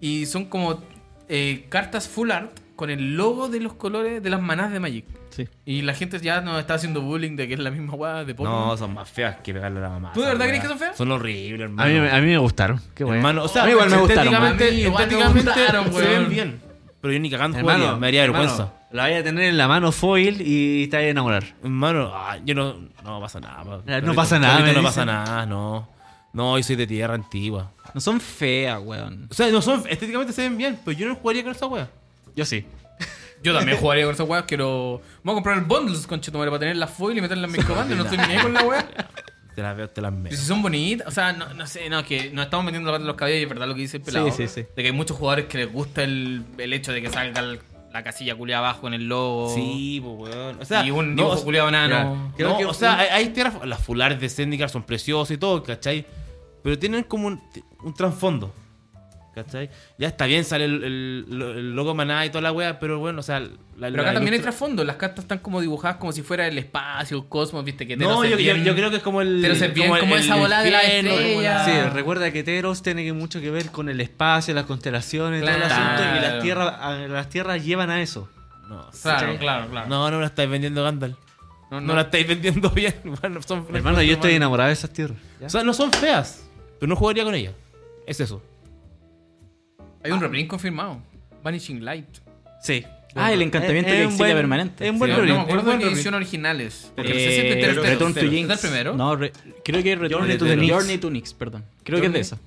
[SPEAKER 1] Y son como eh, cartas full art con el logo de los colores de las manás de Magic.
[SPEAKER 3] Sí.
[SPEAKER 1] Y la gente ya nos está haciendo bullying de que es la misma guada de Pokémon.
[SPEAKER 2] No, son más feas que pegarle a la mamá.
[SPEAKER 1] ¿Tú de
[SPEAKER 2] esas
[SPEAKER 1] verdad crees
[SPEAKER 2] weas.
[SPEAKER 1] que son feas?
[SPEAKER 2] Son horribles,
[SPEAKER 4] A mí,
[SPEAKER 2] hermano.
[SPEAKER 4] a mí me gustaron. Qué bueno.
[SPEAKER 2] hermano, o sea,
[SPEAKER 3] A mí igual me gustaron.
[SPEAKER 2] estéticamente-
[SPEAKER 1] A mí igual me
[SPEAKER 2] estéticamente
[SPEAKER 1] gustaron,
[SPEAKER 2] se ven
[SPEAKER 1] weón.
[SPEAKER 2] bien. Pero yo ni cagando
[SPEAKER 4] Hermano,
[SPEAKER 2] jugaría, me haría vergüenza.
[SPEAKER 4] hermano, La vaya a tener en la mano foil y te vaya a enamorar.
[SPEAKER 2] Hermano, ah, yo no. No pasa nada. pa-
[SPEAKER 4] no pasa nada,
[SPEAKER 2] Carlito,
[SPEAKER 4] me
[SPEAKER 2] No pasa
[SPEAKER 4] dicen.
[SPEAKER 2] nada, no. No, yo soy de tierra antigua.
[SPEAKER 3] No son feas, weón.
[SPEAKER 2] O sea, no son, estéticamente se ven bien, pero yo no jugaría con esa wea.
[SPEAKER 4] Yo sí.
[SPEAKER 1] Yo también jugaría con esas weas, quiero. Voy a comprar bundles con Chetumare para tener la foil y meterla en mis comandos. No estoy ni ahí con la wea.
[SPEAKER 2] Te las veo, te las meto.
[SPEAKER 1] Pero si son bonitas, o sea, no, no sé, no, que nos estamos metiendo la pata en los cabellos y es verdad lo que dice el pelado.
[SPEAKER 3] sí, sí.
[SPEAKER 1] De que hay muchos jugadores que les gusta el, el hecho de que salga el- la casilla culia abajo en el logo.
[SPEAKER 2] Sí, pues weón. O sea,
[SPEAKER 1] Y un dibujo culiao nano.
[SPEAKER 2] mira,
[SPEAKER 1] Creo
[SPEAKER 2] no,
[SPEAKER 1] que-
[SPEAKER 2] o sea, hay, hay tierras. Las fulares de Zendikar son preciosas y todo, ¿cachai? Pero tienen como un, un trasfondo. ¿Cachai? Ya está bien, sale el, el- el logo maná y toda la wea, pero bueno, o sea. La,
[SPEAKER 1] Pero acá también hay trasfondo, las cartas están como dibujadas como si fuera el espacio, el cosmos, viste, que te
[SPEAKER 2] No,
[SPEAKER 1] lo
[SPEAKER 2] yo,
[SPEAKER 1] hacen
[SPEAKER 2] yo,
[SPEAKER 1] bien.
[SPEAKER 2] yo creo que es como el.
[SPEAKER 1] Pero se bien como esa bola de la
[SPEAKER 2] infierno, como
[SPEAKER 1] estrella.
[SPEAKER 4] Sí, recuerda que Teros tiene que mucho que ver con el espacio, las constelaciones, todo el
[SPEAKER 1] Claro.
[SPEAKER 4] asunto. Y las tierras, a- las tierras llevan a eso.
[SPEAKER 2] No,
[SPEAKER 1] Claro, claro, claro.
[SPEAKER 2] no, no la estáis vendiendo, Gandalf. No,
[SPEAKER 1] no.
[SPEAKER 2] la estáis vendiendo bien. Bueno, son
[SPEAKER 4] Hermano, yo estoy enamorado de esas tierras.
[SPEAKER 2] O sea, no son feas, pero no jugaría con ellas. Es eso.
[SPEAKER 1] Hay un reprint confirmado. Vanishing Light.
[SPEAKER 4] Sí.
[SPEAKER 3] Ah, el
[SPEAKER 1] Eh,
[SPEAKER 3] encantamiento que
[SPEAKER 4] un
[SPEAKER 3] exilia
[SPEAKER 4] buen-
[SPEAKER 3] permanente.
[SPEAKER 4] Es un
[SPEAKER 1] Sí,
[SPEAKER 4] buen
[SPEAKER 1] no, no me
[SPEAKER 4] reprint, es un
[SPEAKER 1] acuerdo de
[SPEAKER 4] buen
[SPEAKER 1] qué
[SPEAKER 4] reprint.
[SPEAKER 1] edición originales. Porque
[SPEAKER 3] Eh,
[SPEAKER 1] recién se siente el
[SPEAKER 3] Return
[SPEAKER 1] tercero.
[SPEAKER 3] to Jinx.
[SPEAKER 1] ¿Está el primero?
[SPEAKER 3] No, re- creo que es Return,
[SPEAKER 4] Journey
[SPEAKER 3] to
[SPEAKER 4] to
[SPEAKER 3] the
[SPEAKER 4] the Nix.
[SPEAKER 3] Journey to Nix, perdón. Creo que es de esa.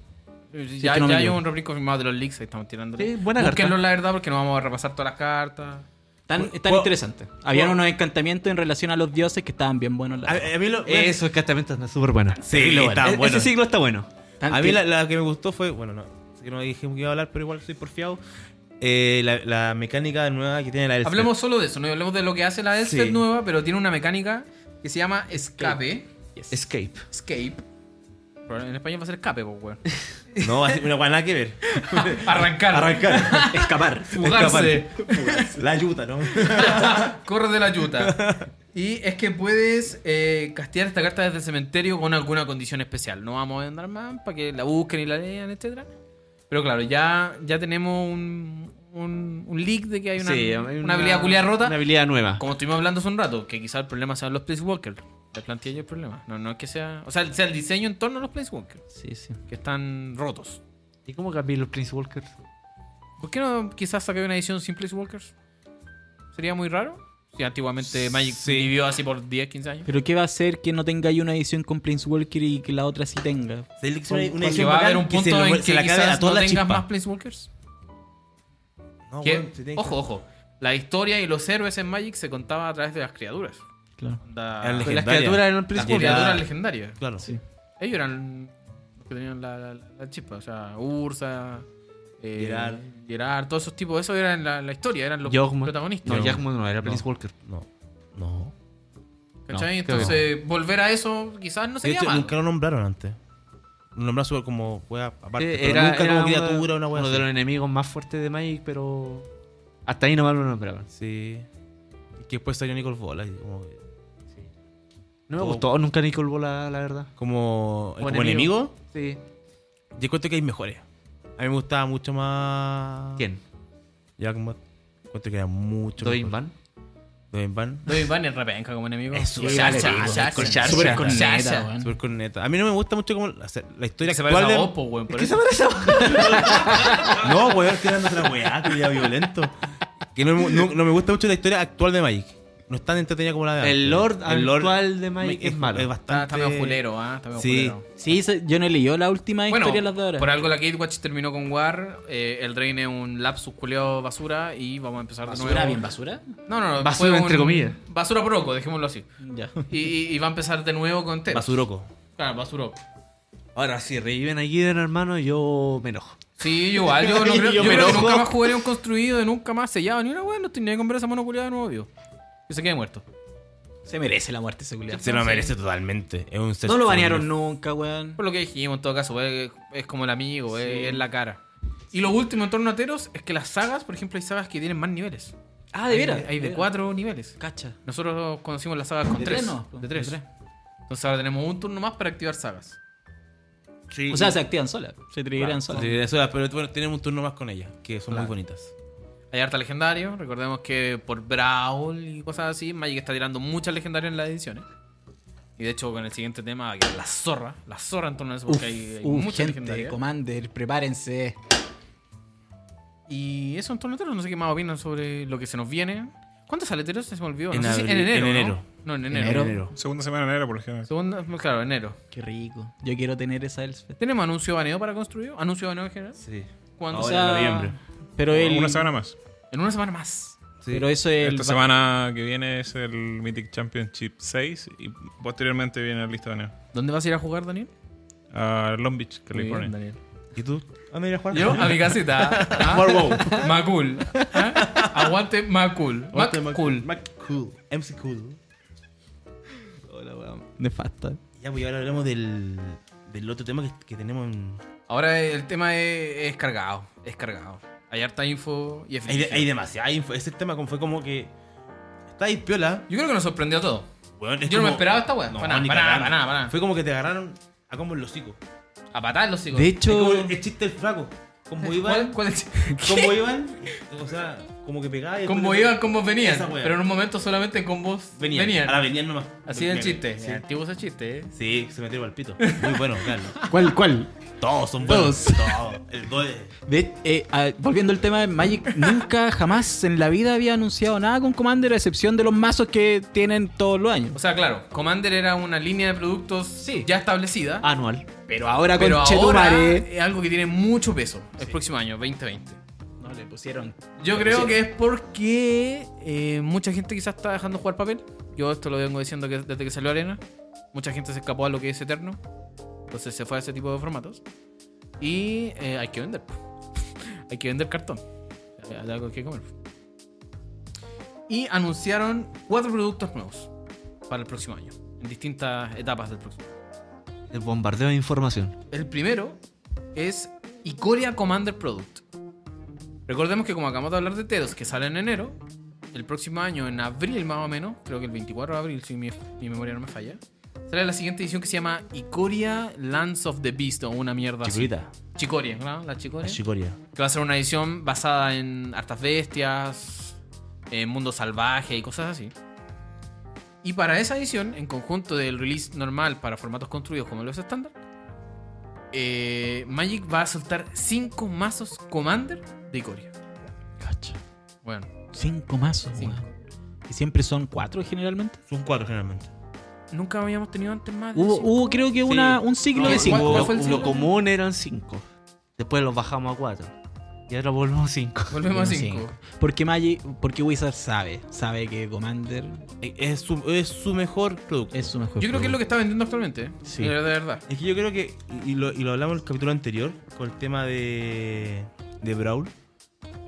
[SPEAKER 1] ya
[SPEAKER 3] que no me
[SPEAKER 1] ya hay
[SPEAKER 3] equivoco.
[SPEAKER 1] un reprint confirmado de los leaks, ahí estamos tirando.
[SPEAKER 4] Sí, buena
[SPEAKER 1] Búsquenlo,
[SPEAKER 4] carta.
[SPEAKER 1] la verdad, porque no vamos a repasar todas las cartas.
[SPEAKER 3] Tan, tan interesante. Habían unos encantamientos en relación a los dioses que estaban bien buenos. la-
[SPEAKER 2] A, a mí lo.
[SPEAKER 4] Eso, exactamente, está súper bueno.
[SPEAKER 2] Sí, está
[SPEAKER 4] E-
[SPEAKER 2] bueno.
[SPEAKER 4] Ese ciclo está bueno.
[SPEAKER 3] tan-
[SPEAKER 2] A mí la, la que me gustó fue. Bueno, no. Sé que no dijimos que iba a hablar, pero igual soy porfiado. Eh, la, la mecánica nueva que tiene la Elspeth.
[SPEAKER 1] Hablemos solo de eso, no hablemos de lo que hace la Elspeth
[SPEAKER 2] Este. Sí.
[SPEAKER 1] nueva, pero tiene una mecánica que se llama escape.
[SPEAKER 4] Escape.
[SPEAKER 1] Escape. Pero en español va a ser escape, po, weón.
[SPEAKER 2] No, así- una guaná que ver.
[SPEAKER 1] Arrancar.
[SPEAKER 2] Arrancar.
[SPEAKER 3] Escapar.
[SPEAKER 1] Fugarse.
[SPEAKER 2] la ayuda, ¿no?
[SPEAKER 1] Corre de la yuta. Y es que puedes eh, castear esta carta desde el cementerio con alguna condición especial. No vamos a andar más para que la busquen y la lean, etcétera. Pero claro, ya, ya tenemos un, un, un leak de que hay una,
[SPEAKER 4] Sí, hay
[SPEAKER 1] una, habilidad culia rota.
[SPEAKER 4] Una habilidad nueva.
[SPEAKER 1] Como estuvimos hablando hace un rato, que quizás el problema sean los Place Walkers. La plantilla y el problema. No, no es que sea. O sea, sea el diseño en torno a los Place Walkers,
[SPEAKER 3] Sí, sí.
[SPEAKER 1] que están rotos.
[SPEAKER 4] ¿Y cómo cambié los Prince Walkers?
[SPEAKER 1] ¿Por qué no quizás sacar una edición sin Place Walkers? ¿Sería muy raro? Si antiguamente Magic vivió así por 10, 15 años.
[SPEAKER 3] Pero ¿qué va a hacer que no tenga ahí una edición con Planeswalker y que la otra sí tenga?
[SPEAKER 2] una
[SPEAKER 1] Porque va a haber un punto en que,
[SPEAKER 2] la
[SPEAKER 1] quizás
[SPEAKER 2] a toda
[SPEAKER 1] no
[SPEAKER 2] la
[SPEAKER 1] tengas más
[SPEAKER 2] chispa.
[SPEAKER 1] Planeswalkers. Que- ojo, ojo. La historia y los héroes en Magic se contaba a través de las criaturas.
[SPEAKER 3] Claro.
[SPEAKER 1] Onda-
[SPEAKER 2] Eran
[SPEAKER 1] las
[SPEAKER 4] Las
[SPEAKER 2] Legendaria.
[SPEAKER 4] criaturas eran los Prince
[SPEAKER 2] Las
[SPEAKER 4] Walkers.
[SPEAKER 1] criaturas legendarias.
[SPEAKER 2] Claro.
[SPEAKER 3] Sí.
[SPEAKER 1] Ellos eran los que tenían la, la- la chispa. O sea, Ursa, eh,
[SPEAKER 2] Gerard.
[SPEAKER 1] Gerard, todos esos tipos. Eso eran la, la historia, eran los
[SPEAKER 4] Yawgmoth.
[SPEAKER 1] protagonistas.
[SPEAKER 4] No, Jackman no era Prince Walker.
[SPEAKER 2] No. No.
[SPEAKER 1] ¿Cachai?
[SPEAKER 4] no, creo que
[SPEAKER 1] Entonces, volver a eso quizás no
[SPEAKER 2] De
[SPEAKER 1] sería
[SPEAKER 2] hecho,
[SPEAKER 1] malo.
[SPEAKER 2] nunca lo nombraron antes. Lo nombraron sobre como wea
[SPEAKER 1] Eh,
[SPEAKER 2] aparte.
[SPEAKER 4] Sí,
[SPEAKER 2] pero
[SPEAKER 4] era,
[SPEAKER 2] nunca
[SPEAKER 4] era
[SPEAKER 2] como
[SPEAKER 4] una-
[SPEAKER 2] criatura, una wea.
[SPEAKER 4] uno
[SPEAKER 2] así.
[SPEAKER 4] de los enemigos más fuertes de Magic, pero hasta ahí nomás lo nombraban.
[SPEAKER 2] Sí. Y que después salió Nicol Bola. y como, eh,
[SPEAKER 4] No me
[SPEAKER 2] Todo-
[SPEAKER 4] gustó nunca Nicol Bola, la verdad.
[SPEAKER 2] como,
[SPEAKER 4] Como
[SPEAKER 2] como
[SPEAKER 4] enemigo.
[SPEAKER 2] enemigo.
[SPEAKER 4] Sí.
[SPEAKER 2] Yo cuento que hay mejores. A mí me gustaba mucho más.
[SPEAKER 4] ¿Quién?
[SPEAKER 2] Jackmot. Cuento que era mucho.
[SPEAKER 4] Doin
[SPEAKER 2] mejor.
[SPEAKER 4] Van.
[SPEAKER 2] Doin Van.
[SPEAKER 1] Doy Van en repenca como enemigo.
[SPEAKER 2] Eso,
[SPEAKER 1] Chacha,
[SPEAKER 2] vale,
[SPEAKER 1] chacha,
[SPEAKER 2] con
[SPEAKER 1] chacha.
[SPEAKER 2] chacha.
[SPEAKER 1] Súper con
[SPEAKER 3] Chacha.
[SPEAKER 1] chacha.
[SPEAKER 3] weón.
[SPEAKER 2] Super corneta. A mí no me gusta mucho como la, la historia
[SPEAKER 1] Se
[SPEAKER 2] actual
[SPEAKER 1] parece a
[SPEAKER 2] de-
[SPEAKER 1] vos, po, weón, por eso.
[SPEAKER 2] No, weón, tirando otra weá, que ya violento. Que no, me- no- no me gusta mucho la historia actual de Magic. No es tan entretenida como la de antes.
[SPEAKER 4] El Lord
[SPEAKER 2] Ah, El Lord
[SPEAKER 4] actual de Magic es, malo.
[SPEAKER 2] Es
[SPEAKER 1] Está,
[SPEAKER 2] bastante.
[SPEAKER 1] está medio culero, ¿ah? Está medio
[SPEAKER 2] Sí.
[SPEAKER 1] culero.
[SPEAKER 3] Sí, se- yo no he leído la última historia de las de
[SPEAKER 1] Bueno,
[SPEAKER 3] ahora.
[SPEAKER 1] por algo la Gatewatch terminó con War, eh, el Drain es un lapsus culeado basura y vamos a empezar de nuevo.
[SPEAKER 3] basura?
[SPEAKER 1] No, no, no.
[SPEAKER 4] Basura
[SPEAKER 1] fue
[SPEAKER 4] entre comillas.
[SPEAKER 1] Basura por oco, dejémoslo así.
[SPEAKER 3] Ya.
[SPEAKER 1] Y, y- y va a empezar de nuevo con Ted.
[SPEAKER 2] Basuroco.
[SPEAKER 1] Claro, basuro.
[SPEAKER 4] Ahora, si reviven a Gideon, hermano, yo me enojo.
[SPEAKER 1] Sí, yo igual, yo, no creo, yo creo
[SPEAKER 4] me
[SPEAKER 1] que
[SPEAKER 4] enojo.
[SPEAKER 1] nunca más jugaría un construido, nunca más sellado, ni una weá, no tenía que comprar esa mano culiada de nuevo, vivo. Que se quede muerto.
[SPEAKER 3] Se merece la muerte, seguridad.
[SPEAKER 2] Se lo merece totalmente. Es un
[SPEAKER 3] No lo banearon nunca, weón.
[SPEAKER 1] Por lo que dijimos, en todo caso, es, es como el amigo, es, es la cara. Y lo último en torno a Teros es que las sagas, por ejemplo, hay sagas que tienen más niveles.
[SPEAKER 3] Ah, de veras.
[SPEAKER 1] Hay, hay de
[SPEAKER 3] veras.
[SPEAKER 1] cuatro niveles.
[SPEAKER 3] Cacha.
[SPEAKER 1] Nosotros conocimos las sagas con
[SPEAKER 3] De
[SPEAKER 1] tres.
[SPEAKER 3] tres, ¿no?
[SPEAKER 1] De tres. Entonces ahora tenemos un turno más para activar sagas.
[SPEAKER 2] Sí.
[SPEAKER 3] O sea, se activan solas. Se triggeran solas.
[SPEAKER 2] Sí, eso era, pero bueno, tenemos un turno más con ella, que son
[SPEAKER 1] Claro.
[SPEAKER 2] muy bonitas.
[SPEAKER 1] Hay harta legendario. Recordemos que por Brawl y cosas así, Magic está tirando muchas legendarias en las ediciones. Y de hecho, con el siguiente tema va a quedar la zorra. La zorra en torno a eso, porque
[SPEAKER 3] Uf,
[SPEAKER 1] hay, hay
[SPEAKER 3] uf,
[SPEAKER 1] muchas
[SPEAKER 3] gente,
[SPEAKER 1] legendarias.
[SPEAKER 3] Commander, prepárense.
[SPEAKER 1] Y eso en torno a Eteros, no sé qué más opinan sobre lo que se nos viene. ¿Cuánto sale Eteros? Se me olvidó.
[SPEAKER 2] En
[SPEAKER 1] no sé si en
[SPEAKER 2] abril-
[SPEAKER 1] enero.
[SPEAKER 2] en
[SPEAKER 1] ¿no?
[SPEAKER 2] enero.
[SPEAKER 1] ¿no? en enero.
[SPEAKER 3] Enero.
[SPEAKER 5] Segunda semana de enero, por lo general.
[SPEAKER 1] Segunda, claro, enero.
[SPEAKER 3] Qué rico. Yo quiero tener esa Elspeth.
[SPEAKER 1] ¿Tenemos anuncio baneado para construir? ¿Anuncio baneado en general?
[SPEAKER 2] Sí.
[SPEAKER 1] ¿Cuándo?
[SPEAKER 2] Ahora,
[SPEAKER 1] O sea,
[SPEAKER 2] en noviembre.
[SPEAKER 3] Pero el,
[SPEAKER 5] Oh, Una semana más.
[SPEAKER 1] En una semana más.
[SPEAKER 2] Sí.
[SPEAKER 3] Pero eso es el.
[SPEAKER 5] Esta semana que viene es el Mythic Championship 6 y posteriormente viene el lista de enero.
[SPEAKER 1] ¿Dónde vas a ir a jugar, Daniel?
[SPEAKER 5] A Long Beach,
[SPEAKER 1] Muy bien,
[SPEAKER 5] California.
[SPEAKER 1] Daniel.
[SPEAKER 2] ¿Y tú? Ah, mira, Juan.
[SPEAKER 1] Yo a mi casita. ¿ah? Macul. ¿ah? Aguante Macul.
[SPEAKER 2] Mac cool.
[SPEAKER 1] Macul.
[SPEAKER 2] Mac cool. MC cool. Hola, weón.
[SPEAKER 3] Nefasta.
[SPEAKER 2] Ya, pues y ahora hablamos del, del otro tema que, que tenemos en.
[SPEAKER 1] Ahora el tema es, es cargado. Es cargado. Hay harta info y es
[SPEAKER 2] Hay, de-
[SPEAKER 1] brígido.
[SPEAKER 2] hay demasiada info. Ese tema como fue como que. Está ahí piola.
[SPEAKER 1] Yo creo que nos sorprendió a todos.
[SPEAKER 2] Weón,
[SPEAKER 1] Yo no me esperaba esta weá.
[SPEAKER 2] No,
[SPEAKER 1] Para nada,
[SPEAKER 2] ni
[SPEAKER 1] para nada,
[SPEAKER 2] cagando.
[SPEAKER 1] para nada, para nada.
[SPEAKER 2] Fue como que te agarraron a como en los hocico.
[SPEAKER 1] A patar los hijos.
[SPEAKER 3] De
[SPEAKER 2] Es
[SPEAKER 3] hecho,
[SPEAKER 2] como el el chiste del flaco. Como
[SPEAKER 1] ¿Cuál,
[SPEAKER 2] iban.
[SPEAKER 1] cuál es?
[SPEAKER 2] Como iban. O sea, como que pegaba. y después
[SPEAKER 1] Combo
[SPEAKER 2] le-
[SPEAKER 1] iban, combos venían.
[SPEAKER 2] Esa weá.
[SPEAKER 1] Pero en un momento solamente combos
[SPEAKER 2] Venían.
[SPEAKER 1] venían.
[SPEAKER 2] A la venían nomás.
[SPEAKER 1] Así del
[SPEAKER 2] Venían.
[SPEAKER 1] chiste.
[SPEAKER 2] Sí.
[SPEAKER 1] Antiguo ese chiste, eh.
[SPEAKER 2] Sí, se metieron al pito. Muy bueno, claro.
[SPEAKER 3] ¿cuál, cuál?
[SPEAKER 2] Todos son buenos.
[SPEAKER 3] Todos.
[SPEAKER 2] Todos. El dos es-
[SPEAKER 3] De- eh, a- volviendo al tema de Magic, nunca jamás en la vida había anunciado nada con Commander, a excepción de los mazos que tienen todos los años.
[SPEAKER 1] O sea, claro, Commander era una línea de productos
[SPEAKER 3] Sí.
[SPEAKER 1] ya establecida.
[SPEAKER 4] Anual.
[SPEAKER 3] Pero ahora con
[SPEAKER 1] pero ahora eh,
[SPEAKER 3] Chetumare.
[SPEAKER 1] es algo que tiene mucho peso el próximo año, 2020.
[SPEAKER 3] No le pusieron.
[SPEAKER 1] Yo creo que es porque eh, mucha gente quizás está dejando jugar papel. Yo esto lo vengo diciendo que desde que salió Arena. Mucha gente se escapó a lo que es Eterno. Entonces se fue a ese tipo de formatos. Y eh, hay que vender. po. hay que vender cartón. Eh, Hay algo que comer. Y anunciaron cuatro productos nuevos para el próximo año. En distintas etapas del próximo.
[SPEAKER 4] El bombardeo de información.
[SPEAKER 1] El primero es Icoria Commander Product. Recordemos que como acabamos de hablar de Teros, que sale en enero, el próximo año, en abril más o menos, creo que el 24 de abril, si mi, mi memoria no me falla, sale la siguiente edición que se llama Icoria Lands of the Beast o una mierda así.
[SPEAKER 2] Chicorita.
[SPEAKER 1] Chicoria, ¿no? La Chicoria.
[SPEAKER 2] La chicoria.
[SPEAKER 1] que va a ser una edición basada en hartas bestias, en mundo salvaje y cosas así. Y para esa edición, en conjunto del release normal para formatos construidos como los estándar, eh, Magic va a soltar 5 mazos Commander de Icoria.
[SPEAKER 3] Cacha.
[SPEAKER 1] Bueno,
[SPEAKER 3] Cinco mazos,
[SPEAKER 1] Cinco.
[SPEAKER 3] weón. Y siempre son cuatro generalmente.
[SPEAKER 2] Son cuatro generalmente.
[SPEAKER 1] nunca habíamos tenido antes más. de
[SPEAKER 3] Hubo,
[SPEAKER 1] Ah, cinco.
[SPEAKER 3] hubo creo que una,
[SPEAKER 2] Sí.
[SPEAKER 3] un ciclo
[SPEAKER 1] No,
[SPEAKER 3] de
[SPEAKER 1] ¿cuál-
[SPEAKER 3] cinco.
[SPEAKER 1] cuál fue el
[SPEAKER 4] lo,
[SPEAKER 1] ciclo?
[SPEAKER 4] lo común eran cinco. Después los bajamos a cuatro. Y ahora volvemos a cinco.
[SPEAKER 1] Volvemos a
[SPEAKER 3] Uno,
[SPEAKER 1] 5.
[SPEAKER 3] Porque Magic, porque Wizard sabe, sabe que Commander
[SPEAKER 2] Eh, Es su, es su mejor producto.
[SPEAKER 3] es su mejor.
[SPEAKER 1] Yo creo que es lo que está vendiendo actualmente. ¿eh?
[SPEAKER 4] Sí.
[SPEAKER 1] De verdad, de verdad.
[SPEAKER 2] Es que yo creo que, y lo, y lo hablamos en el capítulo anterior, con el tema de, de Brawl,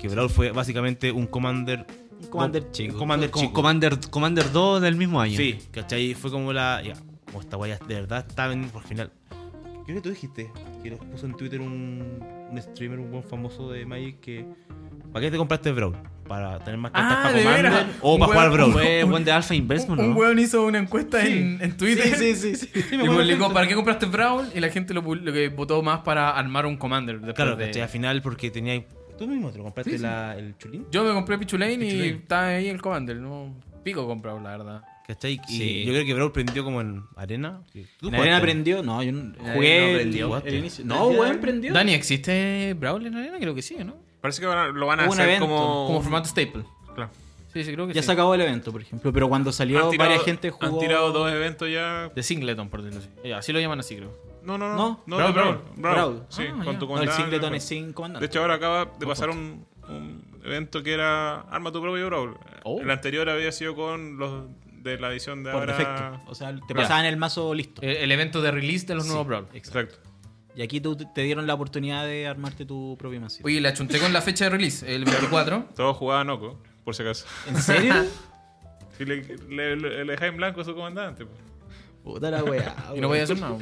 [SPEAKER 2] que Brawl fue básicamente un Commander...
[SPEAKER 3] Un Commander chico.
[SPEAKER 2] Un Commander
[SPEAKER 4] Co-
[SPEAKER 2] chico.
[SPEAKER 4] Commander, Commander 2 del mismo año.
[SPEAKER 2] Sí, ¿cachai? Fue como la... Ya, como esta guaya de verdad está vendiendo por final. Creo que tú dijiste que nos puso en Twitter un, un streamer, un buen famoso de Magic, que... ¿Para qué te compraste Brawl? ¿Para tener más cartas
[SPEAKER 1] Ah,
[SPEAKER 2] para
[SPEAKER 1] ¿de
[SPEAKER 2] Commander?
[SPEAKER 1] veras?
[SPEAKER 2] ¿O
[SPEAKER 1] Un
[SPEAKER 2] para jugar
[SPEAKER 1] weón-
[SPEAKER 2] Brawl?
[SPEAKER 4] Fue buen de Alpha Investment, ¿no?
[SPEAKER 1] weón hizo una encuesta en, en
[SPEAKER 2] Sí, sí, sí. sí.
[SPEAKER 1] Y publicó, ¿para qué compraste Brawl? Y la gente lo, pul- lo que votó más para armar un Commander. después
[SPEAKER 2] Claro,
[SPEAKER 1] de-
[SPEAKER 2] ¿cachai? Al final porque tenía... Tú mismo te lo compraste la- el chulín.
[SPEAKER 1] Yo me compré Pichulain y
[SPEAKER 2] Pichulain.
[SPEAKER 1] está ahí el Commander. No, pico comprado, la verdad.
[SPEAKER 2] ¿Cachai? Y
[SPEAKER 3] Sí.
[SPEAKER 2] yo creo que Brawl prendió como en arena. ¿En
[SPEAKER 3] ¿En arena prendió? No, yo no,
[SPEAKER 1] Arena
[SPEAKER 3] jugué
[SPEAKER 1] no
[SPEAKER 3] el-
[SPEAKER 1] prendió.
[SPEAKER 3] el, inicio. No, weón, prendió.
[SPEAKER 1] Dani, ¿existe Brawl en Arena? Creo que sí, ¿no?
[SPEAKER 5] Parece que van a- lo van a
[SPEAKER 3] Hubo un
[SPEAKER 5] hacer
[SPEAKER 3] evento,
[SPEAKER 5] como.
[SPEAKER 1] Como formato staple.
[SPEAKER 5] Claro.
[SPEAKER 1] Sí, sí, creo que
[SPEAKER 3] Ya
[SPEAKER 1] sí.
[SPEAKER 3] se acabó el evento, por ejemplo. Pero cuando
[SPEAKER 5] Han
[SPEAKER 3] salió,
[SPEAKER 5] tirado-
[SPEAKER 3] varias gente jugó.
[SPEAKER 5] Han tirado dos eventos ya.
[SPEAKER 1] De Singleton, por decirlo así. Eh, Así lo llaman así, creo.
[SPEAKER 5] No, no,
[SPEAKER 3] No,
[SPEAKER 5] no. No,
[SPEAKER 1] Brawl,
[SPEAKER 5] de
[SPEAKER 1] Brawl.
[SPEAKER 3] Brawl.
[SPEAKER 5] Sí,
[SPEAKER 1] Ah, ya.
[SPEAKER 5] con tu
[SPEAKER 3] No, el
[SPEAKER 5] comandante.
[SPEAKER 3] singleton es sin
[SPEAKER 5] De
[SPEAKER 3] comandante.
[SPEAKER 5] hecho, ahora acaba de pasar un, un evento que era Arma tu propio Brawl.
[SPEAKER 1] Oh.
[SPEAKER 5] El anterior había sido con los de la edición de
[SPEAKER 3] por
[SPEAKER 5] ahora.
[SPEAKER 3] defecto. O sea, te
[SPEAKER 1] Ya.
[SPEAKER 3] pasaban el mazo listo.
[SPEAKER 1] Eh, El evento de release de los nuevos Brawl.
[SPEAKER 5] Exacto.
[SPEAKER 3] Y aquí tú te dieron la oportunidad de armarte tu propio mazo.
[SPEAKER 1] Oye, la chunté con la fecha de release, el 24.
[SPEAKER 5] Todos jugaban Oco, por si acaso.
[SPEAKER 3] ¿En serio?
[SPEAKER 5] Y le, le, le- le dejaba en blanco a su comandante. pues. po.
[SPEAKER 3] Puta la weá.
[SPEAKER 1] y no voy a hacer nada.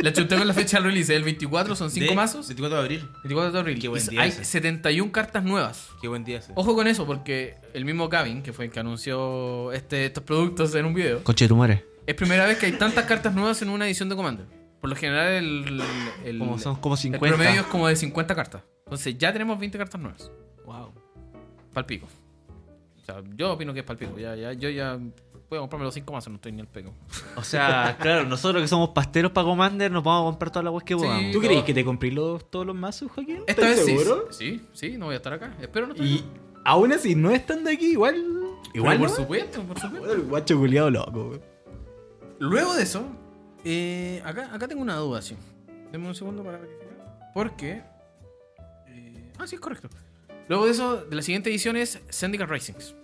[SPEAKER 1] La chunté con la fecha de release, el 24, son 5 mazos.
[SPEAKER 2] 24 de abril.
[SPEAKER 1] 24 de abril.
[SPEAKER 2] Qué buen
[SPEAKER 1] Y
[SPEAKER 2] día
[SPEAKER 1] hay
[SPEAKER 2] ese.
[SPEAKER 1] 71 cartas nuevas.
[SPEAKER 2] Qué buen día ese.
[SPEAKER 1] Ojo con eso, porque el mismo Gavin, que fue el que anunció este, estos productos en un video,
[SPEAKER 4] Conchetumare.
[SPEAKER 1] Es primera vez que hay tantas cartas nuevas en una edición de Commander. Por lo general, el. el-
[SPEAKER 4] Como son como
[SPEAKER 1] el
[SPEAKER 4] 50.
[SPEAKER 1] promedio es como de 50 cartas. Entonces, ya tenemos 20 cartas nuevas.
[SPEAKER 3] Wow.
[SPEAKER 1] Palpico. O sea, yo opino que es palpico. Ya, ya, yo ya. Voy a comprarme los 5 más, no estoy ni el pego.
[SPEAKER 4] O sea, claro, nosotros que somos pasteros para Commander nos vamos a comprar todas las weas que
[SPEAKER 1] Sí.
[SPEAKER 4] podamos.
[SPEAKER 3] ¿Tú crees que te compré los, todos los mazos, Joaquín?
[SPEAKER 1] Esta vez sí.
[SPEAKER 3] seguro?
[SPEAKER 1] Sí, sí, no voy a estar acá. Espero no estar
[SPEAKER 3] Y
[SPEAKER 1] acá.
[SPEAKER 3] aún así, no estando aquí, igual.
[SPEAKER 1] Pero
[SPEAKER 3] Igual,
[SPEAKER 1] Por
[SPEAKER 3] ¿no?
[SPEAKER 1] supuesto, por supuesto.
[SPEAKER 3] Bueno, el guacho culiado loco, güey.
[SPEAKER 1] Luego de eso, eh, acá, acá tengo una duda, sí. Deme un segundo para verificar. Porque. eh, ah, sí, es correcto. Luego de eso, de la siguiente edición es Syndicate Racings.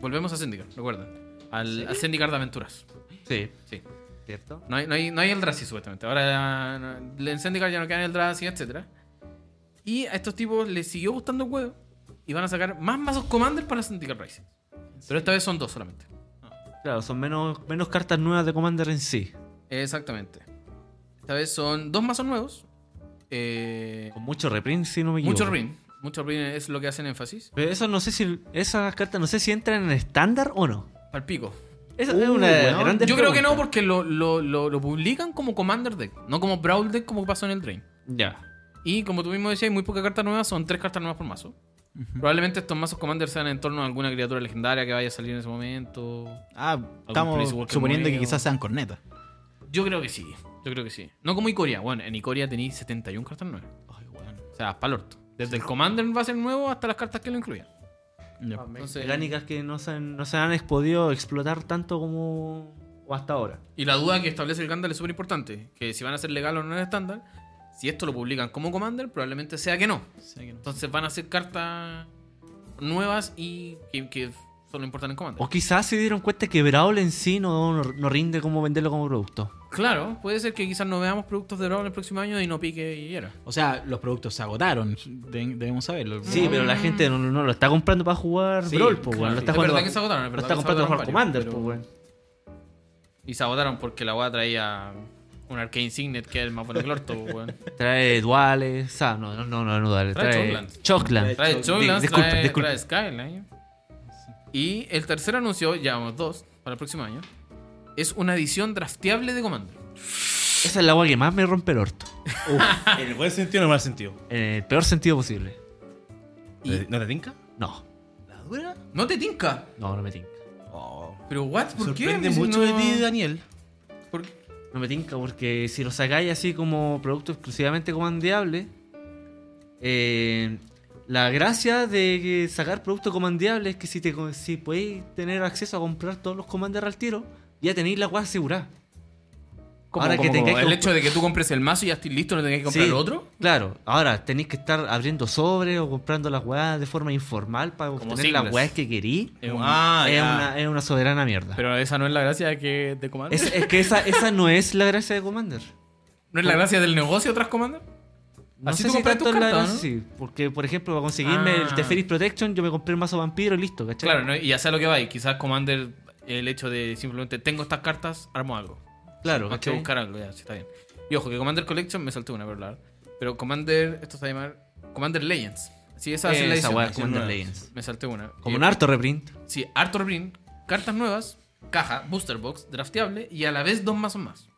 [SPEAKER 1] Volvemos a Syndicate, recuerda. Al, al Syndicate de Aventuras.
[SPEAKER 4] Sí,
[SPEAKER 1] Sí.
[SPEAKER 4] ¿cierto?
[SPEAKER 1] No hay, no hay, no hay Eldrazi, supuestamente. Ahora no- en Syndicate ya no quedan Eldrazi, etc. Y a estos tipos les siguió gustando el juego. Y van a sacar más mazos Commander para Syndicate Racing. Pero esta vez son dos solamente.
[SPEAKER 4] Claro, son menos, menos cartas nuevas de Commander en sí.
[SPEAKER 1] Exactamente. Esta vez son dos mazos nuevos. Eh,
[SPEAKER 4] Con mucho reprint, si no me equivoco.
[SPEAKER 1] mucho ring. Mucho ring es lo que hacen énfasis.
[SPEAKER 4] Pero eso no sé si. Esas cartas no sé si entran en estándar o no.
[SPEAKER 1] Palpico.
[SPEAKER 4] Esa es una de las
[SPEAKER 1] Yo
[SPEAKER 4] grandes
[SPEAKER 1] creo que no
[SPEAKER 4] preguntas.
[SPEAKER 1] porque lo, lo- lo- lo publican como Commander Deck, no como Brawl Deck como pasó en el Drain.
[SPEAKER 4] Ya.
[SPEAKER 1] Y como tú mismo decías, hay muy pocas cartas nuevas, son tres cartas nuevas por mazo. Probablemente estos mazos Commander sean en torno a alguna criatura legendaria que vaya a salir en ese momento.
[SPEAKER 3] Ah,
[SPEAKER 1] Planeswalker
[SPEAKER 3] estamos suponiendo que
[SPEAKER 1] nuevo.
[SPEAKER 3] quizás sean cornetas.
[SPEAKER 1] Yo creo que sí, yo creo que sí. No como Icoria, bueno, en Icoria tenéis 71 cartas nuevas.
[SPEAKER 3] Ay, weón.
[SPEAKER 1] O sea, pa'l orto. Desde el Commander va a ser nuevo hasta las cartas que lo incluyan.
[SPEAKER 3] Ya.
[SPEAKER 1] Entonces,
[SPEAKER 4] Mecánicas que no se, han- no se han podido explotar tanto como. o hasta ahora.
[SPEAKER 1] Y la duda que establece el Gandalf es súper importante. Que si van a ser legal o no en estándar, si esto lo publican como Commander, probablemente sea que no.
[SPEAKER 3] Sé que no.
[SPEAKER 1] Entonces van a ser cartas nuevas y que, que solo importan en Commander.
[SPEAKER 4] O quizás se dieron cuenta que Brawl en sí no, no, no rinde como venderlo como producto.
[SPEAKER 1] Claro, puede ser que quizás no veamos productos de Brawl el próximo año y no pique y era.
[SPEAKER 3] O sea, los productos se agotaron. de- debemos saberlo.
[SPEAKER 4] Sí, pero la gente no, no lo está comprando para jugar
[SPEAKER 3] Sí,
[SPEAKER 4] Brawl, pues,
[SPEAKER 3] claro,
[SPEAKER 4] weón.
[SPEAKER 3] sí.
[SPEAKER 4] Lo está
[SPEAKER 1] Es
[SPEAKER 4] jugando
[SPEAKER 1] verdad
[SPEAKER 4] pa-
[SPEAKER 1] que se agotaron, es
[SPEAKER 4] lo
[SPEAKER 1] verdad
[SPEAKER 4] está
[SPEAKER 1] que se
[SPEAKER 4] comprando para jugar
[SPEAKER 1] agotaron
[SPEAKER 4] Commander,
[SPEAKER 1] varios,
[SPEAKER 4] pues, weón.
[SPEAKER 1] Y se agotaron porque la weá traía un Arcane Signet que es el más bueno que el orto, pues, weón.
[SPEAKER 4] Trae duales. ah, no, no, no, no, no duales.
[SPEAKER 1] Trae
[SPEAKER 4] Trae
[SPEAKER 1] Chocland.
[SPEAKER 4] Chocland.
[SPEAKER 1] Trae Chogland,
[SPEAKER 4] Di- disculpe,
[SPEAKER 1] trae,
[SPEAKER 4] disculpe.
[SPEAKER 1] trae Skyline. Y el tercer anuncio, ya vamos dos para el próximo año, es una edición drafteable de Commander.
[SPEAKER 4] Esa es la agua que más me rompe el orto.
[SPEAKER 2] ¿En el buen sentido o en el mal sentido?
[SPEAKER 4] En el peor sentido posible.
[SPEAKER 1] Y-
[SPEAKER 2] ¿No te tinca?
[SPEAKER 4] No,
[SPEAKER 2] ¿La dura?
[SPEAKER 1] No te tinca.
[SPEAKER 4] no, no me tinca.
[SPEAKER 1] Pero what, ¿por
[SPEAKER 2] Sorprende
[SPEAKER 1] qué?
[SPEAKER 2] mucho
[SPEAKER 1] No-
[SPEAKER 2] de ti, Daniel.
[SPEAKER 1] ¿Por qué?
[SPEAKER 4] No me tinca porque si lo sacáis así como producto exclusivamente comandeable, eh, la gracia de que sacar producto comandeable es que si, te, co- si podéis tener acceso a comprar todos los commander al tiro, ya tenéis la guas asegurada.
[SPEAKER 1] ¿Cómo,
[SPEAKER 4] Ahora
[SPEAKER 1] cómo,
[SPEAKER 4] que
[SPEAKER 1] cómo?
[SPEAKER 4] tengáis
[SPEAKER 1] el
[SPEAKER 4] que-
[SPEAKER 1] hecho de que tú compres el mazo y ya estés listo, no tengas que comprar
[SPEAKER 4] Sí,
[SPEAKER 1] el otro.
[SPEAKER 4] Claro, ahora tenéis que estar abriendo sobres o comprando las weas de forma informal para
[SPEAKER 1] Como
[SPEAKER 4] obtener las
[SPEAKER 1] singles.
[SPEAKER 4] weas que querí.
[SPEAKER 1] Es un-
[SPEAKER 2] Ah,
[SPEAKER 4] es,
[SPEAKER 2] ya.
[SPEAKER 4] una, es una soberana mierda.
[SPEAKER 1] Pero esa no es la gracia que de Commander.
[SPEAKER 4] Es, eh, es que esa, esa no es la gracia de Commander.
[SPEAKER 1] ¿No es la gracia del negocio tras Commander?
[SPEAKER 4] No
[SPEAKER 1] Así
[SPEAKER 4] sé
[SPEAKER 1] tú
[SPEAKER 4] si
[SPEAKER 1] compras tus
[SPEAKER 4] tanto la
[SPEAKER 1] cartas,
[SPEAKER 4] gracia,
[SPEAKER 1] ¿no?
[SPEAKER 4] sí, porque por ejemplo para conseguirme
[SPEAKER 1] Ah.
[SPEAKER 4] el Teferi's Protection yo me compré el mazo vampiro y listo, ¿cachai?
[SPEAKER 1] Claro, ¿no? y ya sea lo que va. Y quizás Commander, el hecho de simplemente tengo estas cartas, armo algo.
[SPEAKER 4] claro,
[SPEAKER 1] Más que
[SPEAKER 4] ¿cachai?
[SPEAKER 1] buscar algo, ya, sí, está bien. Y ojo, que Commander Collection me salté una, pero la verdad. Pero Commander, esto se llama Commander Legends. Sí, esa va a ser la
[SPEAKER 4] Esa
[SPEAKER 1] edición.
[SPEAKER 4] wea,
[SPEAKER 1] Sí,
[SPEAKER 4] Commander
[SPEAKER 1] nueva.
[SPEAKER 4] Legends.
[SPEAKER 1] Me salté una. Y-
[SPEAKER 4] Como un harto reprint.
[SPEAKER 1] Sí, Arthur Green, cartas nuevas, caja, booster box, drafteable y a la vez dos mazos más.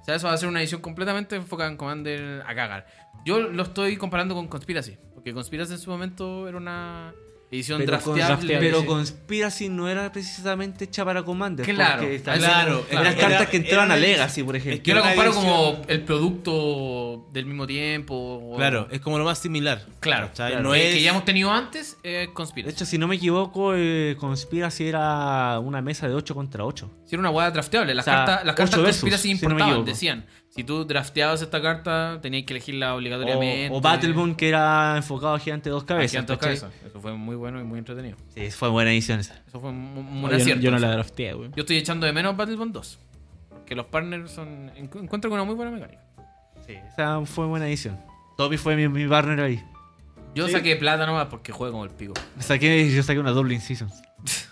[SPEAKER 1] O sea, eso va a ser una edición completamente enfocada en Commander a cagar. Yo lo estoy comparando con Conspiracy, porque Conspiracy en su momento era una edición
[SPEAKER 4] Pero, con-
[SPEAKER 1] drafteable.
[SPEAKER 4] pero
[SPEAKER 1] sí.
[SPEAKER 4] Conspiracy no era precisamente hecha para Commander.
[SPEAKER 1] Claro,
[SPEAKER 4] porque
[SPEAKER 1] claro,
[SPEAKER 4] eran-
[SPEAKER 1] claro.
[SPEAKER 4] Eran cartas que
[SPEAKER 2] Era-
[SPEAKER 4] entraban a
[SPEAKER 2] era-
[SPEAKER 4] Legacy, por ejemplo.
[SPEAKER 2] es que
[SPEAKER 1] Yo la
[SPEAKER 2] una
[SPEAKER 1] comparo como
[SPEAKER 2] edición-
[SPEAKER 1] el producto del mismo tiempo. o-
[SPEAKER 2] Claro, es como lo más similar.
[SPEAKER 1] Claro,
[SPEAKER 2] ¿Cachai?
[SPEAKER 1] claro.
[SPEAKER 2] No
[SPEAKER 1] El
[SPEAKER 2] es
[SPEAKER 1] que ya hemos tenido antes, eh,
[SPEAKER 4] De
[SPEAKER 1] Conspiracy.
[SPEAKER 4] hecho, si no me equivoco, eh, Conspiracy era una mesa de 8 contra 8.
[SPEAKER 1] Si era una hueá drafteable. Las
[SPEAKER 4] O sea,
[SPEAKER 1] cartas, las
[SPEAKER 4] ocho
[SPEAKER 1] cartas
[SPEAKER 4] versus,
[SPEAKER 1] Conspiracy
[SPEAKER 4] si no me
[SPEAKER 1] importaban.
[SPEAKER 4] equivoco.
[SPEAKER 1] decían, si tú drafteabas esta carta, tenías que elegirla obligatoriamente.
[SPEAKER 4] O, o Battleborn, que era enfocado a Gigante de dos
[SPEAKER 1] Aquí
[SPEAKER 4] cabezas.
[SPEAKER 1] en dos
[SPEAKER 4] ¿cachai?
[SPEAKER 1] cabezas. Eso fue muy bueno y muy entretenido.
[SPEAKER 4] Sí, fue buena edición esa.
[SPEAKER 1] Eso fue un, un
[SPEAKER 3] No, yo,
[SPEAKER 1] acierto.
[SPEAKER 3] yo no la drafteé, güey.
[SPEAKER 1] Yo estoy echando de menos Battlebond 2. Porque los partners son. encu- Encuentro una muy buena mecánica.
[SPEAKER 4] Sí, esa fue buena edición. Toby fue mi, mi partner ahí.
[SPEAKER 1] Yo saqué plata nomás porque juego como el pico.
[SPEAKER 4] Me Saqué, yo saqué una Dublin Season.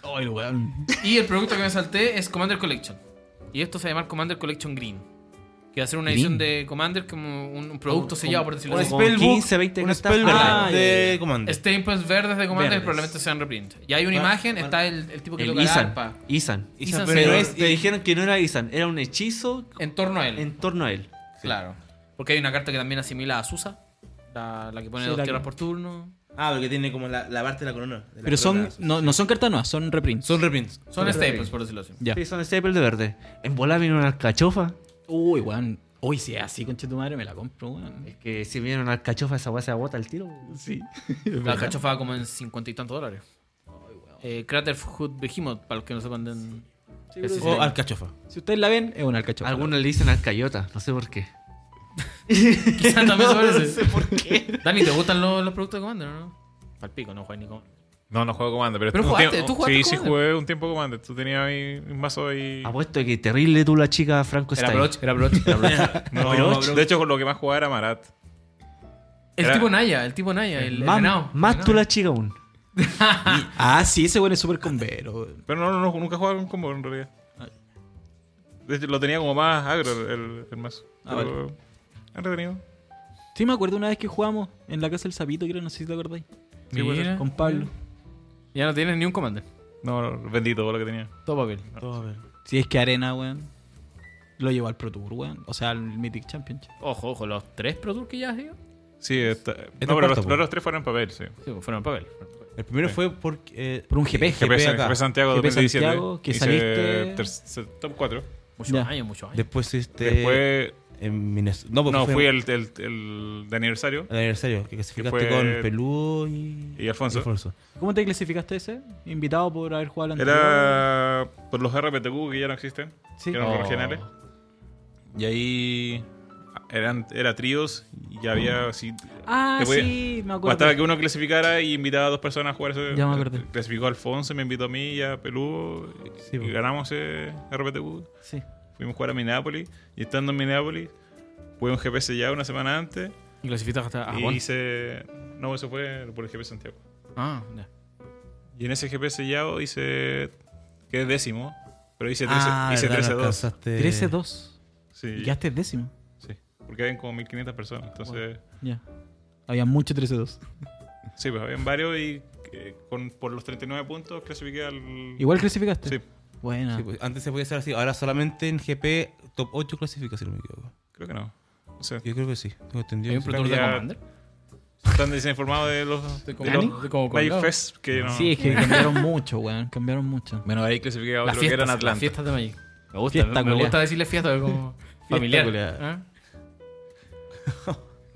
[SPEAKER 3] Ay, weón.
[SPEAKER 1] Y el producto que me salté es Commander Collection. Y esto se llama Commander Collection Green. Que va a ser una edición de Commander como un, un producto sellado, por decirlo
[SPEAKER 2] un
[SPEAKER 1] así.
[SPEAKER 4] como
[SPEAKER 2] spellbook,
[SPEAKER 4] 15, 20
[SPEAKER 2] un
[SPEAKER 4] cartas.
[SPEAKER 2] spellbook
[SPEAKER 3] Ah,
[SPEAKER 2] de comando.
[SPEAKER 1] Staples verdes de Commander
[SPEAKER 4] Verdes.
[SPEAKER 1] probablemente sean reprint. Y hay una
[SPEAKER 2] Va-
[SPEAKER 1] imagen,
[SPEAKER 2] va-
[SPEAKER 1] está el, el tipo que
[SPEAKER 4] El
[SPEAKER 1] toca la
[SPEAKER 4] Isan.
[SPEAKER 1] arpa.
[SPEAKER 4] Isan.
[SPEAKER 1] Isan
[SPEAKER 4] Pero
[SPEAKER 1] Pero-
[SPEAKER 4] es- te dijeron que no era Isan, era un hechizo
[SPEAKER 1] En torno a él.
[SPEAKER 4] en torno a él.
[SPEAKER 1] Claro. Porque hay una carta que también asimila a Susa, la, la que pone
[SPEAKER 3] Sí,
[SPEAKER 1] dos
[SPEAKER 3] la que-
[SPEAKER 1] tierras por turno.
[SPEAKER 2] Ah, porque tiene como la, la parte de la corona. de la
[SPEAKER 3] Pero son,
[SPEAKER 2] corona.
[SPEAKER 3] no, no son cartas nuevas, son reprints.
[SPEAKER 2] Son reprints.
[SPEAKER 1] Son Staples, por decirlo así.
[SPEAKER 3] Ya.
[SPEAKER 4] Sí, son staples de verde. En bola viene una alcachofa.
[SPEAKER 3] Uy, weón. Uy, si es así, conche tu madre, me la compro, weón.
[SPEAKER 4] Es que si viene una alcachofa, esa weá se agota al tiro.
[SPEAKER 3] Sí.
[SPEAKER 1] La cachofa va como en cincuenta y tantos dólares. Eh, Craterhood Behemoth, para los que no sepan de... Ese
[SPEAKER 2] O
[SPEAKER 1] sí.
[SPEAKER 2] alcachofa.
[SPEAKER 3] Si ustedes la ven, es una alcachofa.
[SPEAKER 4] Algunos le dicen alcayota, no sé por qué.
[SPEAKER 1] Quizá también se parece.
[SPEAKER 4] por qué.
[SPEAKER 1] Dani, ¿te gustan los, los productos de Commander, no? Al pico, no juegas ni con...
[SPEAKER 5] No, no juego Commander. Pero,
[SPEAKER 1] Pero
[SPEAKER 5] un
[SPEAKER 1] jugaste,
[SPEAKER 5] tiempo-
[SPEAKER 1] tú jugaste
[SPEAKER 5] Sí, sí
[SPEAKER 1] Commander.
[SPEAKER 5] jugué un tiempo Commander. Tú tenías ahí un vaso ahí.
[SPEAKER 4] Apuesto que terrible tú la chica Franco
[SPEAKER 5] Era
[SPEAKER 4] Stein.
[SPEAKER 5] broche,
[SPEAKER 4] era broche, era broche.
[SPEAKER 5] No,
[SPEAKER 4] Pero-
[SPEAKER 5] de hecho, lo que más jugaba era Marat.
[SPEAKER 1] El
[SPEAKER 5] Era-
[SPEAKER 1] tipo Naya, el tipo Naya, el, el venado.
[SPEAKER 4] más
[SPEAKER 1] El
[SPEAKER 4] más tú
[SPEAKER 1] venado.
[SPEAKER 4] la chica aún.
[SPEAKER 3] Ah, sí, ese weón es súper convero. weón.
[SPEAKER 5] Pero no, no, no, nunca jugaba con combo en realidad. De hecho, lo tenía como más agro el, el, el mazo.
[SPEAKER 3] Ah,
[SPEAKER 5] Pero, Entretenido.
[SPEAKER 3] Sí, me acuerdo una vez que jugamos en la casa del Sapito, creo, no sé si te acordáis.
[SPEAKER 5] Sí,
[SPEAKER 1] Mira.
[SPEAKER 5] bueno,
[SPEAKER 3] Con Pablo.
[SPEAKER 1] Ya no tienes ni un Commander.
[SPEAKER 5] no, no, vendí todo lo que tenía.
[SPEAKER 1] Todo papel.
[SPEAKER 3] Si es que Arena, weón. Lo llevó al Pro Tour, weón. O sea, al Mythic Championship.
[SPEAKER 1] Ojo, ojo, los tres Pro Tour que ya has ido.
[SPEAKER 5] Sí, esta,
[SPEAKER 2] es
[SPEAKER 5] no, pero
[SPEAKER 2] cuarto,
[SPEAKER 5] los,
[SPEAKER 2] po.
[SPEAKER 5] los tres fueron en papel, sí.
[SPEAKER 1] Sí, pues, fueron papel.
[SPEAKER 2] El primero fue por, eh,
[SPEAKER 3] Por un GP.
[SPEAKER 5] GP, San-
[SPEAKER 2] acá.
[SPEAKER 5] GP Santiago
[SPEAKER 3] GP
[SPEAKER 5] 2017.
[SPEAKER 3] Santiago, que
[SPEAKER 5] Hice
[SPEAKER 3] saliste-
[SPEAKER 5] tercer- top 4.
[SPEAKER 1] Muchos
[SPEAKER 3] Ya.
[SPEAKER 1] años, muchos años.
[SPEAKER 2] Después este.
[SPEAKER 5] Después,
[SPEAKER 2] En Minnesota. No, porque
[SPEAKER 5] no,
[SPEAKER 2] fue
[SPEAKER 5] fui el, el, el de aniversario.
[SPEAKER 2] al aniversario, que clasificaste
[SPEAKER 5] fue-
[SPEAKER 2] con Pelú y.
[SPEAKER 5] y Alfonso.
[SPEAKER 3] ¿Cómo te clasificaste ese? Invitado por haber jugado al anterior.
[SPEAKER 5] Era por los RPTQ que ya no existen,
[SPEAKER 3] Sí.
[SPEAKER 5] que eran
[SPEAKER 1] Oh.
[SPEAKER 5] los originales. Y ahí eran, era tríos y había así.
[SPEAKER 3] Ah,
[SPEAKER 5] te podía-
[SPEAKER 3] sí, me acuerdo.
[SPEAKER 5] Bastaba que uno clasificara y invitaba a dos personas a jugar ese.
[SPEAKER 3] Ya me acordé.
[SPEAKER 5] Clasificó a Alfonso, me invitó a mí y a Pelú.
[SPEAKER 2] Sí,
[SPEAKER 5] y
[SPEAKER 2] po.
[SPEAKER 5] ganamos ese RPTQ.
[SPEAKER 3] Sí.
[SPEAKER 5] Fuimos a jugar a Minneapolis. Y estando en Minneapolis, fue un GP sellado una semana antes.
[SPEAKER 1] ¿Y clasificas hasta a
[SPEAKER 5] y
[SPEAKER 1] Japón?
[SPEAKER 5] hice. No, eso fue por el GP Santiago.
[SPEAKER 1] Ah, ya.
[SPEAKER 5] Y en ese GP sellado hice. quedé décimo. Pero hice 13
[SPEAKER 2] Ah,
[SPEAKER 5] hice 13-2.
[SPEAKER 3] 13-2.
[SPEAKER 5] Sí,
[SPEAKER 3] Y quedaste décimo.
[SPEAKER 5] sí. Porque habían como 1500 personas. Entonces.
[SPEAKER 3] Ya. Había mucho 13-2.
[SPEAKER 5] Sí, pues habían varios y eh, con, por los 39 puntos clasifiqué al.
[SPEAKER 3] Igual clasificaste.
[SPEAKER 5] Sí,
[SPEAKER 3] Buena.
[SPEAKER 2] pues, antes se podía hacer así, ahora solamente en GP top 8 clasifica, si no me equivoco.
[SPEAKER 5] creo que no. No sé.
[SPEAKER 2] Yo creo que sí, tengo
[SPEAKER 1] ¿Hay
[SPEAKER 2] entendido.
[SPEAKER 1] un
[SPEAKER 2] que
[SPEAKER 1] Pro
[SPEAKER 2] sí.
[SPEAKER 1] Tour de
[SPEAKER 5] Ya-
[SPEAKER 1] Commander?
[SPEAKER 5] Están desinformados de los.
[SPEAKER 1] Estoy
[SPEAKER 5] De
[SPEAKER 1] como-
[SPEAKER 5] los
[SPEAKER 1] Estoy como
[SPEAKER 5] Magic
[SPEAKER 1] colgado.
[SPEAKER 5] Fest que no.
[SPEAKER 3] Sí, es que cambiaron mucho, weón. Cambiaron mucho.
[SPEAKER 5] Bueno, ahí clasifiqué a
[SPEAKER 1] Las
[SPEAKER 5] otro que era en
[SPEAKER 1] fiestas, las
[SPEAKER 5] Atlanta.
[SPEAKER 1] fiestas de Magic. Me gusta,
[SPEAKER 3] Fiesta
[SPEAKER 1] me- me,
[SPEAKER 3] culiá.
[SPEAKER 1] gusta decirle fiesta como familiar.
[SPEAKER 2] culiá.
[SPEAKER 1] ¿Ah?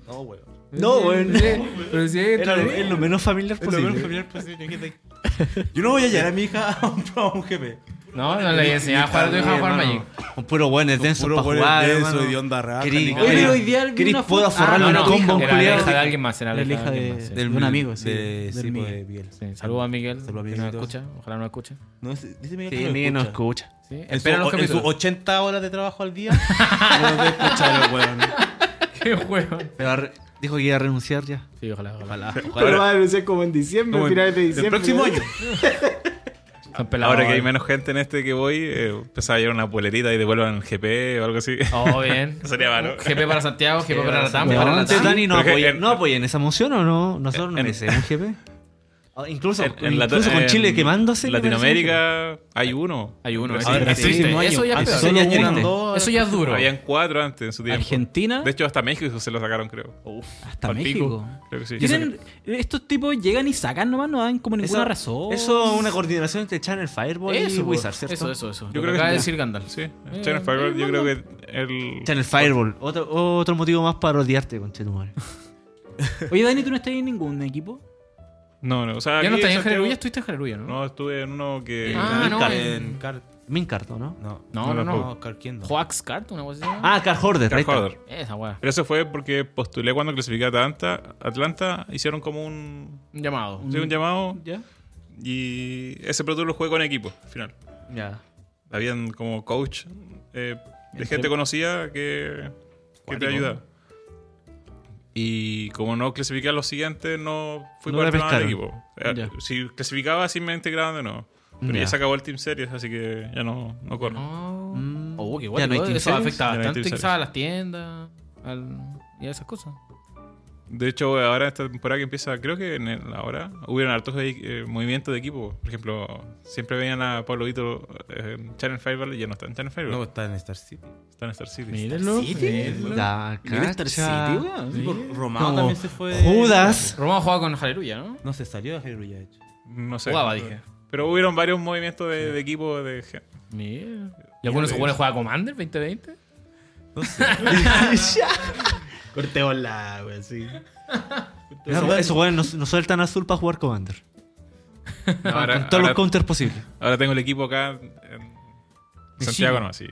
[SPEAKER 2] No, weón.
[SPEAKER 4] No, bueno.
[SPEAKER 1] Pero si es
[SPEAKER 4] Era lo, es lo menos familiar
[SPEAKER 2] Es lo
[SPEAKER 4] posible.
[SPEAKER 2] menos familiar posible. ¿qué te- Yo no voy a llevar a mi hija a un, a un GP.
[SPEAKER 1] No, no le enseñaba a jugar a tu hija a jugar Magic.
[SPEAKER 4] Un puro bueno, es denso
[SPEAKER 2] Puro
[SPEAKER 4] para
[SPEAKER 2] weón
[SPEAKER 4] jugar,
[SPEAKER 2] denso,
[SPEAKER 4] hermano.
[SPEAKER 2] hedionda, raja,
[SPEAKER 4] Querí-
[SPEAKER 2] ni
[SPEAKER 4] Oye,
[SPEAKER 2] cagada.
[SPEAKER 4] pero hoy día
[SPEAKER 3] vi
[SPEAKER 4] Querí
[SPEAKER 3] una
[SPEAKER 4] puedo
[SPEAKER 3] foto-
[SPEAKER 4] aforrarle
[SPEAKER 1] Ah,
[SPEAKER 4] una
[SPEAKER 1] no, no,
[SPEAKER 4] combo,
[SPEAKER 1] era la
[SPEAKER 4] culiao.
[SPEAKER 1] hija de alguien más, era
[SPEAKER 3] La
[SPEAKER 1] la hija de
[SPEAKER 3] hija
[SPEAKER 1] alguien
[SPEAKER 3] de-
[SPEAKER 1] más. sí.
[SPEAKER 3] de un amigo, sí,
[SPEAKER 2] De,
[SPEAKER 3] del
[SPEAKER 2] sí,
[SPEAKER 3] Miguel.
[SPEAKER 2] pues, Miguel.
[SPEAKER 1] Sí, Saludos a Miguel.
[SPEAKER 2] Saludos
[SPEAKER 1] que
[SPEAKER 2] a Miguel,
[SPEAKER 1] nos
[SPEAKER 2] Dios.
[SPEAKER 1] escucha. Ojalá no escuche.
[SPEAKER 2] No, ese- dice Miguel que
[SPEAKER 4] Sí,
[SPEAKER 2] lo
[SPEAKER 4] Miguel no
[SPEAKER 2] escucha.
[SPEAKER 4] escucha.
[SPEAKER 1] Sí,
[SPEAKER 2] En
[SPEAKER 1] espera los
[SPEAKER 2] su, en sus
[SPEAKER 1] capítulos.
[SPEAKER 2] 80 horas de trabajo al día, no nos debe escuchar el weón.
[SPEAKER 1] Qué juego.
[SPEAKER 4] Pero re- dijo que iba a renunciar ya.
[SPEAKER 1] Sí, ojalá, ojalá.
[SPEAKER 5] Pero va
[SPEAKER 3] a ser como en diciembre,
[SPEAKER 5] Como en- finales de
[SPEAKER 2] El próximo año.
[SPEAKER 1] Son pelados. eh.
[SPEAKER 5] Ahora que hay menos gente en este que voy, eh, empezaba a llevar una polerita y devuelvan el GP o algo así.
[SPEAKER 1] Oh, bien.
[SPEAKER 5] Sería malo.
[SPEAKER 1] GP para Santiago, GP para la
[SPEAKER 4] Pero
[SPEAKER 1] Tampa.
[SPEAKER 4] antes, Dani, no
[SPEAKER 5] Porque
[SPEAKER 4] apoya,
[SPEAKER 5] en-
[SPEAKER 4] no apoya en esa moción o no. Nosotros no
[SPEAKER 5] en-
[SPEAKER 4] merecemos GP. Ah, Incluso,
[SPEAKER 5] En- en Lato-
[SPEAKER 4] incluso con
[SPEAKER 5] en
[SPEAKER 4] Chile quemándose.
[SPEAKER 5] En
[SPEAKER 4] me parece
[SPEAKER 5] Latinoamérica hay uno.
[SPEAKER 1] Hay uno.
[SPEAKER 5] Pero
[SPEAKER 1] es-
[SPEAKER 5] sí,
[SPEAKER 1] es
[SPEAKER 5] sí.
[SPEAKER 1] triste.
[SPEAKER 2] Próximo año.
[SPEAKER 1] Eso ya es
[SPEAKER 4] Eso
[SPEAKER 1] peor.
[SPEAKER 4] ya
[SPEAKER 2] Solo
[SPEAKER 4] llenan
[SPEAKER 2] llenan
[SPEAKER 4] dos
[SPEAKER 2] dos.
[SPEAKER 1] Oh, Eso ya es duro.
[SPEAKER 5] Habían cuatro antes en su tiempo.
[SPEAKER 3] Argentina,
[SPEAKER 5] De hecho, hasta México se lo sacaron, creo.
[SPEAKER 3] hasta
[SPEAKER 5] Al pico.
[SPEAKER 3] México.
[SPEAKER 5] Creo que sí.
[SPEAKER 3] Tienen- estos tipos llegan y sacan nomás, no dan como ninguna razón.
[SPEAKER 4] Eso es una coordinación entre Channel Fireball y
[SPEAKER 1] Eso,
[SPEAKER 4] Wizard,
[SPEAKER 1] pues.
[SPEAKER 4] ¿cierto?
[SPEAKER 1] eso, eso, eso.
[SPEAKER 5] Yo
[SPEAKER 1] Yo
[SPEAKER 5] creo
[SPEAKER 1] creo
[SPEAKER 5] que
[SPEAKER 1] acaba de
[SPEAKER 5] sí.
[SPEAKER 1] decir Gandalf.
[SPEAKER 5] Sí.
[SPEAKER 1] Eh,
[SPEAKER 5] Channel Fireball, yo creo que el.
[SPEAKER 4] Channel Fireball. Otro, otro motivo más para odiarte, conchetumare.
[SPEAKER 3] Oye, Dani, ¿tú no estás en ningún equipo?
[SPEAKER 5] No, no. O sea,
[SPEAKER 1] Ya no
[SPEAKER 5] aquí
[SPEAKER 1] estás en
[SPEAKER 5] Santiago-
[SPEAKER 1] Jareluya, estuviste en Jareluya, ¿no?
[SPEAKER 5] No, estuve en uno que.
[SPEAKER 1] Ah, no,
[SPEAKER 2] Car-
[SPEAKER 1] en-
[SPEAKER 2] en Car...
[SPEAKER 4] Mincarto, ¿no?
[SPEAKER 2] No.
[SPEAKER 1] No, no, no.
[SPEAKER 2] No, Car Kingdom.
[SPEAKER 1] Joax Cart, una cosa así.
[SPEAKER 4] Ah, Car Horder.
[SPEAKER 5] Car
[SPEAKER 4] ahí está.
[SPEAKER 5] Hoarder.
[SPEAKER 1] Esa weá.
[SPEAKER 5] Pero eso fue porque postulé cuando clasifiqué a Atlanta. Atlanta hicieron como un.
[SPEAKER 1] Un llamado.
[SPEAKER 5] sí, un llamado
[SPEAKER 3] ¿Ya?
[SPEAKER 5] y ese Pro Tour lo jugué con equipo al final.
[SPEAKER 4] Ya.
[SPEAKER 5] Habían como coach eh, de gente conocida que, que te ayuda. Y como no clasifiqué a los siguientes, no fui
[SPEAKER 4] No la
[SPEAKER 5] parte más del
[SPEAKER 4] pescaron.
[SPEAKER 5] equipo. Eh,
[SPEAKER 3] Ya.
[SPEAKER 5] Si clasificaba, sí me integraban de nuevo. Pero
[SPEAKER 4] Ya.
[SPEAKER 5] ya se acabó el Team Series, así que ya no, no corro.
[SPEAKER 1] No.
[SPEAKER 4] Mm.
[SPEAKER 1] Oh, Oh, qué guay.
[SPEAKER 4] no hay Team
[SPEAKER 1] eso
[SPEAKER 4] Series.
[SPEAKER 1] afecta
[SPEAKER 5] Ya no hay
[SPEAKER 1] bastante
[SPEAKER 5] Team
[SPEAKER 1] quizás
[SPEAKER 5] Series.
[SPEAKER 1] a las tiendas al- y a esas cosas.
[SPEAKER 5] De hecho, ahora esta temporada que empieza, creo que en el- ahora hubieron hartos eh, movimientos de equipo. Por ejemplo, siempre veían a Pablo Vito eh, en Channel 5 Valley, ya no está en Channel 5
[SPEAKER 2] No,
[SPEAKER 5] Valley,
[SPEAKER 2] está en Star City.
[SPEAKER 5] está en Star City.
[SPEAKER 1] Mírenlo.
[SPEAKER 4] La
[SPEAKER 3] Mira Star
[SPEAKER 4] cacha.
[SPEAKER 3] City, weón.
[SPEAKER 2] Sí,
[SPEAKER 1] Sí.
[SPEAKER 2] por- Romano
[SPEAKER 4] Como
[SPEAKER 2] también se fue.
[SPEAKER 4] Judas.
[SPEAKER 1] Román jugaba con Aleluya, ¿no?
[SPEAKER 2] No se salió de Hyrule ya, de hecho.
[SPEAKER 5] No sé.
[SPEAKER 1] Jugaba, dije.
[SPEAKER 5] Pero hubieron varios movimientos de, de equipo de gente.
[SPEAKER 1] Mira. ¿Y alguno se pone a jugar a Commander 2020?
[SPEAKER 2] Corteola, güey, sí.
[SPEAKER 4] Esos esos weones nos, nos sueltan azul para jugar Commander.
[SPEAKER 5] Ahora,
[SPEAKER 4] Todos los
[SPEAKER 5] ahora-
[SPEAKER 4] counters posibles.
[SPEAKER 5] ahora tengo el equipo acá en Santiago, no, así.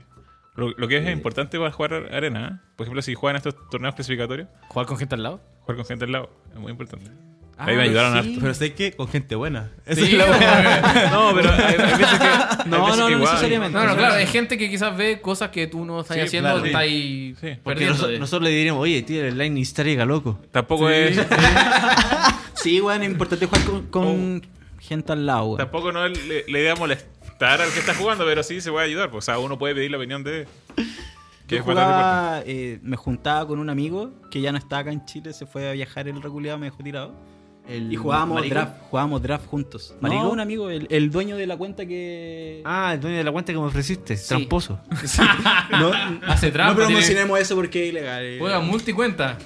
[SPEAKER 5] Lo, lo que es importante para jugar arena, ¿eh? por ejemplo, si juegan estos torneos clasificatorios,
[SPEAKER 1] ¿Jugar con gente al lado?
[SPEAKER 5] jugar con gente al lado es muy importante. Ahí me ayudaron harto.
[SPEAKER 2] Pero sé que con gente buena. Eso
[SPEAKER 1] Sí,
[SPEAKER 2] es la wea.
[SPEAKER 5] No, pero hay, hay veces que. hay
[SPEAKER 3] No,
[SPEAKER 5] veces
[SPEAKER 3] no,
[SPEAKER 5] que
[SPEAKER 3] no
[SPEAKER 5] igual-
[SPEAKER 3] necesariamente.
[SPEAKER 1] No, no, claro, hay gente que quizás ve cosas que tú no estás
[SPEAKER 5] Sí,
[SPEAKER 1] haciendo,
[SPEAKER 5] claro.
[SPEAKER 1] está ahí
[SPEAKER 5] Sí, porque
[SPEAKER 4] Porque
[SPEAKER 1] perdiendo.
[SPEAKER 4] noso- nosotros le diríamos, oye, tío, el Lightning Star llega loco.
[SPEAKER 5] Tampoco es.
[SPEAKER 3] Sí, weón, es importante jugar con, con gente al lado, weón.
[SPEAKER 5] Oh. Tampoco no es le- la idea molestar al que está jugando, pero sí se puede ayudar. pues, O sea, uno puede pedir la opinión de. Que
[SPEAKER 3] Yo
[SPEAKER 5] es bastante importante.
[SPEAKER 3] jugaba, eh, me juntaba con un amigo que ya no estaba acá en Chile, se fue a viajar el reculeado, me dejó tirado.
[SPEAKER 4] El
[SPEAKER 3] Y jugábamos
[SPEAKER 4] marico.
[SPEAKER 3] draft, jugábamos draft juntos.
[SPEAKER 4] ¿Marico?
[SPEAKER 3] No, un amigo, el, el dueño de la cuenta que.
[SPEAKER 4] Ah, el dueño de la cuenta que me ofreciste. Tramposo.
[SPEAKER 3] no,
[SPEAKER 1] Hace trampa,
[SPEAKER 3] No promocionemos eso porque es ilegal. eh.
[SPEAKER 1] Juega multicuenta.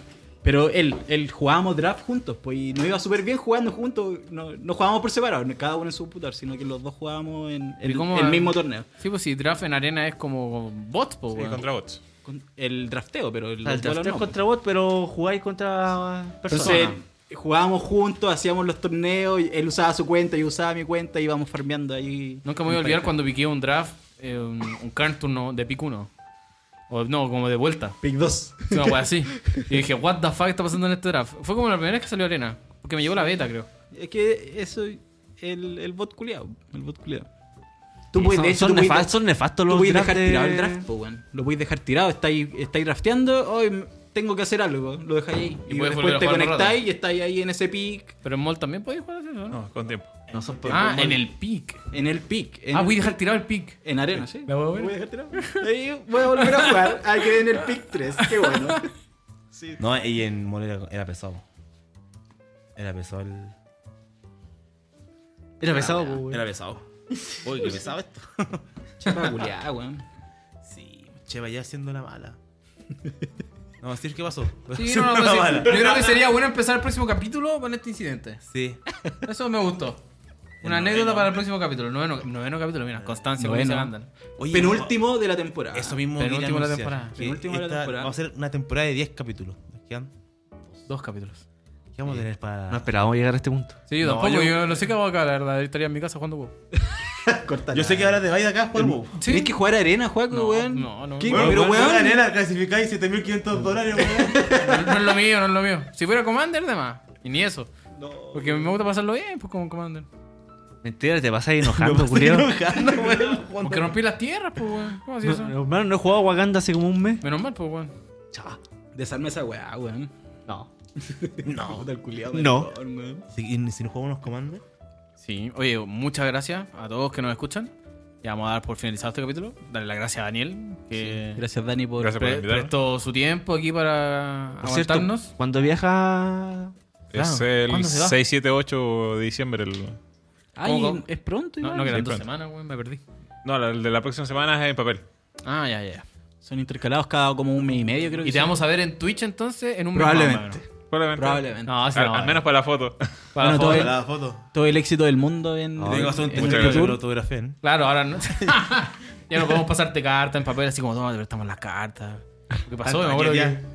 [SPEAKER 3] Pero él, él jugábamos draft juntos, pues y nos iba súper bien jugando juntos. No, no jugábamos por separado, cada uno en su putar, sino que los dos jugábamos en
[SPEAKER 1] ¿Y
[SPEAKER 3] el,
[SPEAKER 1] cómo
[SPEAKER 3] el
[SPEAKER 1] va?
[SPEAKER 3] mismo torneo.
[SPEAKER 1] Sí, pues si draft en arena es como bots, pues,
[SPEAKER 5] Sí, contra bots.
[SPEAKER 3] Con- El drafteo, pero el,
[SPEAKER 4] O sea, el
[SPEAKER 3] los duelos
[SPEAKER 4] drafteo
[SPEAKER 3] no,
[SPEAKER 4] es
[SPEAKER 3] pues.
[SPEAKER 4] contra bot, pero jugáis contra personas.
[SPEAKER 3] Entonces jugábamos juntos, hacíamos los torneos, y él usaba su cuenta, yo usaba mi cuenta, y íbamos farmeando ahí.
[SPEAKER 1] Nunca me voy a olvidar cuando piqué un draft, eh, un, un turn turno de pick 1. O no, como de vuelta.
[SPEAKER 3] Pick 2.
[SPEAKER 1] Sí, Una wea así. Y dije, what the fuck está pasando en este draft. Fue como la primera vez que salió arena. Porque me llegó la beta, creo.
[SPEAKER 3] Es que eso, el, el bot culiado, el bot culiado. Tú
[SPEAKER 4] Sí,
[SPEAKER 3] puedes,
[SPEAKER 4] son,
[SPEAKER 3] de hecho,
[SPEAKER 4] son
[SPEAKER 3] tú puedes-
[SPEAKER 4] nefastos, son nefastos
[SPEAKER 3] Lo
[SPEAKER 4] los
[SPEAKER 3] voy a
[SPEAKER 4] drafts
[SPEAKER 3] dejar
[SPEAKER 4] de-
[SPEAKER 3] tirado el draft, po, weón. Lo voy a dejar tirado, estáis estáis drafteando, hoy m- tengo que hacer algo, lo dejáis ahí.
[SPEAKER 1] Y
[SPEAKER 3] Y,
[SPEAKER 1] puedes volver a
[SPEAKER 3] después te
[SPEAKER 1] jugar un
[SPEAKER 3] conectáis y estáis ahí en ese pick,
[SPEAKER 1] Pero en mall también podéis jugar así, ¿no?
[SPEAKER 5] No, con tiempo.
[SPEAKER 4] No son por-
[SPEAKER 1] ah,
[SPEAKER 4] por-
[SPEAKER 1] en el pick.
[SPEAKER 3] en el pick. En,
[SPEAKER 1] Ah, voy a dejar tirado el pick.
[SPEAKER 3] en arena, sí.
[SPEAKER 1] La voy a
[SPEAKER 3] Lo
[SPEAKER 1] ver.
[SPEAKER 3] dejar tirado. Ahí voy a volver a jugar. Ah, quedé en el pick 3, qué bueno.
[SPEAKER 2] No, y en Mole era, era pesado. Era pesado el.
[SPEAKER 4] Era pesado, po, weón.
[SPEAKER 2] Era pesado. Uy, qué pesado esto.
[SPEAKER 3] Chapa culiada, weón.
[SPEAKER 2] Sí, che, vaya haciendo la mala. No, decir qué pasó.
[SPEAKER 1] Sí, no, no, no, sí. Yo creo que sería bueno empezar el próximo capítulo con este incidente.
[SPEAKER 2] Sí.
[SPEAKER 1] Eso me gustó. Una
[SPEAKER 2] El noveno.
[SPEAKER 1] anécdota para el próximo capítulo. Noveno, noveno capítulo, mira, Constancia, como
[SPEAKER 3] Noveno.
[SPEAKER 1] se andan.
[SPEAKER 2] Oye,
[SPEAKER 3] Penúltimo de la temporada.
[SPEAKER 2] Eso mismo
[SPEAKER 1] Penúltimo de
[SPEAKER 2] quería
[SPEAKER 1] la
[SPEAKER 2] anunciar,
[SPEAKER 1] temporada.
[SPEAKER 2] que
[SPEAKER 3] Penúltimo de la
[SPEAKER 2] esta
[SPEAKER 3] temporada.
[SPEAKER 2] Va a ser una temporada de 10 capítulos. Nos quedan-
[SPEAKER 1] Dos capítulos.
[SPEAKER 2] ¿Qué vamos a tener para.?
[SPEAKER 4] No esperábamos llegar a este punto.
[SPEAKER 1] Sí, yo
[SPEAKER 2] No,
[SPEAKER 1] tampoco.
[SPEAKER 2] yo-
[SPEAKER 1] yo... no sé qué hago acá, la verdad. Estaría en mi casa jugando WoW.
[SPEAKER 3] Cortala.
[SPEAKER 2] Yo sé que ahora te vais de acá, Juanmo.
[SPEAKER 1] Sí.
[SPEAKER 3] Tienes que jugar arena, Juaco,
[SPEAKER 1] No,
[SPEAKER 3] weón.
[SPEAKER 1] no, no.
[SPEAKER 3] ¿Qué?
[SPEAKER 1] No,
[SPEAKER 3] Pero, weón.
[SPEAKER 2] nena, clasificáis 7500 dólares, weón.
[SPEAKER 1] no es lo mío, no es lo mío. Si fuera Commander, demás. Y ni eso. Porque me gusta pasarlo bien, pues como Commander.
[SPEAKER 4] Mentira, te vas a ir enojando, culiao.
[SPEAKER 1] Porque rompí las tierras, pues, weón. ¿Cómo así eso?
[SPEAKER 4] No, hermano, no he jugado a Wakanda hace como un mes.
[SPEAKER 1] Menos mal, pues, weón.
[SPEAKER 4] Chao.
[SPEAKER 3] Desarma esa weá, weón.
[SPEAKER 4] No.
[SPEAKER 3] No.
[SPEAKER 4] No.
[SPEAKER 2] Si, y si no jugamos unos comandos.
[SPEAKER 1] Sí, oye, muchas gracias a todos que nos escuchan. Ya vamos a dar por finalizado este capítulo. Darle las gracias a Daniel, que
[SPEAKER 3] Gracias, Dani, por.
[SPEAKER 5] Gracias por
[SPEAKER 1] pre-
[SPEAKER 5] invitarme.
[SPEAKER 1] prestó su tiempo aquí para
[SPEAKER 4] Por cierto,
[SPEAKER 1] aguantarnos.
[SPEAKER 4] cuando viaja...
[SPEAKER 5] Es
[SPEAKER 1] Claro.
[SPEAKER 5] el
[SPEAKER 1] ¿Cuándo se va?
[SPEAKER 5] 6, 7, 8 de diciembre. el-
[SPEAKER 3] Ay,
[SPEAKER 1] ¿Cómo, cómo?
[SPEAKER 3] es pronto,
[SPEAKER 1] No,
[SPEAKER 3] igual.
[SPEAKER 1] no, que eran
[SPEAKER 5] Sí,
[SPEAKER 1] dos
[SPEAKER 5] pronto.
[SPEAKER 1] semanas, weón, me perdí.
[SPEAKER 5] No, la- el de la próxima semana es en papel.
[SPEAKER 1] Ah, ya, ya. ya.
[SPEAKER 3] Son intercalados cada como un mes y medio, creo que
[SPEAKER 1] Y te
[SPEAKER 3] son.
[SPEAKER 1] vamos a ver en Twitch entonces en un mes más,
[SPEAKER 3] Probablemente.
[SPEAKER 1] mano.
[SPEAKER 5] Probablemente.
[SPEAKER 3] Probablemente.
[SPEAKER 1] No, así
[SPEAKER 5] Al,
[SPEAKER 1] no,
[SPEAKER 5] al
[SPEAKER 1] eh.
[SPEAKER 5] menos para la foto.
[SPEAKER 1] Para la foto.
[SPEAKER 3] Bueno, todo el-
[SPEAKER 2] La foto.
[SPEAKER 3] Todo el éxito del mundo en.
[SPEAKER 2] Tengo que hacer un
[SPEAKER 3] en el
[SPEAKER 2] test de
[SPEAKER 3] Pro
[SPEAKER 2] la
[SPEAKER 3] Tour.
[SPEAKER 2] autografía, ¿eh?
[SPEAKER 1] Claro, ahora no. ya no podemos pasarte cartas en papel, así como, toma, te prestamos las cartas. ¿Qué pasó?
[SPEAKER 2] Ah,
[SPEAKER 1] me acuerdo
[SPEAKER 2] ya.
[SPEAKER 1] que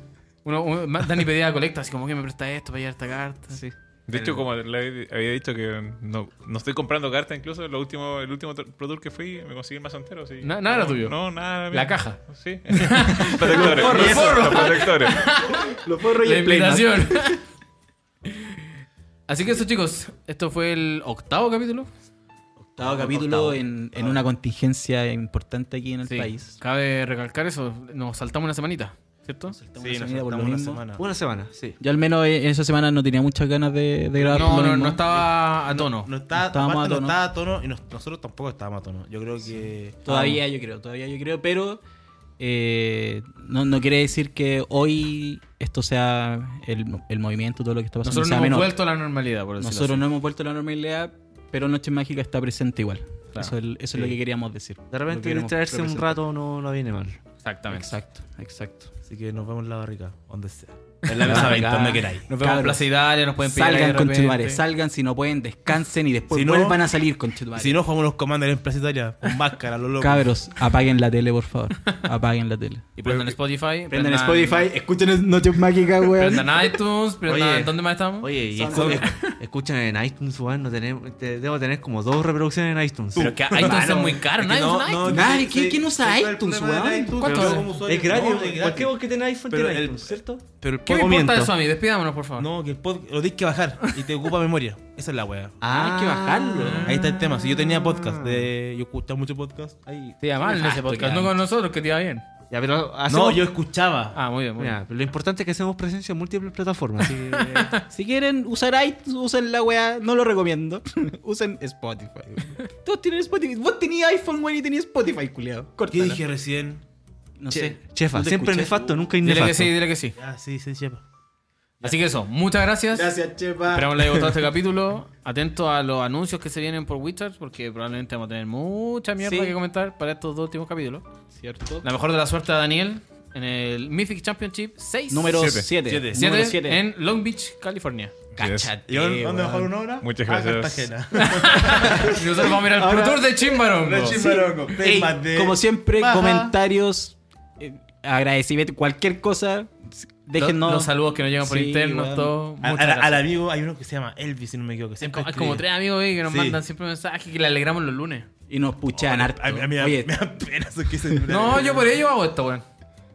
[SPEAKER 1] uno, uno- Dani pedía colecta, así como que me presta esto para llevar esta carta.
[SPEAKER 4] Sí.
[SPEAKER 5] De hecho, como le había dicho que no, no estoy comprando cartas, incluso lo último, el último Pro Tour que fui me conseguí el mazo entero. así.
[SPEAKER 1] Na- nada era
[SPEAKER 5] No,
[SPEAKER 1] tuyo.
[SPEAKER 5] No, nada.
[SPEAKER 1] La
[SPEAKER 5] mío.
[SPEAKER 1] caja.
[SPEAKER 5] Sí. protectores.
[SPEAKER 1] forros,
[SPEAKER 5] Los
[SPEAKER 1] forros.
[SPEAKER 5] los protectores.
[SPEAKER 3] Lo puedo
[SPEAKER 1] La
[SPEAKER 3] reír
[SPEAKER 1] invitación. así que eso, chicos, esto fue el octavo capítulo.
[SPEAKER 3] Octavo capítulo en, en una contingencia importante aquí en el
[SPEAKER 1] Sí.
[SPEAKER 3] país.
[SPEAKER 1] Cabe recalcar eso, nos saltamos una semanita, ¿cierto?
[SPEAKER 3] Estamos
[SPEAKER 2] Sí,
[SPEAKER 3] en
[SPEAKER 2] nos
[SPEAKER 3] Sanidad por lo
[SPEAKER 2] saltamos una
[SPEAKER 3] mismo.
[SPEAKER 2] semana.
[SPEAKER 4] Una semana, sí.
[SPEAKER 3] Yo al menos eh, en esa semana no tenía muchas ganas de, de grabar.
[SPEAKER 1] No,
[SPEAKER 3] lo
[SPEAKER 1] no,
[SPEAKER 3] mismo.
[SPEAKER 1] no estaba a tono.
[SPEAKER 2] No está,
[SPEAKER 3] Estábamos
[SPEAKER 2] aparte
[SPEAKER 3] a tono.
[SPEAKER 2] no estaba a tono y nos- nosotros tampoco estábamos a tono. Yo creo que.
[SPEAKER 3] Todavía yo creo, todavía yo creo, pero eh, no, no quiere decir que hoy esto sea el, el movimiento, todo lo que está pasando
[SPEAKER 1] Nosotros no
[SPEAKER 3] sea
[SPEAKER 1] hemos
[SPEAKER 3] menor.
[SPEAKER 1] vuelto a la normalidad, por decirlo
[SPEAKER 3] Nosotros
[SPEAKER 1] así.
[SPEAKER 3] no hemos vuelto a la normalidad, pero Noche Mágica está presente igual. Eso, es, eso es lo
[SPEAKER 4] Sí.
[SPEAKER 3] que queríamos decir.
[SPEAKER 4] De
[SPEAKER 3] Lo
[SPEAKER 4] repente
[SPEAKER 3] queríamos
[SPEAKER 4] distraerse un
[SPEAKER 3] representar.
[SPEAKER 4] rato no, no viene mal.
[SPEAKER 1] Exactamente.
[SPEAKER 3] Exacto, exacto.
[SPEAKER 2] Así que nos vemos en la barrica, donde sea.
[SPEAKER 1] En la mesa 20,
[SPEAKER 3] Acá.
[SPEAKER 1] donde queráis. Nos vemos en
[SPEAKER 3] Cabros,
[SPEAKER 1] Plaza Italia, nos pueden pillar.
[SPEAKER 3] Salgan,
[SPEAKER 1] con
[SPEAKER 3] conchetumare, salgan si no pueden, descansen y después
[SPEAKER 2] Si no-
[SPEAKER 3] vuelvan a salir, conchetumare.
[SPEAKER 2] Si no, jugamos los Commander en Plaza Italia, con máscara, los locos.
[SPEAKER 3] Cabros, apaguen la tele, por favor. Apaguen la tele.
[SPEAKER 1] Y prendan Spotify.
[SPEAKER 3] Prendan Spotify, escuchen Noche Mágica, weón.
[SPEAKER 1] Prendan iTunes. Prendan.
[SPEAKER 4] Oye.
[SPEAKER 1] ¿Dónde más estamos?
[SPEAKER 4] Oye, y
[SPEAKER 3] Son-
[SPEAKER 4] escu- escuchan en iTunes, weón. No tenemos- te- debo tener como dos reproducciones en iTunes.
[SPEAKER 1] Pero es que iTunes es muy caro.
[SPEAKER 2] Es que
[SPEAKER 1] Nadie
[SPEAKER 2] no-
[SPEAKER 1] usa iTunes.
[SPEAKER 2] no,
[SPEAKER 3] Nadie,
[SPEAKER 2] sí,
[SPEAKER 3] ¿quién-
[SPEAKER 2] sí,
[SPEAKER 3] quién usa
[SPEAKER 2] sí, está el
[SPEAKER 3] iTunes,
[SPEAKER 2] problema de
[SPEAKER 3] weón?
[SPEAKER 2] iTunes,
[SPEAKER 1] ¿Cuánto
[SPEAKER 2] yo
[SPEAKER 1] vale?
[SPEAKER 2] como usuario-
[SPEAKER 4] es gratis,
[SPEAKER 2] no, es
[SPEAKER 4] weón. cualquier weón que tiene iPhone
[SPEAKER 2] Pero
[SPEAKER 4] tiene
[SPEAKER 2] el-
[SPEAKER 4] iTunes, ¿cierto?
[SPEAKER 2] Pero el
[SPEAKER 1] ¿Qué me
[SPEAKER 2] podcast-
[SPEAKER 1] importa eso a mí? Despidámonos, por favor.
[SPEAKER 2] No, que el podcast lo tienes que bajar y te ocupa memoria. Esa es la wea.
[SPEAKER 3] Ah, hay que bajarlo.
[SPEAKER 2] Ahí está el tema. Si yo tenía podcast, de, yo escuchaba mucho podcast. Ahí.
[SPEAKER 1] Te iba mal en ese podcast. No con nosotros, que te iba bien.
[SPEAKER 4] Ya, pero
[SPEAKER 2] No,
[SPEAKER 4] hacemos-
[SPEAKER 2] yo escuchaba.
[SPEAKER 1] Ah, muy bien, muy bien.
[SPEAKER 4] Mira, pero lo importante es que hacemos presencia en múltiples plataformas. así que-
[SPEAKER 3] Si quieren usar iTunes, usen la weá, no lo recomiendo. Usen Spotify. weón. Todos tienen Spotify. Vos tenías iPhone, weón, y tenías Spotify, culiado.
[SPEAKER 2] ¿Qué dije recién?
[SPEAKER 3] No
[SPEAKER 4] Che-
[SPEAKER 3] sé.
[SPEAKER 4] Chefa,
[SPEAKER 3] No te
[SPEAKER 4] siempre
[SPEAKER 3] escuché.
[SPEAKER 4] nefasto, nunca
[SPEAKER 1] Dile
[SPEAKER 4] innefasto.
[SPEAKER 1] que sí, dile que sí.
[SPEAKER 2] Ah, sí, sí, chepa.
[SPEAKER 1] Así que eso, muchas gracias.
[SPEAKER 3] Gracias, Chepa.
[SPEAKER 1] Esperamos les haya gustado este capítulo. Atento a los anuncios que se vienen por Wizards, porque probablemente vamos a tener mucha mierda
[SPEAKER 3] Sí.
[SPEAKER 1] que comentar para estos dos últimos capítulos.
[SPEAKER 3] Cierto.
[SPEAKER 1] La mejor de la suerte a Daniel en el Mythic Championship 6.
[SPEAKER 3] Número
[SPEAKER 5] Siete.
[SPEAKER 3] 7.
[SPEAKER 2] Siete.
[SPEAKER 1] Siete en Long Beach, California.
[SPEAKER 5] Cáchate,
[SPEAKER 2] ¿Y dónde dónde mejor una hora?
[SPEAKER 5] Muchas
[SPEAKER 2] A
[SPEAKER 5] gracias.
[SPEAKER 2] Cartagena.
[SPEAKER 1] Y nosotros vamos a mirar el Pro Tour de Chimbarongo.
[SPEAKER 2] Los chimbarongo,
[SPEAKER 3] Ey,
[SPEAKER 2] temas de-
[SPEAKER 3] como siempre,
[SPEAKER 2] Baja.
[SPEAKER 3] comentarios, eh, agradecimiento, cualquier cosa, s-
[SPEAKER 1] Los,
[SPEAKER 3] déjennos.
[SPEAKER 1] los saludos que nos llegan por
[SPEAKER 3] Sí,
[SPEAKER 1] internos,
[SPEAKER 3] weón.
[SPEAKER 1] todo.
[SPEAKER 2] A-
[SPEAKER 1] Muchas
[SPEAKER 2] a-
[SPEAKER 1] gracias.
[SPEAKER 2] al amigo hay uno que se llama Elvis, si no me equivoco. que siempre
[SPEAKER 1] Hay como
[SPEAKER 2] escribe.
[SPEAKER 1] tres amigos ahí que nos
[SPEAKER 2] Sí.
[SPEAKER 1] mandan siempre mensajes que le alegramos los lunes.
[SPEAKER 3] Y nos puchan harto.
[SPEAKER 2] A, a mí me da-
[SPEAKER 3] Oye,
[SPEAKER 2] me da pena eso que se
[SPEAKER 1] No, yo por ello hago esto, weón.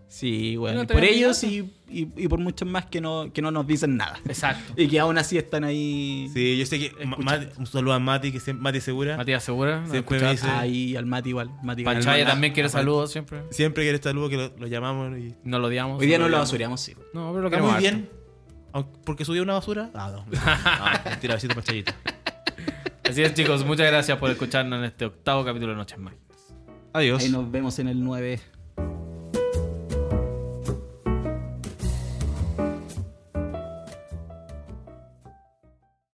[SPEAKER 3] sí,
[SPEAKER 1] Yo
[SPEAKER 3] bueno.
[SPEAKER 1] no
[SPEAKER 3] y por
[SPEAKER 1] tengo
[SPEAKER 3] ellos
[SPEAKER 1] ni
[SPEAKER 3] y, y- y por muchos más que no, que no nos dicen nada.
[SPEAKER 1] Exacto.
[SPEAKER 3] y que aún así están ahí.
[SPEAKER 2] Sí, yo sé que. Ma- Mati- un saludo a Mati, que siempre, Mati Segura.
[SPEAKER 1] Matías Segura. nos
[SPEAKER 2] Siempre
[SPEAKER 1] escucha.
[SPEAKER 2] me dice-
[SPEAKER 3] Ahí al Mati igual. Mati igual.
[SPEAKER 1] Panchaya
[SPEAKER 2] Hermana-
[SPEAKER 1] también quiere saludos siempre.
[SPEAKER 2] Siempre quiere este saludo que lo, lo llamamos. Y...
[SPEAKER 1] No lo odiamos.
[SPEAKER 3] Hoy día no lo
[SPEAKER 1] odiamos.
[SPEAKER 3] basureamos, sí.
[SPEAKER 1] No, pero lo
[SPEAKER 2] Está
[SPEAKER 1] queremos.
[SPEAKER 2] muy
[SPEAKER 1] harto.
[SPEAKER 2] bien. aunque- Porque subió una basura. Ah, no. Ah, mentira, besito pachayito.
[SPEAKER 1] Así es, chicos. Muchas gracias por escucharnos en este octavo capítulo de Noches Mágicas.
[SPEAKER 4] Adiós.
[SPEAKER 3] Ahí nos vemos en el 9.